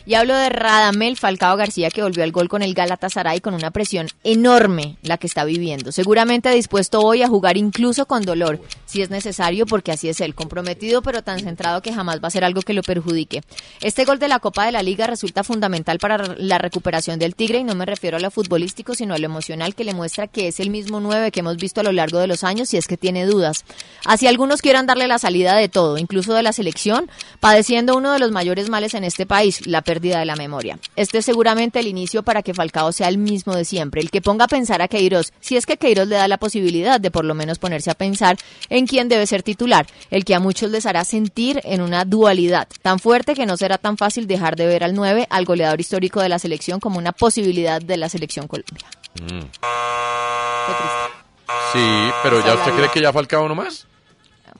[SPEAKER 1] Y hablo de Radamel Falcao García que volvió al gol con el Galatasaray con una presión enorme la que está viviendo. Seguramente dispuesto hoy a jugar incluso con dolor, si es necesario, porque así es él, comprometido pero tan centrado que jamás va a ser algo que lo perjudique. Este gol de la Copa de la Liga resulta fundamental para la recuperación del Tigre y no me refiero a lo futbolístico, sino a lo emocional que le muestra que es el mismo 9 que hemos visto a lo largo de los años y es que tiene dudas. Así algunos quieran darle la salida de todo, incluso de la selección, padeciendo uno de los mayores males en este país, la pérdida de la memoria. Este es seguramente el inicio para que Falcao sea el mismo de siempre, el que ponga a pensar a Queiroz, si es que Queiroz le da la posibilidad de por lo menos ponerse a pensar en quién debe ser titular, el que a muchos les hará sentir en una dualidad tan fuerte que no será tan fácil dejar de ver al 9, al goleador histórico de la selección, como una posibilidad de la selección Colombia.
[SPEAKER 4] Mm. Sí, pero ya usted cree que ya Falcao nomás.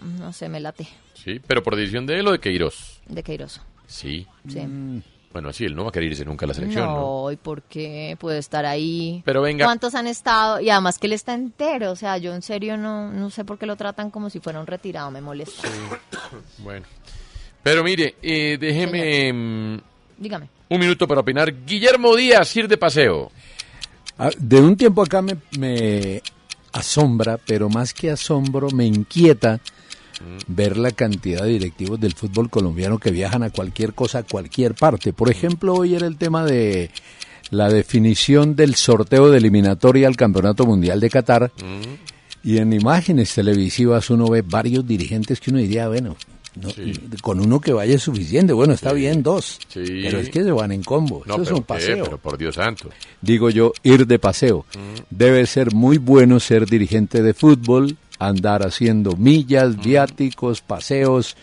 [SPEAKER 1] Mm, No sé, me late
[SPEAKER 4] Sí, pero por decisión de él o de Queiroz.
[SPEAKER 1] de Queiroz.
[SPEAKER 4] Sí.
[SPEAKER 1] Sí.
[SPEAKER 4] Mm. Bueno, sí, él no va a querer irse nunca a la selección, ¿no?
[SPEAKER 1] ¿y por qué? Puede estar ahí.
[SPEAKER 4] Pero venga.
[SPEAKER 1] ¿Cuántos han estado? Y además que él está entero. O sea, yo en serio no, no sé por qué lo tratan como si fuera un retirado. Me molesta.
[SPEAKER 4] Bueno. Pero mire, eh, déjeme mm,
[SPEAKER 1] Dígame.
[SPEAKER 4] un minuto para opinar. Guillermo Díaz, ir de paseo.
[SPEAKER 2] Ah, De un tiempo acá me, me asombra, pero más que asombro, me inquieta ver la cantidad de directivos del fútbol colombiano que viajan a cualquier cosa, a cualquier parte. Por ejemplo, hoy era el tema de la definición del sorteo de eliminatoria al Campeonato Mundial de Qatar.
[SPEAKER 4] Mm.
[SPEAKER 2] Y en imágenes televisivas uno ve varios dirigentes que uno diría, bueno, no- con uno que vaya es suficiente. Bueno, está bien, dos.
[SPEAKER 4] Sí.
[SPEAKER 2] Pero es que se van en combo.
[SPEAKER 4] No,
[SPEAKER 2] Eso es
[SPEAKER 4] pero
[SPEAKER 2] un
[SPEAKER 4] qué,
[SPEAKER 2] paseo
[SPEAKER 4] pero por Dios santo.
[SPEAKER 2] digo yo, ir de paseo.
[SPEAKER 4] Mm.
[SPEAKER 2] Debe ser muy bueno ser dirigente de fútbol, andar haciendo
[SPEAKER 4] Mm.
[SPEAKER 2] millas, viáticos, paseos,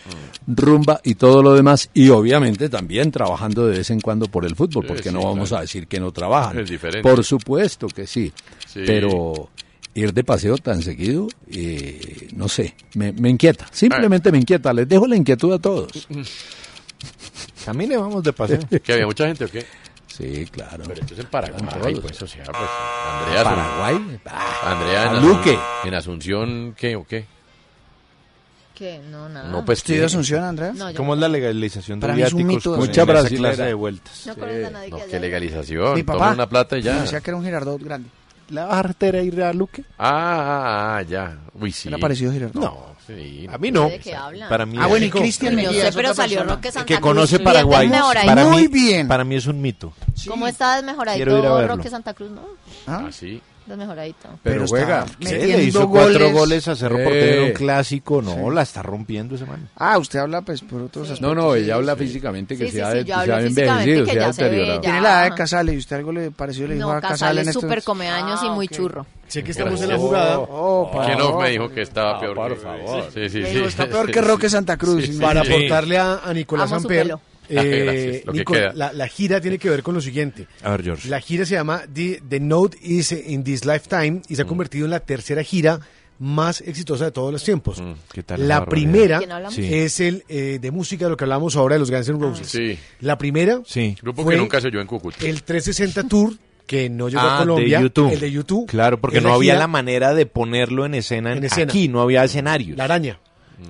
[SPEAKER 2] rumba y todo lo demás. Y obviamente también trabajando de vez en cuando por el fútbol, porque
[SPEAKER 4] sí,
[SPEAKER 2] no vamos
[SPEAKER 4] claro.
[SPEAKER 2] a decir que no trabajan.
[SPEAKER 4] Es diferente.
[SPEAKER 2] Por supuesto que sí,
[SPEAKER 4] Sí.
[SPEAKER 2] pero ir de paseo tan seguido, eh, no sé, me, me inquieta.
[SPEAKER 4] Ah.
[SPEAKER 2] Simplemente me inquieta. Les dejo la inquietud a todos.
[SPEAKER 13] Camine, vamos de paseo.
[SPEAKER 4] ¿Que había mucha gente o qué?
[SPEAKER 2] Sí, claro.
[SPEAKER 4] Pero entonces en Paraguay,
[SPEAKER 2] Todos.
[SPEAKER 4] pues, o sea, pues, Andrea.
[SPEAKER 2] ¿Paraguay?
[SPEAKER 4] Andrea, en, Asun-
[SPEAKER 2] a Luque.
[SPEAKER 4] en Asunción, ¿qué o qué?
[SPEAKER 1] ¿Qué? No, nada.
[SPEAKER 4] No, pues,
[SPEAKER 11] ¿Estoy
[SPEAKER 4] ¿qué?
[SPEAKER 11] de Asunción, Andrea?
[SPEAKER 1] No, yo
[SPEAKER 13] ¿Cómo es la legalización de
[SPEAKER 11] Para mí es un
[SPEAKER 13] viáticos
[SPEAKER 11] mito
[SPEAKER 13] con
[SPEAKER 11] eso.
[SPEAKER 13] esa
[SPEAKER 11] Mucha
[SPEAKER 13] clase
[SPEAKER 11] brasilera.
[SPEAKER 13] de vueltas?
[SPEAKER 1] No conozco a nadie que
[SPEAKER 4] No,
[SPEAKER 1] haya
[SPEAKER 4] qué
[SPEAKER 1] ido.
[SPEAKER 11] Mi
[SPEAKER 4] legalización.
[SPEAKER 11] papá
[SPEAKER 4] Toma una plata y
[SPEAKER 11] me
[SPEAKER 4] ya.
[SPEAKER 11] decía que era un Girardot grande.
[SPEAKER 13] ¿La arte era ir a Luque?
[SPEAKER 4] Ah, ah, ah, ya. Uy, sí.
[SPEAKER 11] Era parecido a Girardot.
[SPEAKER 4] No, sí.
[SPEAKER 13] A mí no.
[SPEAKER 1] ¿De qué hablan?
[SPEAKER 13] Para mí
[SPEAKER 11] Ah, bueno, y
[SPEAKER 13] es-
[SPEAKER 11] Cristian
[SPEAKER 1] Yo sé,
[SPEAKER 11] Mejía. es
[SPEAKER 1] pero
[SPEAKER 11] otra
[SPEAKER 1] salió
[SPEAKER 11] persona.
[SPEAKER 1] Roque Santa
[SPEAKER 13] que
[SPEAKER 1] Cruz.
[SPEAKER 13] conoce
[SPEAKER 1] Bien
[SPEAKER 13] Paraguay.
[SPEAKER 1] desmejoradito.
[SPEAKER 13] Para mí,
[SPEAKER 11] Muy bien.
[SPEAKER 13] Para mí es un mito.
[SPEAKER 1] ¿Cómo está desmejoradito
[SPEAKER 13] Quiero ir a verlo.
[SPEAKER 1] Roque Santa Cruz? ¿no?
[SPEAKER 11] ¿Ah?
[SPEAKER 4] sí.
[SPEAKER 1] Desmejoradito.
[SPEAKER 13] Pero,
[SPEAKER 11] Pero
[SPEAKER 13] juega.
[SPEAKER 11] está
[SPEAKER 13] ¿Qué? Le
[SPEAKER 11] metiendo
[SPEAKER 13] hizo
[SPEAKER 11] goles.
[SPEAKER 13] cuatro goles a Cerro Porteño en
[SPEAKER 2] Eh.
[SPEAKER 13] un clásico. No, la está rompiendo ese man.
[SPEAKER 11] Ah, usted habla pues por otros
[SPEAKER 2] No,
[SPEAKER 11] aspectos.
[SPEAKER 2] no, ella habla físicamente que
[SPEAKER 1] Sí,
[SPEAKER 2] se,
[SPEAKER 1] sí,
[SPEAKER 2] ha,
[SPEAKER 1] sí, yo
[SPEAKER 2] se
[SPEAKER 1] hablo
[SPEAKER 2] ha
[SPEAKER 1] físicamente
[SPEAKER 2] envejecido,
[SPEAKER 1] que
[SPEAKER 2] se ha
[SPEAKER 1] ya se ve,
[SPEAKER 2] deteriorado.
[SPEAKER 1] ya.
[SPEAKER 11] Tiene la edad de Casale y usted algo le pareció le dijo
[SPEAKER 1] No,
[SPEAKER 11] a Casale en
[SPEAKER 1] Casales
[SPEAKER 11] este
[SPEAKER 1] súper comeaños
[SPEAKER 13] Ah,
[SPEAKER 1] y muy churro.
[SPEAKER 22] Sé que estamos
[SPEAKER 4] Gracias. Oh,
[SPEAKER 22] en la jugada.
[SPEAKER 13] Oh,
[SPEAKER 4] ¿Quién no
[SPEAKER 11] favor.
[SPEAKER 4] me dijo que estaba peor
[SPEAKER 2] por
[SPEAKER 4] que-
[SPEAKER 2] favor.
[SPEAKER 4] Oh, Sí, sí,
[SPEAKER 11] Le
[SPEAKER 4] sí.
[SPEAKER 11] digo, está peor que Roque Santa Cruz.
[SPEAKER 4] Sí, sí,
[SPEAKER 22] para
[SPEAKER 4] sí.
[SPEAKER 22] aportarle a, a Nicolás
[SPEAKER 1] Amo su
[SPEAKER 22] Amper.
[SPEAKER 1] pelo.
[SPEAKER 22] eh,
[SPEAKER 4] Gracias, lo que
[SPEAKER 22] Nicol-
[SPEAKER 4] queda.
[SPEAKER 22] la, la gira tiene que ver con lo siguiente.
[SPEAKER 13] A ver, George.
[SPEAKER 22] La gira se llama The, The Note is in This Lifetime
[SPEAKER 4] Mm.
[SPEAKER 22] y se ha convertido en la tercera gira más exitosa de todos los tiempos.
[SPEAKER 4] Mm.
[SPEAKER 13] ¿Qué tal?
[SPEAKER 22] la
[SPEAKER 13] Barbaridad.
[SPEAKER 22] primera
[SPEAKER 1] ¿Quién hablamos?
[SPEAKER 13] Sí.
[SPEAKER 22] es el eh, de música, de lo que hablamos ahora de los Guns N' Roses.
[SPEAKER 4] Sí.
[SPEAKER 22] La primera
[SPEAKER 13] Sí.
[SPEAKER 4] Ah, Grupo
[SPEAKER 22] Fue
[SPEAKER 4] que nunca se oyó en Cúcuta.
[SPEAKER 22] el 360 Tour que no llegó
[SPEAKER 13] Ah,
[SPEAKER 22] a Colombia,
[SPEAKER 13] de YouTube.
[SPEAKER 22] el de YouTube.
[SPEAKER 13] Claro, porque
[SPEAKER 22] es
[SPEAKER 13] no había
[SPEAKER 22] gira
[SPEAKER 13] la manera de ponerlo en escena, en-
[SPEAKER 22] En escena.
[SPEAKER 13] aquí, no había escenarios.
[SPEAKER 22] La araña,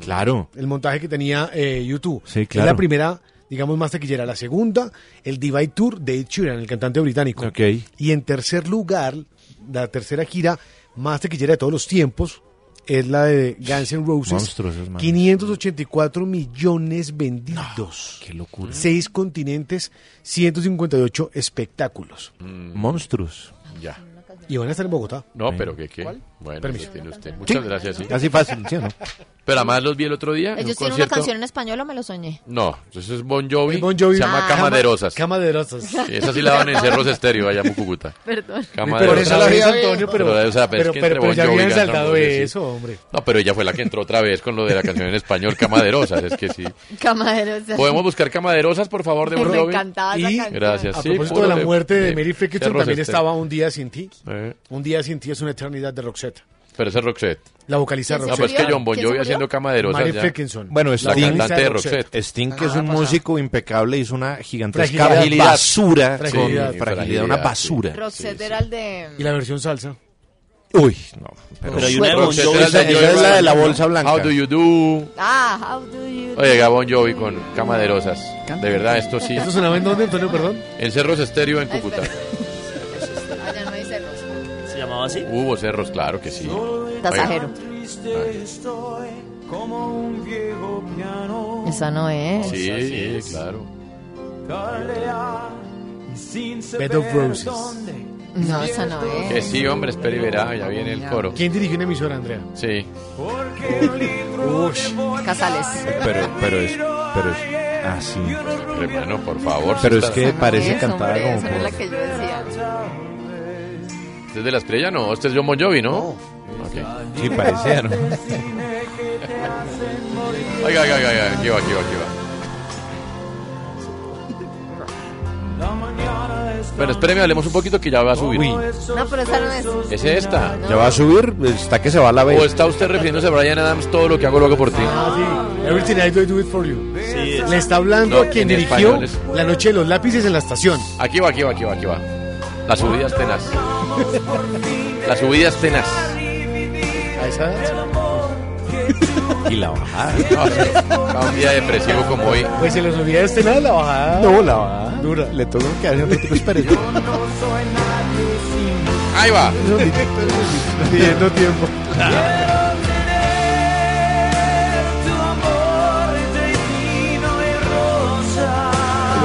[SPEAKER 13] Claro.
[SPEAKER 22] el montaje que tenía eh, YouTube.
[SPEAKER 13] Sí,
[SPEAKER 22] Es la
[SPEAKER 13] claro.
[SPEAKER 22] primera digamos, más taquillera. La segunda, el Divide Tour de Ed Sheeran, el cantante británico. Y en tercer lugar, la tercera gira más taquillera de todos los tiempos es la de Guns N' Roses.
[SPEAKER 13] Monstruos, esos manes.
[SPEAKER 22] 584 millones vendidos.
[SPEAKER 13] qué locura.
[SPEAKER 22] Seis continentes, 158 espectáculos.
[SPEAKER 4] Mm.
[SPEAKER 13] Monstruos.
[SPEAKER 4] Ya.
[SPEAKER 22] Y van a estar en Bogotá.
[SPEAKER 4] No, pero que qué.
[SPEAKER 22] ¿Cuál?
[SPEAKER 4] Bueno,
[SPEAKER 22] Permiso.
[SPEAKER 4] eso tiene usted. Muchas
[SPEAKER 22] Sí.
[SPEAKER 4] gracias. sí.
[SPEAKER 22] Así fácil, ¿sí o no?
[SPEAKER 4] Pero además los vi el otro día. en
[SPEAKER 1] Ellos
[SPEAKER 4] un
[SPEAKER 1] tienen una
[SPEAKER 4] concierto.
[SPEAKER 1] canción en español o me lo soñé.
[SPEAKER 4] No, eso es Bon Jovi.
[SPEAKER 22] Es Bon Jovi.
[SPEAKER 4] Se llama
[SPEAKER 22] Ah.
[SPEAKER 4] Cama de Rosas.
[SPEAKER 22] Cama de Rosas.
[SPEAKER 4] Sí, esa sí la van en Cerros Estéreo, allá en Cúcuta.
[SPEAKER 1] Perdón.
[SPEAKER 4] Cama
[SPEAKER 22] Pero
[SPEAKER 4] de
[SPEAKER 22] eso
[SPEAKER 4] Rosas.
[SPEAKER 22] la había Antonio, pero-
[SPEAKER 4] o sea,
[SPEAKER 22] pero-
[SPEAKER 4] es que
[SPEAKER 22] pero-
[SPEAKER 4] entre
[SPEAKER 22] pero
[SPEAKER 4] Bon
[SPEAKER 22] ya
[SPEAKER 4] Jovi y
[SPEAKER 22] habían
[SPEAKER 4] Guns N'
[SPEAKER 22] saltado
[SPEAKER 4] Roses, sí.
[SPEAKER 22] eso, hombre.
[SPEAKER 4] No, pero ella fue la que entró otra vez con lo de la canción en español, Cama de Rosas. Es que sí.
[SPEAKER 1] Camaderos.
[SPEAKER 4] Podemos buscar Cama de Rosas, por favor, de Bon
[SPEAKER 1] Me
[SPEAKER 4] Jovi.
[SPEAKER 1] encantaba esa canción.
[SPEAKER 4] Gracias.
[SPEAKER 22] A
[SPEAKER 4] sí,
[SPEAKER 22] propósito
[SPEAKER 4] puro
[SPEAKER 22] de la muerte de, Mary
[SPEAKER 4] de este.
[SPEAKER 22] Fredrickson,
[SPEAKER 4] Rosas,
[SPEAKER 22] también
[SPEAKER 4] sí.
[SPEAKER 22] estaba Un Día Sin Ti.
[SPEAKER 4] Eh.
[SPEAKER 22] Un Día Sin Ti es una eternidad de Roxette.
[SPEAKER 4] Pero ese es Roxette.
[SPEAKER 22] La vocalista
[SPEAKER 4] No,
[SPEAKER 22] Roxette.
[SPEAKER 4] pero es Ah, pues que John Bon
[SPEAKER 22] ¿Quién se
[SPEAKER 4] Jovi
[SPEAKER 22] murió?
[SPEAKER 4] haciendo Cama de Rosas.
[SPEAKER 22] Mary
[SPEAKER 4] ya.
[SPEAKER 22] Fredrickson.
[SPEAKER 13] Bueno,
[SPEAKER 4] la
[SPEAKER 13] Sting,
[SPEAKER 4] cantante de Roxette.
[SPEAKER 13] Sting, que es un
[SPEAKER 22] Ah, pasado.
[SPEAKER 13] músico impecable, hizo una gigantesca
[SPEAKER 22] Fragilidad.
[SPEAKER 13] basura. con-
[SPEAKER 22] Fragilidad.
[SPEAKER 13] Fragilidad, una
[SPEAKER 22] Fragilidad,
[SPEAKER 13] basura.
[SPEAKER 1] Roxette era el de...
[SPEAKER 22] Y la versión salsa.
[SPEAKER 13] Uy, no.
[SPEAKER 4] Mm. Pero hay una de Bon
[SPEAKER 13] Roxette
[SPEAKER 4] Jovi,
[SPEAKER 13] era esa-
[SPEAKER 4] señor.
[SPEAKER 13] esa es la de la bolsa blanca.
[SPEAKER 4] How do you do?
[SPEAKER 1] Ah, how do you...
[SPEAKER 4] Oye, Gabón Jovi con Cama de Rosas. De verdad, esto sí.
[SPEAKER 22] ¿Esto sonaba en dónde, Antonio? Perdón.
[SPEAKER 4] En Cerros Estéreo, en Cúcuta.
[SPEAKER 1] Allá no hay cerros.
[SPEAKER 9] ¿Se llamaba así?
[SPEAKER 4] Hubo cerros, claro que sí.
[SPEAKER 1] Tasajero. Esa no es.
[SPEAKER 4] Oiga, Sí, sí, claro.
[SPEAKER 22] Bed of Roses.
[SPEAKER 1] No, esa no es.
[SPEAKER 4] Que sí, hombre, espera y verá, ya viene el coro.
[SPEAKER 22] ¿Quién dirigió una emisora, Andrea?
[SPEAKER 4] Sí,
[SPEAKER 1] Casales.
[SPEAKER 4] pero, pero es... Pero es así. Hermano, por favor.
[SPEAKER 13] Pero
[SPEAKER 4] si
[SPEAKER 13] es que
[SPEAKER 4] estás-
[SPEAKER 13] parece cantada
[SPEAKER 1] Hombre,
[SPEAKER 13] como
[SPEAKER 1] esa no es la
[SPEAKER 13] por-
[SPEAKER 1] que yo decía.
[SPEAKER 4] ¿Este es de la estrella? No, este es John Bon Jovi, ¿no? Ok.
[SPEAKER 13] Sí, parecía, ¿no?
[SPEAKER 4] Oiga, oiga, oiga, oiga, aquí va, aquí va, aquí va. Bueno, espéreme, hablemos un poquito que ya va a subir.
[SPEAKER 1] No, pero esa no es.
[SPEAKER 4] Es esta.
[SPEAKER 13] Ya va a subir, está que se va a la
[SPEAKER 4] ¿O
[SPEAKER 13] vez.
[SPEAKER 4] está usted refiriéndose a Brian Adams todo lo que hago lo hago por ti?
[SPEAKER 13] Ah,
[SPEAKER 22] Everything I do, I do it for you. Le está hablando
[SPEAKER 4] No,
[SPEAKER 22] a quien
[SPEAKER 4] en
[SPEAKER 22] dirigió
[SPEAKER 4] español es-
[SPEAKER 22] La Noche de los Lápices en la estación.
[SPEAKER 4] Aquí va, aquí va, aquí va, aquí va. La subida es tenaz. La subida es tenaz.
[SPEAKER 22] ¿A esa edad?
[SPEAKER 13] Y la bajada.
[SPEAKER 4] No, está un día depresivo Ah, como hoy.
[SPEAKER 22] Pues se les olvida este nada la bajada.
[SPEAKER 13] No, la bajada.
[SPEAKER 22] Dura.
[SPEAKER 13] Le tengo que hacer un poquito espérate.
[SPEAKER 4] pues, Ahí va.
[SPEAKER 22] Pidiendo tiempo.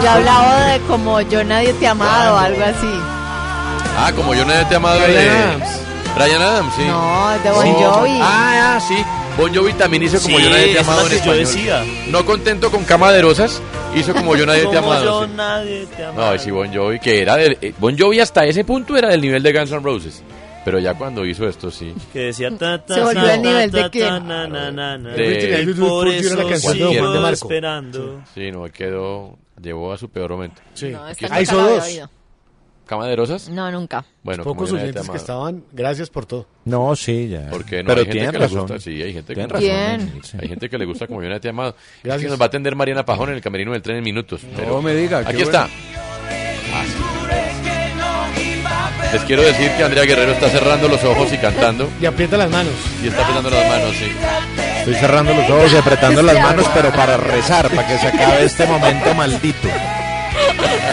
[SPEAKER 1] Yo hablaba de como yo nadie te amaba o algo así.
[SPEAKER 4] Ah, como yo no te amado de
[SPEAKER 22] Brian Adams.
[SPEAKER 4] Brian Adams, sí.
[SPEAKER 1] No, es de Bon
[SPEAKER 4] Oh.
[SPEAKER 1] Jovi.
[SPEAKER 4] Ah, ah, sí. Bon Jovi también hizo como
[SPEAKER 9] Sí,
[SPEAKER 4] yo nadie te
[SPEAKER 9] esa es la
[SPEAKER 4] amado en
[SPEAKER 9] que yo
[SPEAKER 4] español.
[SPEAKER 9] decía.
[SPEAKER 4] No contento con Cama de Rosas, hizo como yo nadie te
[SPEAKER 9] Como yo
[SPEAKER 4] amado. sí.
[SPEAKER 9] nadie te amaba.
[SPEAKER 4] No, sí, Bon Jovi, que era del, eh, Bon Jovi hasta ese punto era del nivel de Guns N' Roses. Pero ya cuando hizo esto, sí.
[SPEAKER 9] Que decía ta, ta,
[SPEAKER 1] Se volvió
[SPEAKER 9] ta,
[SPEAKER 1] al nivel
[SPEAKER 9] ta,
[SPEAKER 1] de
[SPEAKER 9] ta,
[SPEAKER 1] quién.
[SPEAKER 9] na, na, na, na.
[SPEAKER 4] De- Everything I
[SPEAKER 9] Y
[SPEAKER 22] do, I do
[SPEAKER 9] Eh, por
[SPEAKER 22] it for you era la
[SPEAKER 9] eso
[SPEAKER 22] canción
[SPEAKER 4] de Juan
[SPEAKER 9] sigo
[SPEAKER 4] de
[SPEAKER 22] Marco.
[SPEAKER 9] esperando.
[SPEAKER 4] Sí, no, quedó, llevó a su peor momento.
[SPEAKER 22] Sí.
[SPEAKER 1] No, esta
[SPEAKER 22] Ah,
[SPEAKER 1] nunca
[SPEAKER 22] hizo
[SPEAKER 1] la había
[SPEAKER 22] dos.
[SPEAKER 1] oído.
[SPEAKER 4] ¿Cama de Rosas?
[SPEAKER 1] No, nunca.
[SPEAKER 4] Bueno, como
[SPEAKER 22] Pocos
[SPEAKER 4] yo nadie te
[SPEAKER 22] oyentes que
[SPEAKER 4] amaba.
[SPEAKER 22] estaban. Gracias por todo.
[SPEAKER 13] No, sí, ya.
[SPEAKER 4] Porque no
[SPEAKER 13] Pero
[SPEAKER 4] hay gente
[SPEAKER 13] tienen
[SPEAKER 4] que le
[SPEAKER 13] razón.
[SPEAKER 4] gusta, sí, hay gente que
[SPEAKER 13] Tienen
[SPEAKER 4] no.
[SPEAKER 13] razón.
[SPEAKER 1] Bien.
[SPEAKER 13] Daniel, sí.
[SPEAKER 4] Hay gente que le gusta como yo nadie te amado. Es que
[SPEAKER 22] Gracias.
[SPEAKER 4] nos va a atender Mariana Pajón en el camerino del tren en minutos. pero-
[SPEAKER 2] me diga, qué
[SPEAKER 4] Aquí
[SPEAKER 2] bueno.
[SPEAKER 4] está. Les quiero decir que Andrea Guerrero está cerrando los ojos y cantando.
[SPEAKER 22] Y aprieta las manos.
[SPEAKER 4] Y está apretando las manos, sí.
[SPEAKER 13] Estoy cerrando los ojos y apretando las manos, pero para rezar, para que se acabe este momento maldito.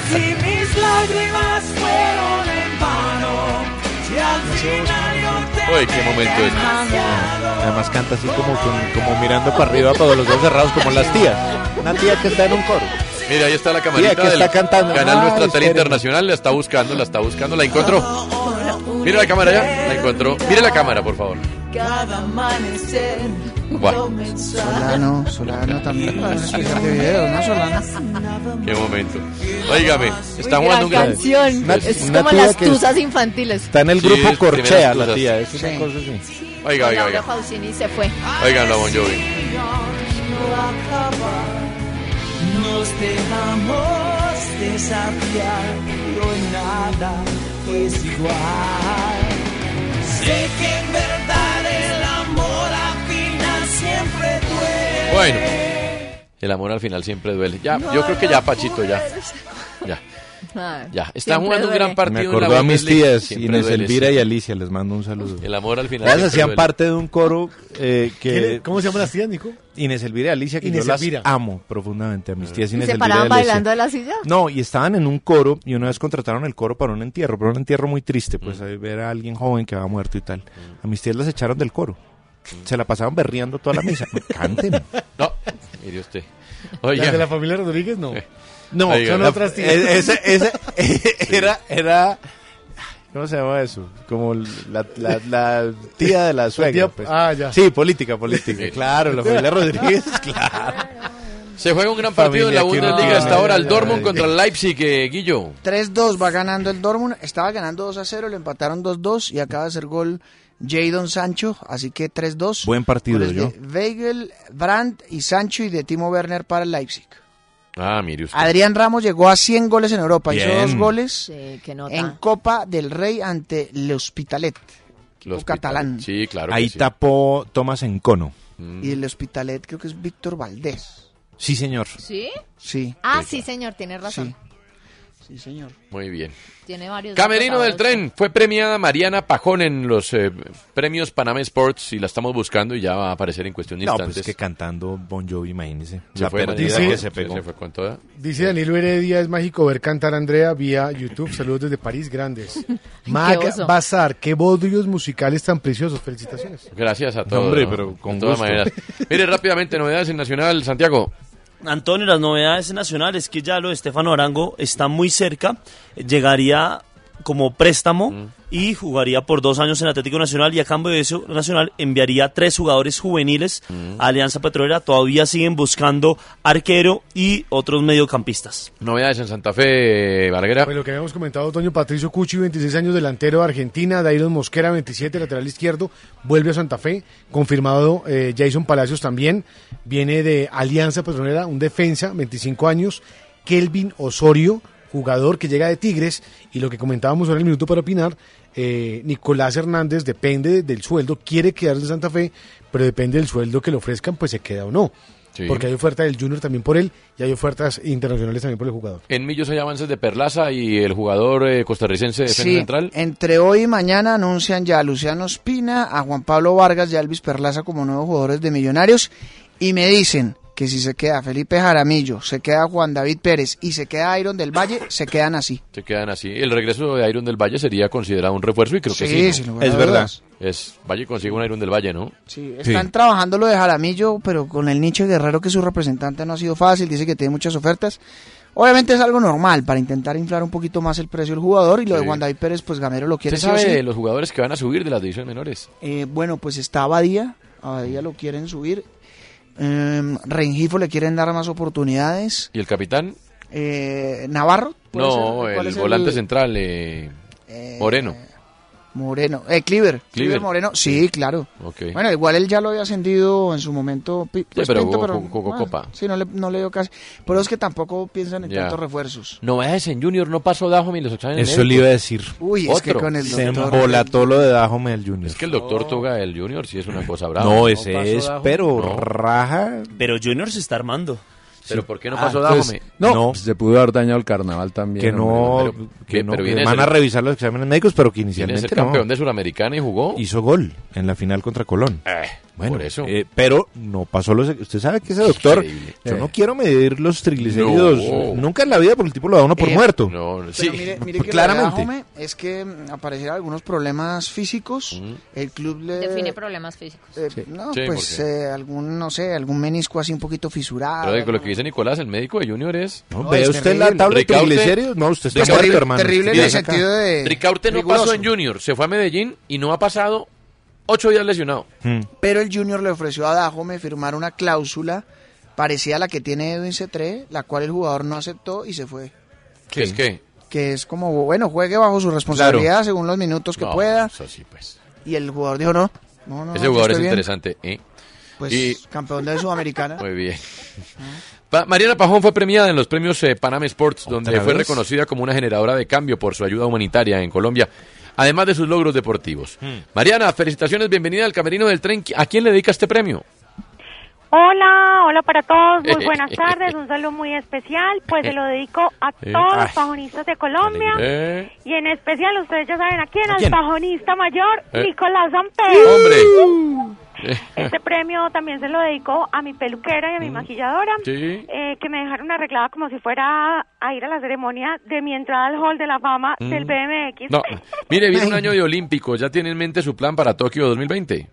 [SPEAKER 12] Si mis lágrimas fueron en vano, si al final yo te
[SPEAKER 4] Uy, qué momento es.
[SPEAKER 13] Además canta así como, con- como mirando para arriba, todos los ojos cerrados, como las tías. Una tía que está en un coro.
[SPEAKER 4] Mira, ahí está la
[SPEAKER 13] Sí,
[SPEAKER 4] camarita
[SPEAKER 13] aquí está
[SPEAKER 4] del
[SPEAKER 13] cantando.
[SPEAKER 4] canal
[SPEAKER 13] Ay,
[SPEAKER 4] Nuestra Tele
[SPEAKER 13] espérenme.
[SPEAKER 4] Internacional. La está buscando, la está buscando. La encontró. Mira la cámara ya. La encontró. Mira la cámara, por favor.
[SPEAKER 12] Cada amanecer
[SPEAKER 4] Guau,
[SPEAKER 11] Solano, Solano también para no
[SPEAKER 13] este
[SPEAKER 11] explicar de videos, ¿no, Solano?
[SPEAKER 4] qué momento. Óigame, está
[SPEAKER 1] Uy, gran
[SPEAKER 4] jugando un gran...
[SPEAKER 1] canción.
[SPEAKER 13] Una-
[SPEAKER 1] es
[SPEAKER 13] una
[SPEAKER 1] como
[SPEAKER 13] tía
[SPEAKER 1] las
[SPEAKER 13] que-
[SPEAKER 1] tusas infantiles.
[SPEAKER 13] Está en el
[SPEAKER 4] Sí,
[SPEAKER 13] grupo
[SPEAKER 4] es
[SPEAKER 13] Corchea
[SPEAKER 4] primeras
[SPEAKER 13] la
[SPEAKER 4] cosas.
[SPEAKER 13] tía. Es una
[SPEAKER 11] Sí.
[SPEAKER 13] cosa así.
[SPEAKER 4] Oiga, oiga,
[SPEAKER 1] Laura
[SPEAKER 4] oiga.
[SPEAKER 1] Pausini se fue.
[SPEAKER 4] Óiganlo, Bon Jovi.
[SPEAKER 12] nos dejamos desafiar, pero nada es igual. Sé que en verdad el amor al final siempre duele.
[SPEAKER 4] Bueno, el amor al final siempre duele. Ya, yo creo que ya, Pachito, ya. Ya.
[SPEAKER 1] Ay,
[SPEAKER 4] Ya, está
[SPEAKER 1] siempre
[SPEAKER 4] jugando un gran
[SPEAKER 1] duele.
[SPEAKER 4] partido
[SPEAKER 13] Me
[SPEAKER 4] en la
[SPEAKER 13] acordó a mis
[SPEAKER 4] Bundesliga.
[SPEAKER 13] tías,
[SPEAKER 4] Siempre
[SPEAKER 13] Inés
[SPEAKER 4] duele,
[SPEAKER 13] Elvira
[SPEAKER 4] sí.
[SPEAKER 13] y Alicia, les mando un saludo.
[SPEAKER 4] El amor al final
[SPEAKER 13] Ellas
[SPEAKER 4] siempre
[SPEAKER 13] hacían
[SPEAKER 4] duele.
[SPEAKER 13] parte de un coro eh,
[SPEAKER 22] ¿Qué
[SPEAKER 13] que...
[SPEAKER 22] le- ¿Cómo se llaman las tías, Nico?
[SPEAKER 13] Inés Elvira y Alicia, que
[SPEAKER 22] Inés
[SPEAKER 13] yo las
[SPEAKER 22] Elvira.
[SPEAKER 13] amo profundamente, a mis tías
[SPEAKER 1] ¿Y
[SPEAKER 13] Inés
[SPEAKER 1] se
[SPEAKER 13] Elvira y
[SPEAKER 1] paraban
[SPEAKER 13] Alicia.
[SPEAKER 1] bailando de la silla?
[SPEAKER 13] No, y estaban en un coro y una vez contrataron el coro para un entierro, pero un entierro muy triste, pues ahí ver a alguien joven que va muerto y tal. A mis tías las echaron del coro. Se la pasaban berreando toda la misa. Canten.
[SPEAKER 4] No, mire usted. Oiga.
[SPEAKER 22] ¿Las de la familia Rodríguez? No.
[SPEAKER 13] No,
[SPEAKER 22] son
[SPEAKER 13] la-
[SPEAKER 22] otras tías.
[SPEAKER 13] e- ese- ese- era, era, ¿cómo se llama eso? Como la, la- la tía de la suegra.
[SPEAKER 22] tía-
[SPEAKER 13] pues.
[SPEAKER 22] ah, ya.
[SPEAKER 13] Sí, política, política. claro, la familia Rodríguez, claro.
[SPEAKER 4] Se juega un gran partido en
[SPEAKER 13] Familia
[SPEAKER 4] la
[SPEAKER 13] que uno
[SPEAKER 4] Bundesliga
[SPEAKER 13] tiene.
[SPEAKER 4] hasta ahora, el
[SPEAKER 13] Ay,
[SPEAKER 4] Dortmund
[SPEAKER 13] ay.
[SPEAKER 4] contra el Leipzig, eh, Guillo.
[SPEAKER 11] 3-2 va ganando el Dortmund, estaba ganando 2 a 0, le empataron 2-2 y acaba de hacer gol Jadon Sancho, así que 3-2.
[SPEAKER 13] Buen partido,
[SPEAKER 11] Goles
[SPEAKER 13] yo.
[SPEAKER 11] de Weigel, Brandt y Sancho y de Timo Werner para el Leipzig.
[SPEAKER 4] Ah, mire usted.
[SPEAKER 11] Adrián Ramos llegó a 100 goles en Europa, hizo
[SPEAKER 4] Bien.
[SPEAKER 11] dos goles
[SPEAKER 1] Sí, qué nota.
[SPEAKER 11] en Copa del Rey ante el Hospitalet, equipo
[SPEAKER 4] Los
[SPEAKER 11] catalán.
[SPEAKER 4] pitales. Sí, claro.
[SPEAKER 13] Ahí
[SPEAKER 4] que sí.
[SPEAKER 13] tapó Tomás en cono. Mm.
[SPEAKER 11] Y el Hospitalet creo que es Víctor Valdés.
[SPEAKER 13] Sí, señor.
[SPEAKER 1] ¿Sí?
[SPEAKER 11] Sí.
[SPEAKER 1] Ah, sí, señor, tiene razón.
[SPEAKER 11] Sí, señor.
[SPEAKER 4] Muy bien.
[SPEAKER 1] Tiene varios.
[SPEAKER 4] Camerino
[SPEAKER 1] datos
[SPEAKER 4] del Tren. Fue premiada Mariana Pajón en los eh, premios Panamá Sports y la estamos buscando y ya va a aparecer en cuestión de
[SPEAKER 13] No,
[SPEAKER 4] instantes.
[SPEAKER 13] pues que cantando Bon Jovi, imagínese.
[SPEAKER 4] Se
[SPEAKER 13] la
[SPEAKER 4] fue
[SPEAKER 13] perdida
[SPEAKER 4] Mariana.
[SPEAKER 13] que se pegó.
[SPEAKER 4] Se fue con toda.
[SPEAKER 22] Dice Danilo Heredia, es mágico ver cantar a Andrea vía YouTube. Saludos desde París, grandes. Mac
[SPEAKER 4] Qué oso.
[SPEAKER 22] Bazar, qué bodrios musicales tan preciosos. Felicitaciones.
[SPEAKER 4] Gracias a
[SPEAKER 22] No,
[SPEAKER 4] todos.
[SPEAKER 22] hombre,
[SPEAKER 4] ¿no?
[SPEAKER 22] pero con
[SPEAKER 4] De todas
[SPEAKER 22] gusto.
[SPEAKER 4] maneras. Mire rápidamente, novedades en Nacional, Santiago.
[SPEAKER 9] Antonio, las novedades nacionales que ya lo de Estefano Arango está muy cerca, llegaría como préstamo
[SPEAKER 4] Mm.
[SPEAKER 9] y jugaría por dos años en Atlético Nacional y a cambio de eso Nacional enviaría tres jugadores juveniles
[SPEAKER 4] Mm.
[SPEAKER 9] a Alianza Petrolera. Todavía siguen buscando arquero y otros mediocampistas.
[SPEAKER 4] Novedades en Santa Fe, eh, Barguera.
[SPEAKER 22] Pues lo que habíamos comentado, Toño Patricio Cuchi, 26 años, delantero de Argentina. Dairon Mosquera, 27, lateral izquierdo. Vuelve a Santa Fe. Confirmado eh, Jason Palacios también. Viene de Alianza Petronera, un defensa, 25 años. Kelvin Osorio, jugador que llega de Tigres. Y lo que comentábamos ahora en el minuto para opinar, eh, Nicolás Hernández depende del sueldo. Quiere quedarse en Santa Fe, pero depende del sueldo que le ofrezcan, pues se queda o no.
[SPEAKER 4] Sí.
[SPEAKER 22] Porque hay oferta del Junior también por él y hay ofertas internacionales también por el jugador.
[SPEAKER 4] En Millos hay avances de Perlaza y el jugador eh, costarricense de defensa
[SPEAKER 11] Sí,
[SPEAKER 4] central.
[SPEAKER 11] entre hoy y mañana anuncian ya a Luciano Espina, a Juan Pablo Vargas y a Elvis Perlaza como nuevos jugadores de Millonarios y me dicen que si se queda Felipe Jaramillo, se queda Juan David Pérez y se queda Iron del Valle, se quedan así.
[SPEAKER 4] Se quedan así. El regreso de Iron del Valle sería considerado un refuerzo y creo que
[SPEAKER 11] Sí,
[SPEAKER 4] sí. ¿no?
[SPEAKER 11] sin lugar a Es verdad. dudas.
[SPEAKER 4] Es, Valle consigue un Iron del Valle, ¿no?
[SPEAKER 11] Sí, Están trabajando lo de Jaramillo, pero con el nicho de Guerrero que es su representante no ha sido fácil, dice que tiene muchas ofertas. Obviamente es algo normal para intentar inflar un poquito más el precio del jugador y lo
[SPEAKER 4] Sí.
[SPEAKER 11] de Juan David Pérez, pues Gamero lo quiere
[SPEAKER 4] ¿Usted
[SPEAKER 11] sí o
[SPEAKER 4] sabe
[SPEAKER 11] sí.
[SPEAKER 4] de los jugadores que van a subir de las divisiones menores?
[SPEAKER 11] Eh, bueno, pues está Abadía, Abadía lo quieren subir. Em, Rengifo le quieren dar más oportunidades.
[SPEAKER 4] ¿Y el capitán?
[SPEAKER 11] Eh, Navarro. ¿puede
[SPEAKER 4] No,
[SPEAKER 11] ser? ¿Cuál
[SPEAKER 4] el
[SPEAKER 11] es
[SPEAKER 4] volante central, eh, Moreno.
[SPEAKER 11] Moreno. Eh, Cliver. Cliver.
[SPEAKER 4] Cliver.
[SPEAKER 11] Moreno. Sí, claro.
[SPEAKER 4] Ok.
[SPEAKER 11] Bueno, igual él ya lo había ascendido en su momento. pi- pues,
[SPEAKER 4] pero
[SPEAKER 11] Pinto,
[SPEAKER 4] jugó- jugó
[SPEAKER 11] bueno,
[SPEAKER 4] Copa.
[SPEAKER 11] Sí, no le, no le dio casi. Pero es que tampoco piensan en
[SPEAKER 4] Ya.
[SPEAKER 11] tantos refuerzos.
[SPEAKER 4] Novedades en Junior, no pasó Dajome y los exámenes.
[SPEAKER 13] Eso le
[SPEAKER 4] médicos.
[SPEAKER 13] iba a decir.
[SPEAKER 11] Uy, es que con el
[SPEAKER 13] Se
[SPEAKER 11] doctor-
[SPEAKER 13] embolató lo de Dajome del Junior.
[SPEAKER 4] Es que el doctor Toga del Junior sí es una cosa brava.
[SPEAKER 13] no, ese
[SPEAKER 4] pasó
[SPEAKER 13] es,
[SPEAKER 4] Dahomey.
[SPEAKER 13] pero
[SPEAKER 4] No.
[SPEAKER 13] raja.
[SPEAKER 9] Pero Junior se está armando.
[SPEAKER 4] Pero ¿por qué no
[SPEAKER 9] Ah,
[SPEAKER 4] pasó
[SPEAKER 9] entonces,
[SPEAKER 4] Dahomey?
[SPEAKER 2] No, pues, se pudo haber dañado el carnaval también.
[SPEAKER 13] Que no,
[SPEAKER 2] hombre.
[SPEAKER 13] que no,
[SPEAKER 4] pero
[SPEAKER 13] que
[SPEAKER 4] viene
[SPEAKER 13] van
[SPEAKER 4] ese-
[SPEAKER 13] a revisar los exámenes médicos, pero que
[SPEAKER 4] Tiene que ser
[SPEAKER 13] inicialmente no.
[SPEAKER 4] campeón de Suramericana y jugó.
[SPEAKER 13] Hizo gol en la final contra Colón.
[SPEAKER 4] Eh,
[SPEAKER 13] Bueno,
[SPEAKER 4] por eso.
[SPEAKER 13] eh, pero no pasó los... Usted sabe que ese doctor...
[SPEAKER 4] Increíble.
[SPEAKER 13] Yo
[SPEAKER 4] Eh.
[SPEAKER 13] no quiero medir los triglicéridos.
[SPEAKER 4] No.
[SPEAKER 13] Nunca en la vida, porque el tipo lo da uno por
[SPEAKER 11] Eh,
[SPEAKER 13] muerto.
[SPEAKER 4] No,
[SPEAKER 11] Pero mire, mire que claramente.
[SPEAKER 13] Claramente.
[SPEAKER 11] es que mm, aparecieron algunos problemas físicos. El club le.
[SPEAKER 1] Define problemas físicos.
[SPEAKER 11] No,
[SPEAKER 4] Sí,
[SPEAKER 11] pues
[SPEAKER 4] porque-
[SPEAKER 11] eh, algún, no sé, algún menisco así un poquito fisurado.
[SPEAKER 4] Pero de lo que dice Nicolás, el médico de Junior es...
[SPEAKER 13] No, vea
[SPEAKER 4] es
[SPEAKER 13] usted la tabla de
[SPEAKER 4] Ricaurte-
[SPEAKER 13] triglicéridos. No, usted está
[SPEAKER 4] Ricaurte-
[SPEAKER 13] muerto, hermano. Terrible Usted en el viene acá. sentido
[SPEAKER 11] de
[SPEAKER 4] Ricaurte no
[SPEAKER 11] riguroso.
[SPEAKER 4] pasó en Junior, se fue a Medellín y no ha pasado ocho días lesionado.
[SPEAKER 11] Pero el Junior le ofreció a Dajome firmar una cláusula parecida a la que tiene Edwin Cetré, la cual el jugador no aceptó y se fue.
[SPEAKER 4] ¿Qué es qué?
[SPEAKER 11] Que es como, bueno, juegue bajo su responsabilidad
[SPEAKER 4] Claro.
[SPEAKER 11] según los minutos que
[SPEAKER 4] No,
[SPEAKER 11] pueda.
[SPEAKER 4] eso sí, pues.
[SPEAKER 11] Y el jugador dijo, no, no, no.
[SPEAKER 4] Ese
[SPEAKER 11] yo
[SPEAKER 4] jugador es
[SPEAKER 11] Ah, estoy bien.
[SPEAKER 4] interesante. ¿eh?
[SPEAKER 11] Pues
[SPEAKER 4] Y-
[SPEAKER 11] campeón de Sudamericana.
[SPEAKER 4] Muy bien. Pa- Mariana Pajón fue premiada en los premios eh, Panam Sports, donde fue
[SPEAKER 11] vez?
[SPEAKER 4] reconocida como una generadora de cambio por su ayuda humanitaria en Colombia, además de sus logros deportivos. Mariana, felicitaciones, bienvenida al Camerino del Tren. ¿A quién le dedica este premio?
[SPEAKER 34] Hola, hola para todos, muy buenas tardes, un saludo muy especial, pues se lo dedico a
[SPEAKER 4] Eh,
[SPEAKER 34] todos
[SPEAKER 4] ay.
[SPEAKER 34] los pajonistas de Colombia
[SPEAKER 4] Eh.
[SPEAKER 34] y en especial ustedes ya saben a quién,
[SPEAKER 4] ¿A
[SPEAKER 34] al
[SPEAKER 4] quién?
[SPEAKER 34] pajonista mayor
[SPEAKER 4] Eh. ¡Uh!
[SPEAKER 34] Nicolás Samper.
[SPEAKER 4] ¡Hombre!
[SPEAKER 34] Este premio también se lo dedico a mi peluquera y a mi maquilladora,
[SPEAKER 4] Mm. Sí.
[SPEAKER 34] eh, que me dejaron arreglada como si fuera a ir a la ceremonia de mi entrada al Hall de la Fama
[SPEAKER 4] Mm.
[SPEAKER 34] del BMX.
[SPEAKER 4] No, mire, viene un año de Olímpicos. ¿Ya tiene en mente su plan para Tokio 2020?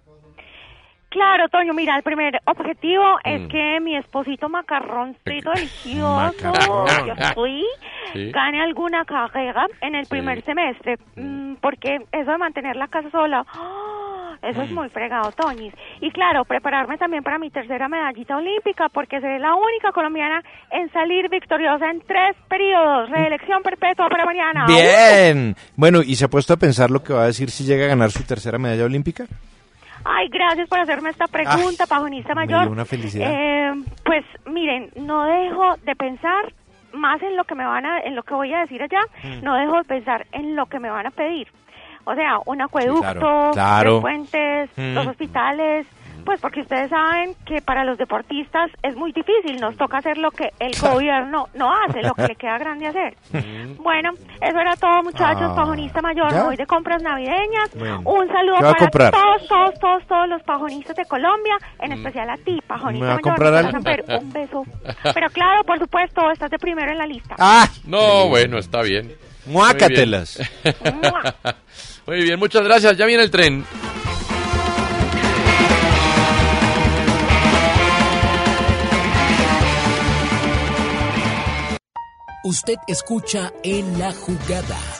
[SPEAKER 34] Claro, Toño, mira, el primer objetivo
[SPEAKER 4] Mm.
[SPEAKER 34] es que mi esposito macarroncito delicioso,
[SPEAKER 4] Macarrón.
[SPEAKER 34] yo fui,
[SPEAKER 4] Sí.
[SPEAKER 34] gane alguna carrera en el primer semestre, Mm, porque eso de mantener la casa sola, ¡ah! eso es
[SPEAKER 16] Mm.
[SPEAKER 34] muy fregado, Toñis. Y claro, prepararme también para mi tercera medallita olímpica, porque seré la única colombiana en salir victoriosa en tres periodos, reelección perpetua para mañana.
[SPEAKER 13] Bien. Bueno, ¿y se ha puesto a pensar lo que va a decir si llega a ganar su tercera medalla olímpica?
[SPEAKER 34] Ay, gracias por hacerme esta pregunta, pajonista
[SPEAKER 13] me
[SPEAKER 34] mayor.
[SPEAKER 13] dio una felicidad.
[SPEAKER 34] Eh, pues miren, no dejo de pensar más en lo que me van a, en lo que voy a decir allá,
[SPEAKER 17] Mm.
[SPEAKER 34] no dejo de pensar en lo que me van a pedir. O sea, un acueducto,
[SPEAKER 17] claro, claro.
[SPEAKER 34] los puentes,
[SPEAKER 17] Mm.
[SPEAKER 34] los hospitales, pues porque ustedes saben que para los deportistas es muy difícil, nos toca hacer lo que el gobierno no hace, lo que le queda grande hacer. Bueno, eso era todo, muchachos.
[SPEAKER 13] Ah,
[SPEAKER 34] pajonista mayor,
[SPEAKER 13] ¿ya?
[SPEAKER 34] me voy de compras navideñas.
[SPEAKER 13] Bueno.
[SPEAKER 34] Un saludo
[SPEAKER 13] ¿Qué va a
[SPEAKER 34] para
[SPEAKER 13] comprar? Mm.
[SPEAKER 34] todos, todos, todos, todos los pajonistas de Colombia, en especial a ti, pajonista
[SPEAKER 13] ¿Me va a
[SPEAKER 34] mayor.
[SPEAKER 13] comprar
[SPEAKER 34] Nicolás
[SPEAKER 13] algo?
[SPEAKER 34] Samper, un beso. Pero claro, por supuesto, estás de primero en la lista.
[SPEAKER 4] No, bueno, está bien.
[SPEAKER 13] Muácatelas.
[SPEAKER 4] Muy bien. Muy bien, muchas gracias. Ya viene el tren.
[SPEAKER 25] Usted escucha en la jugada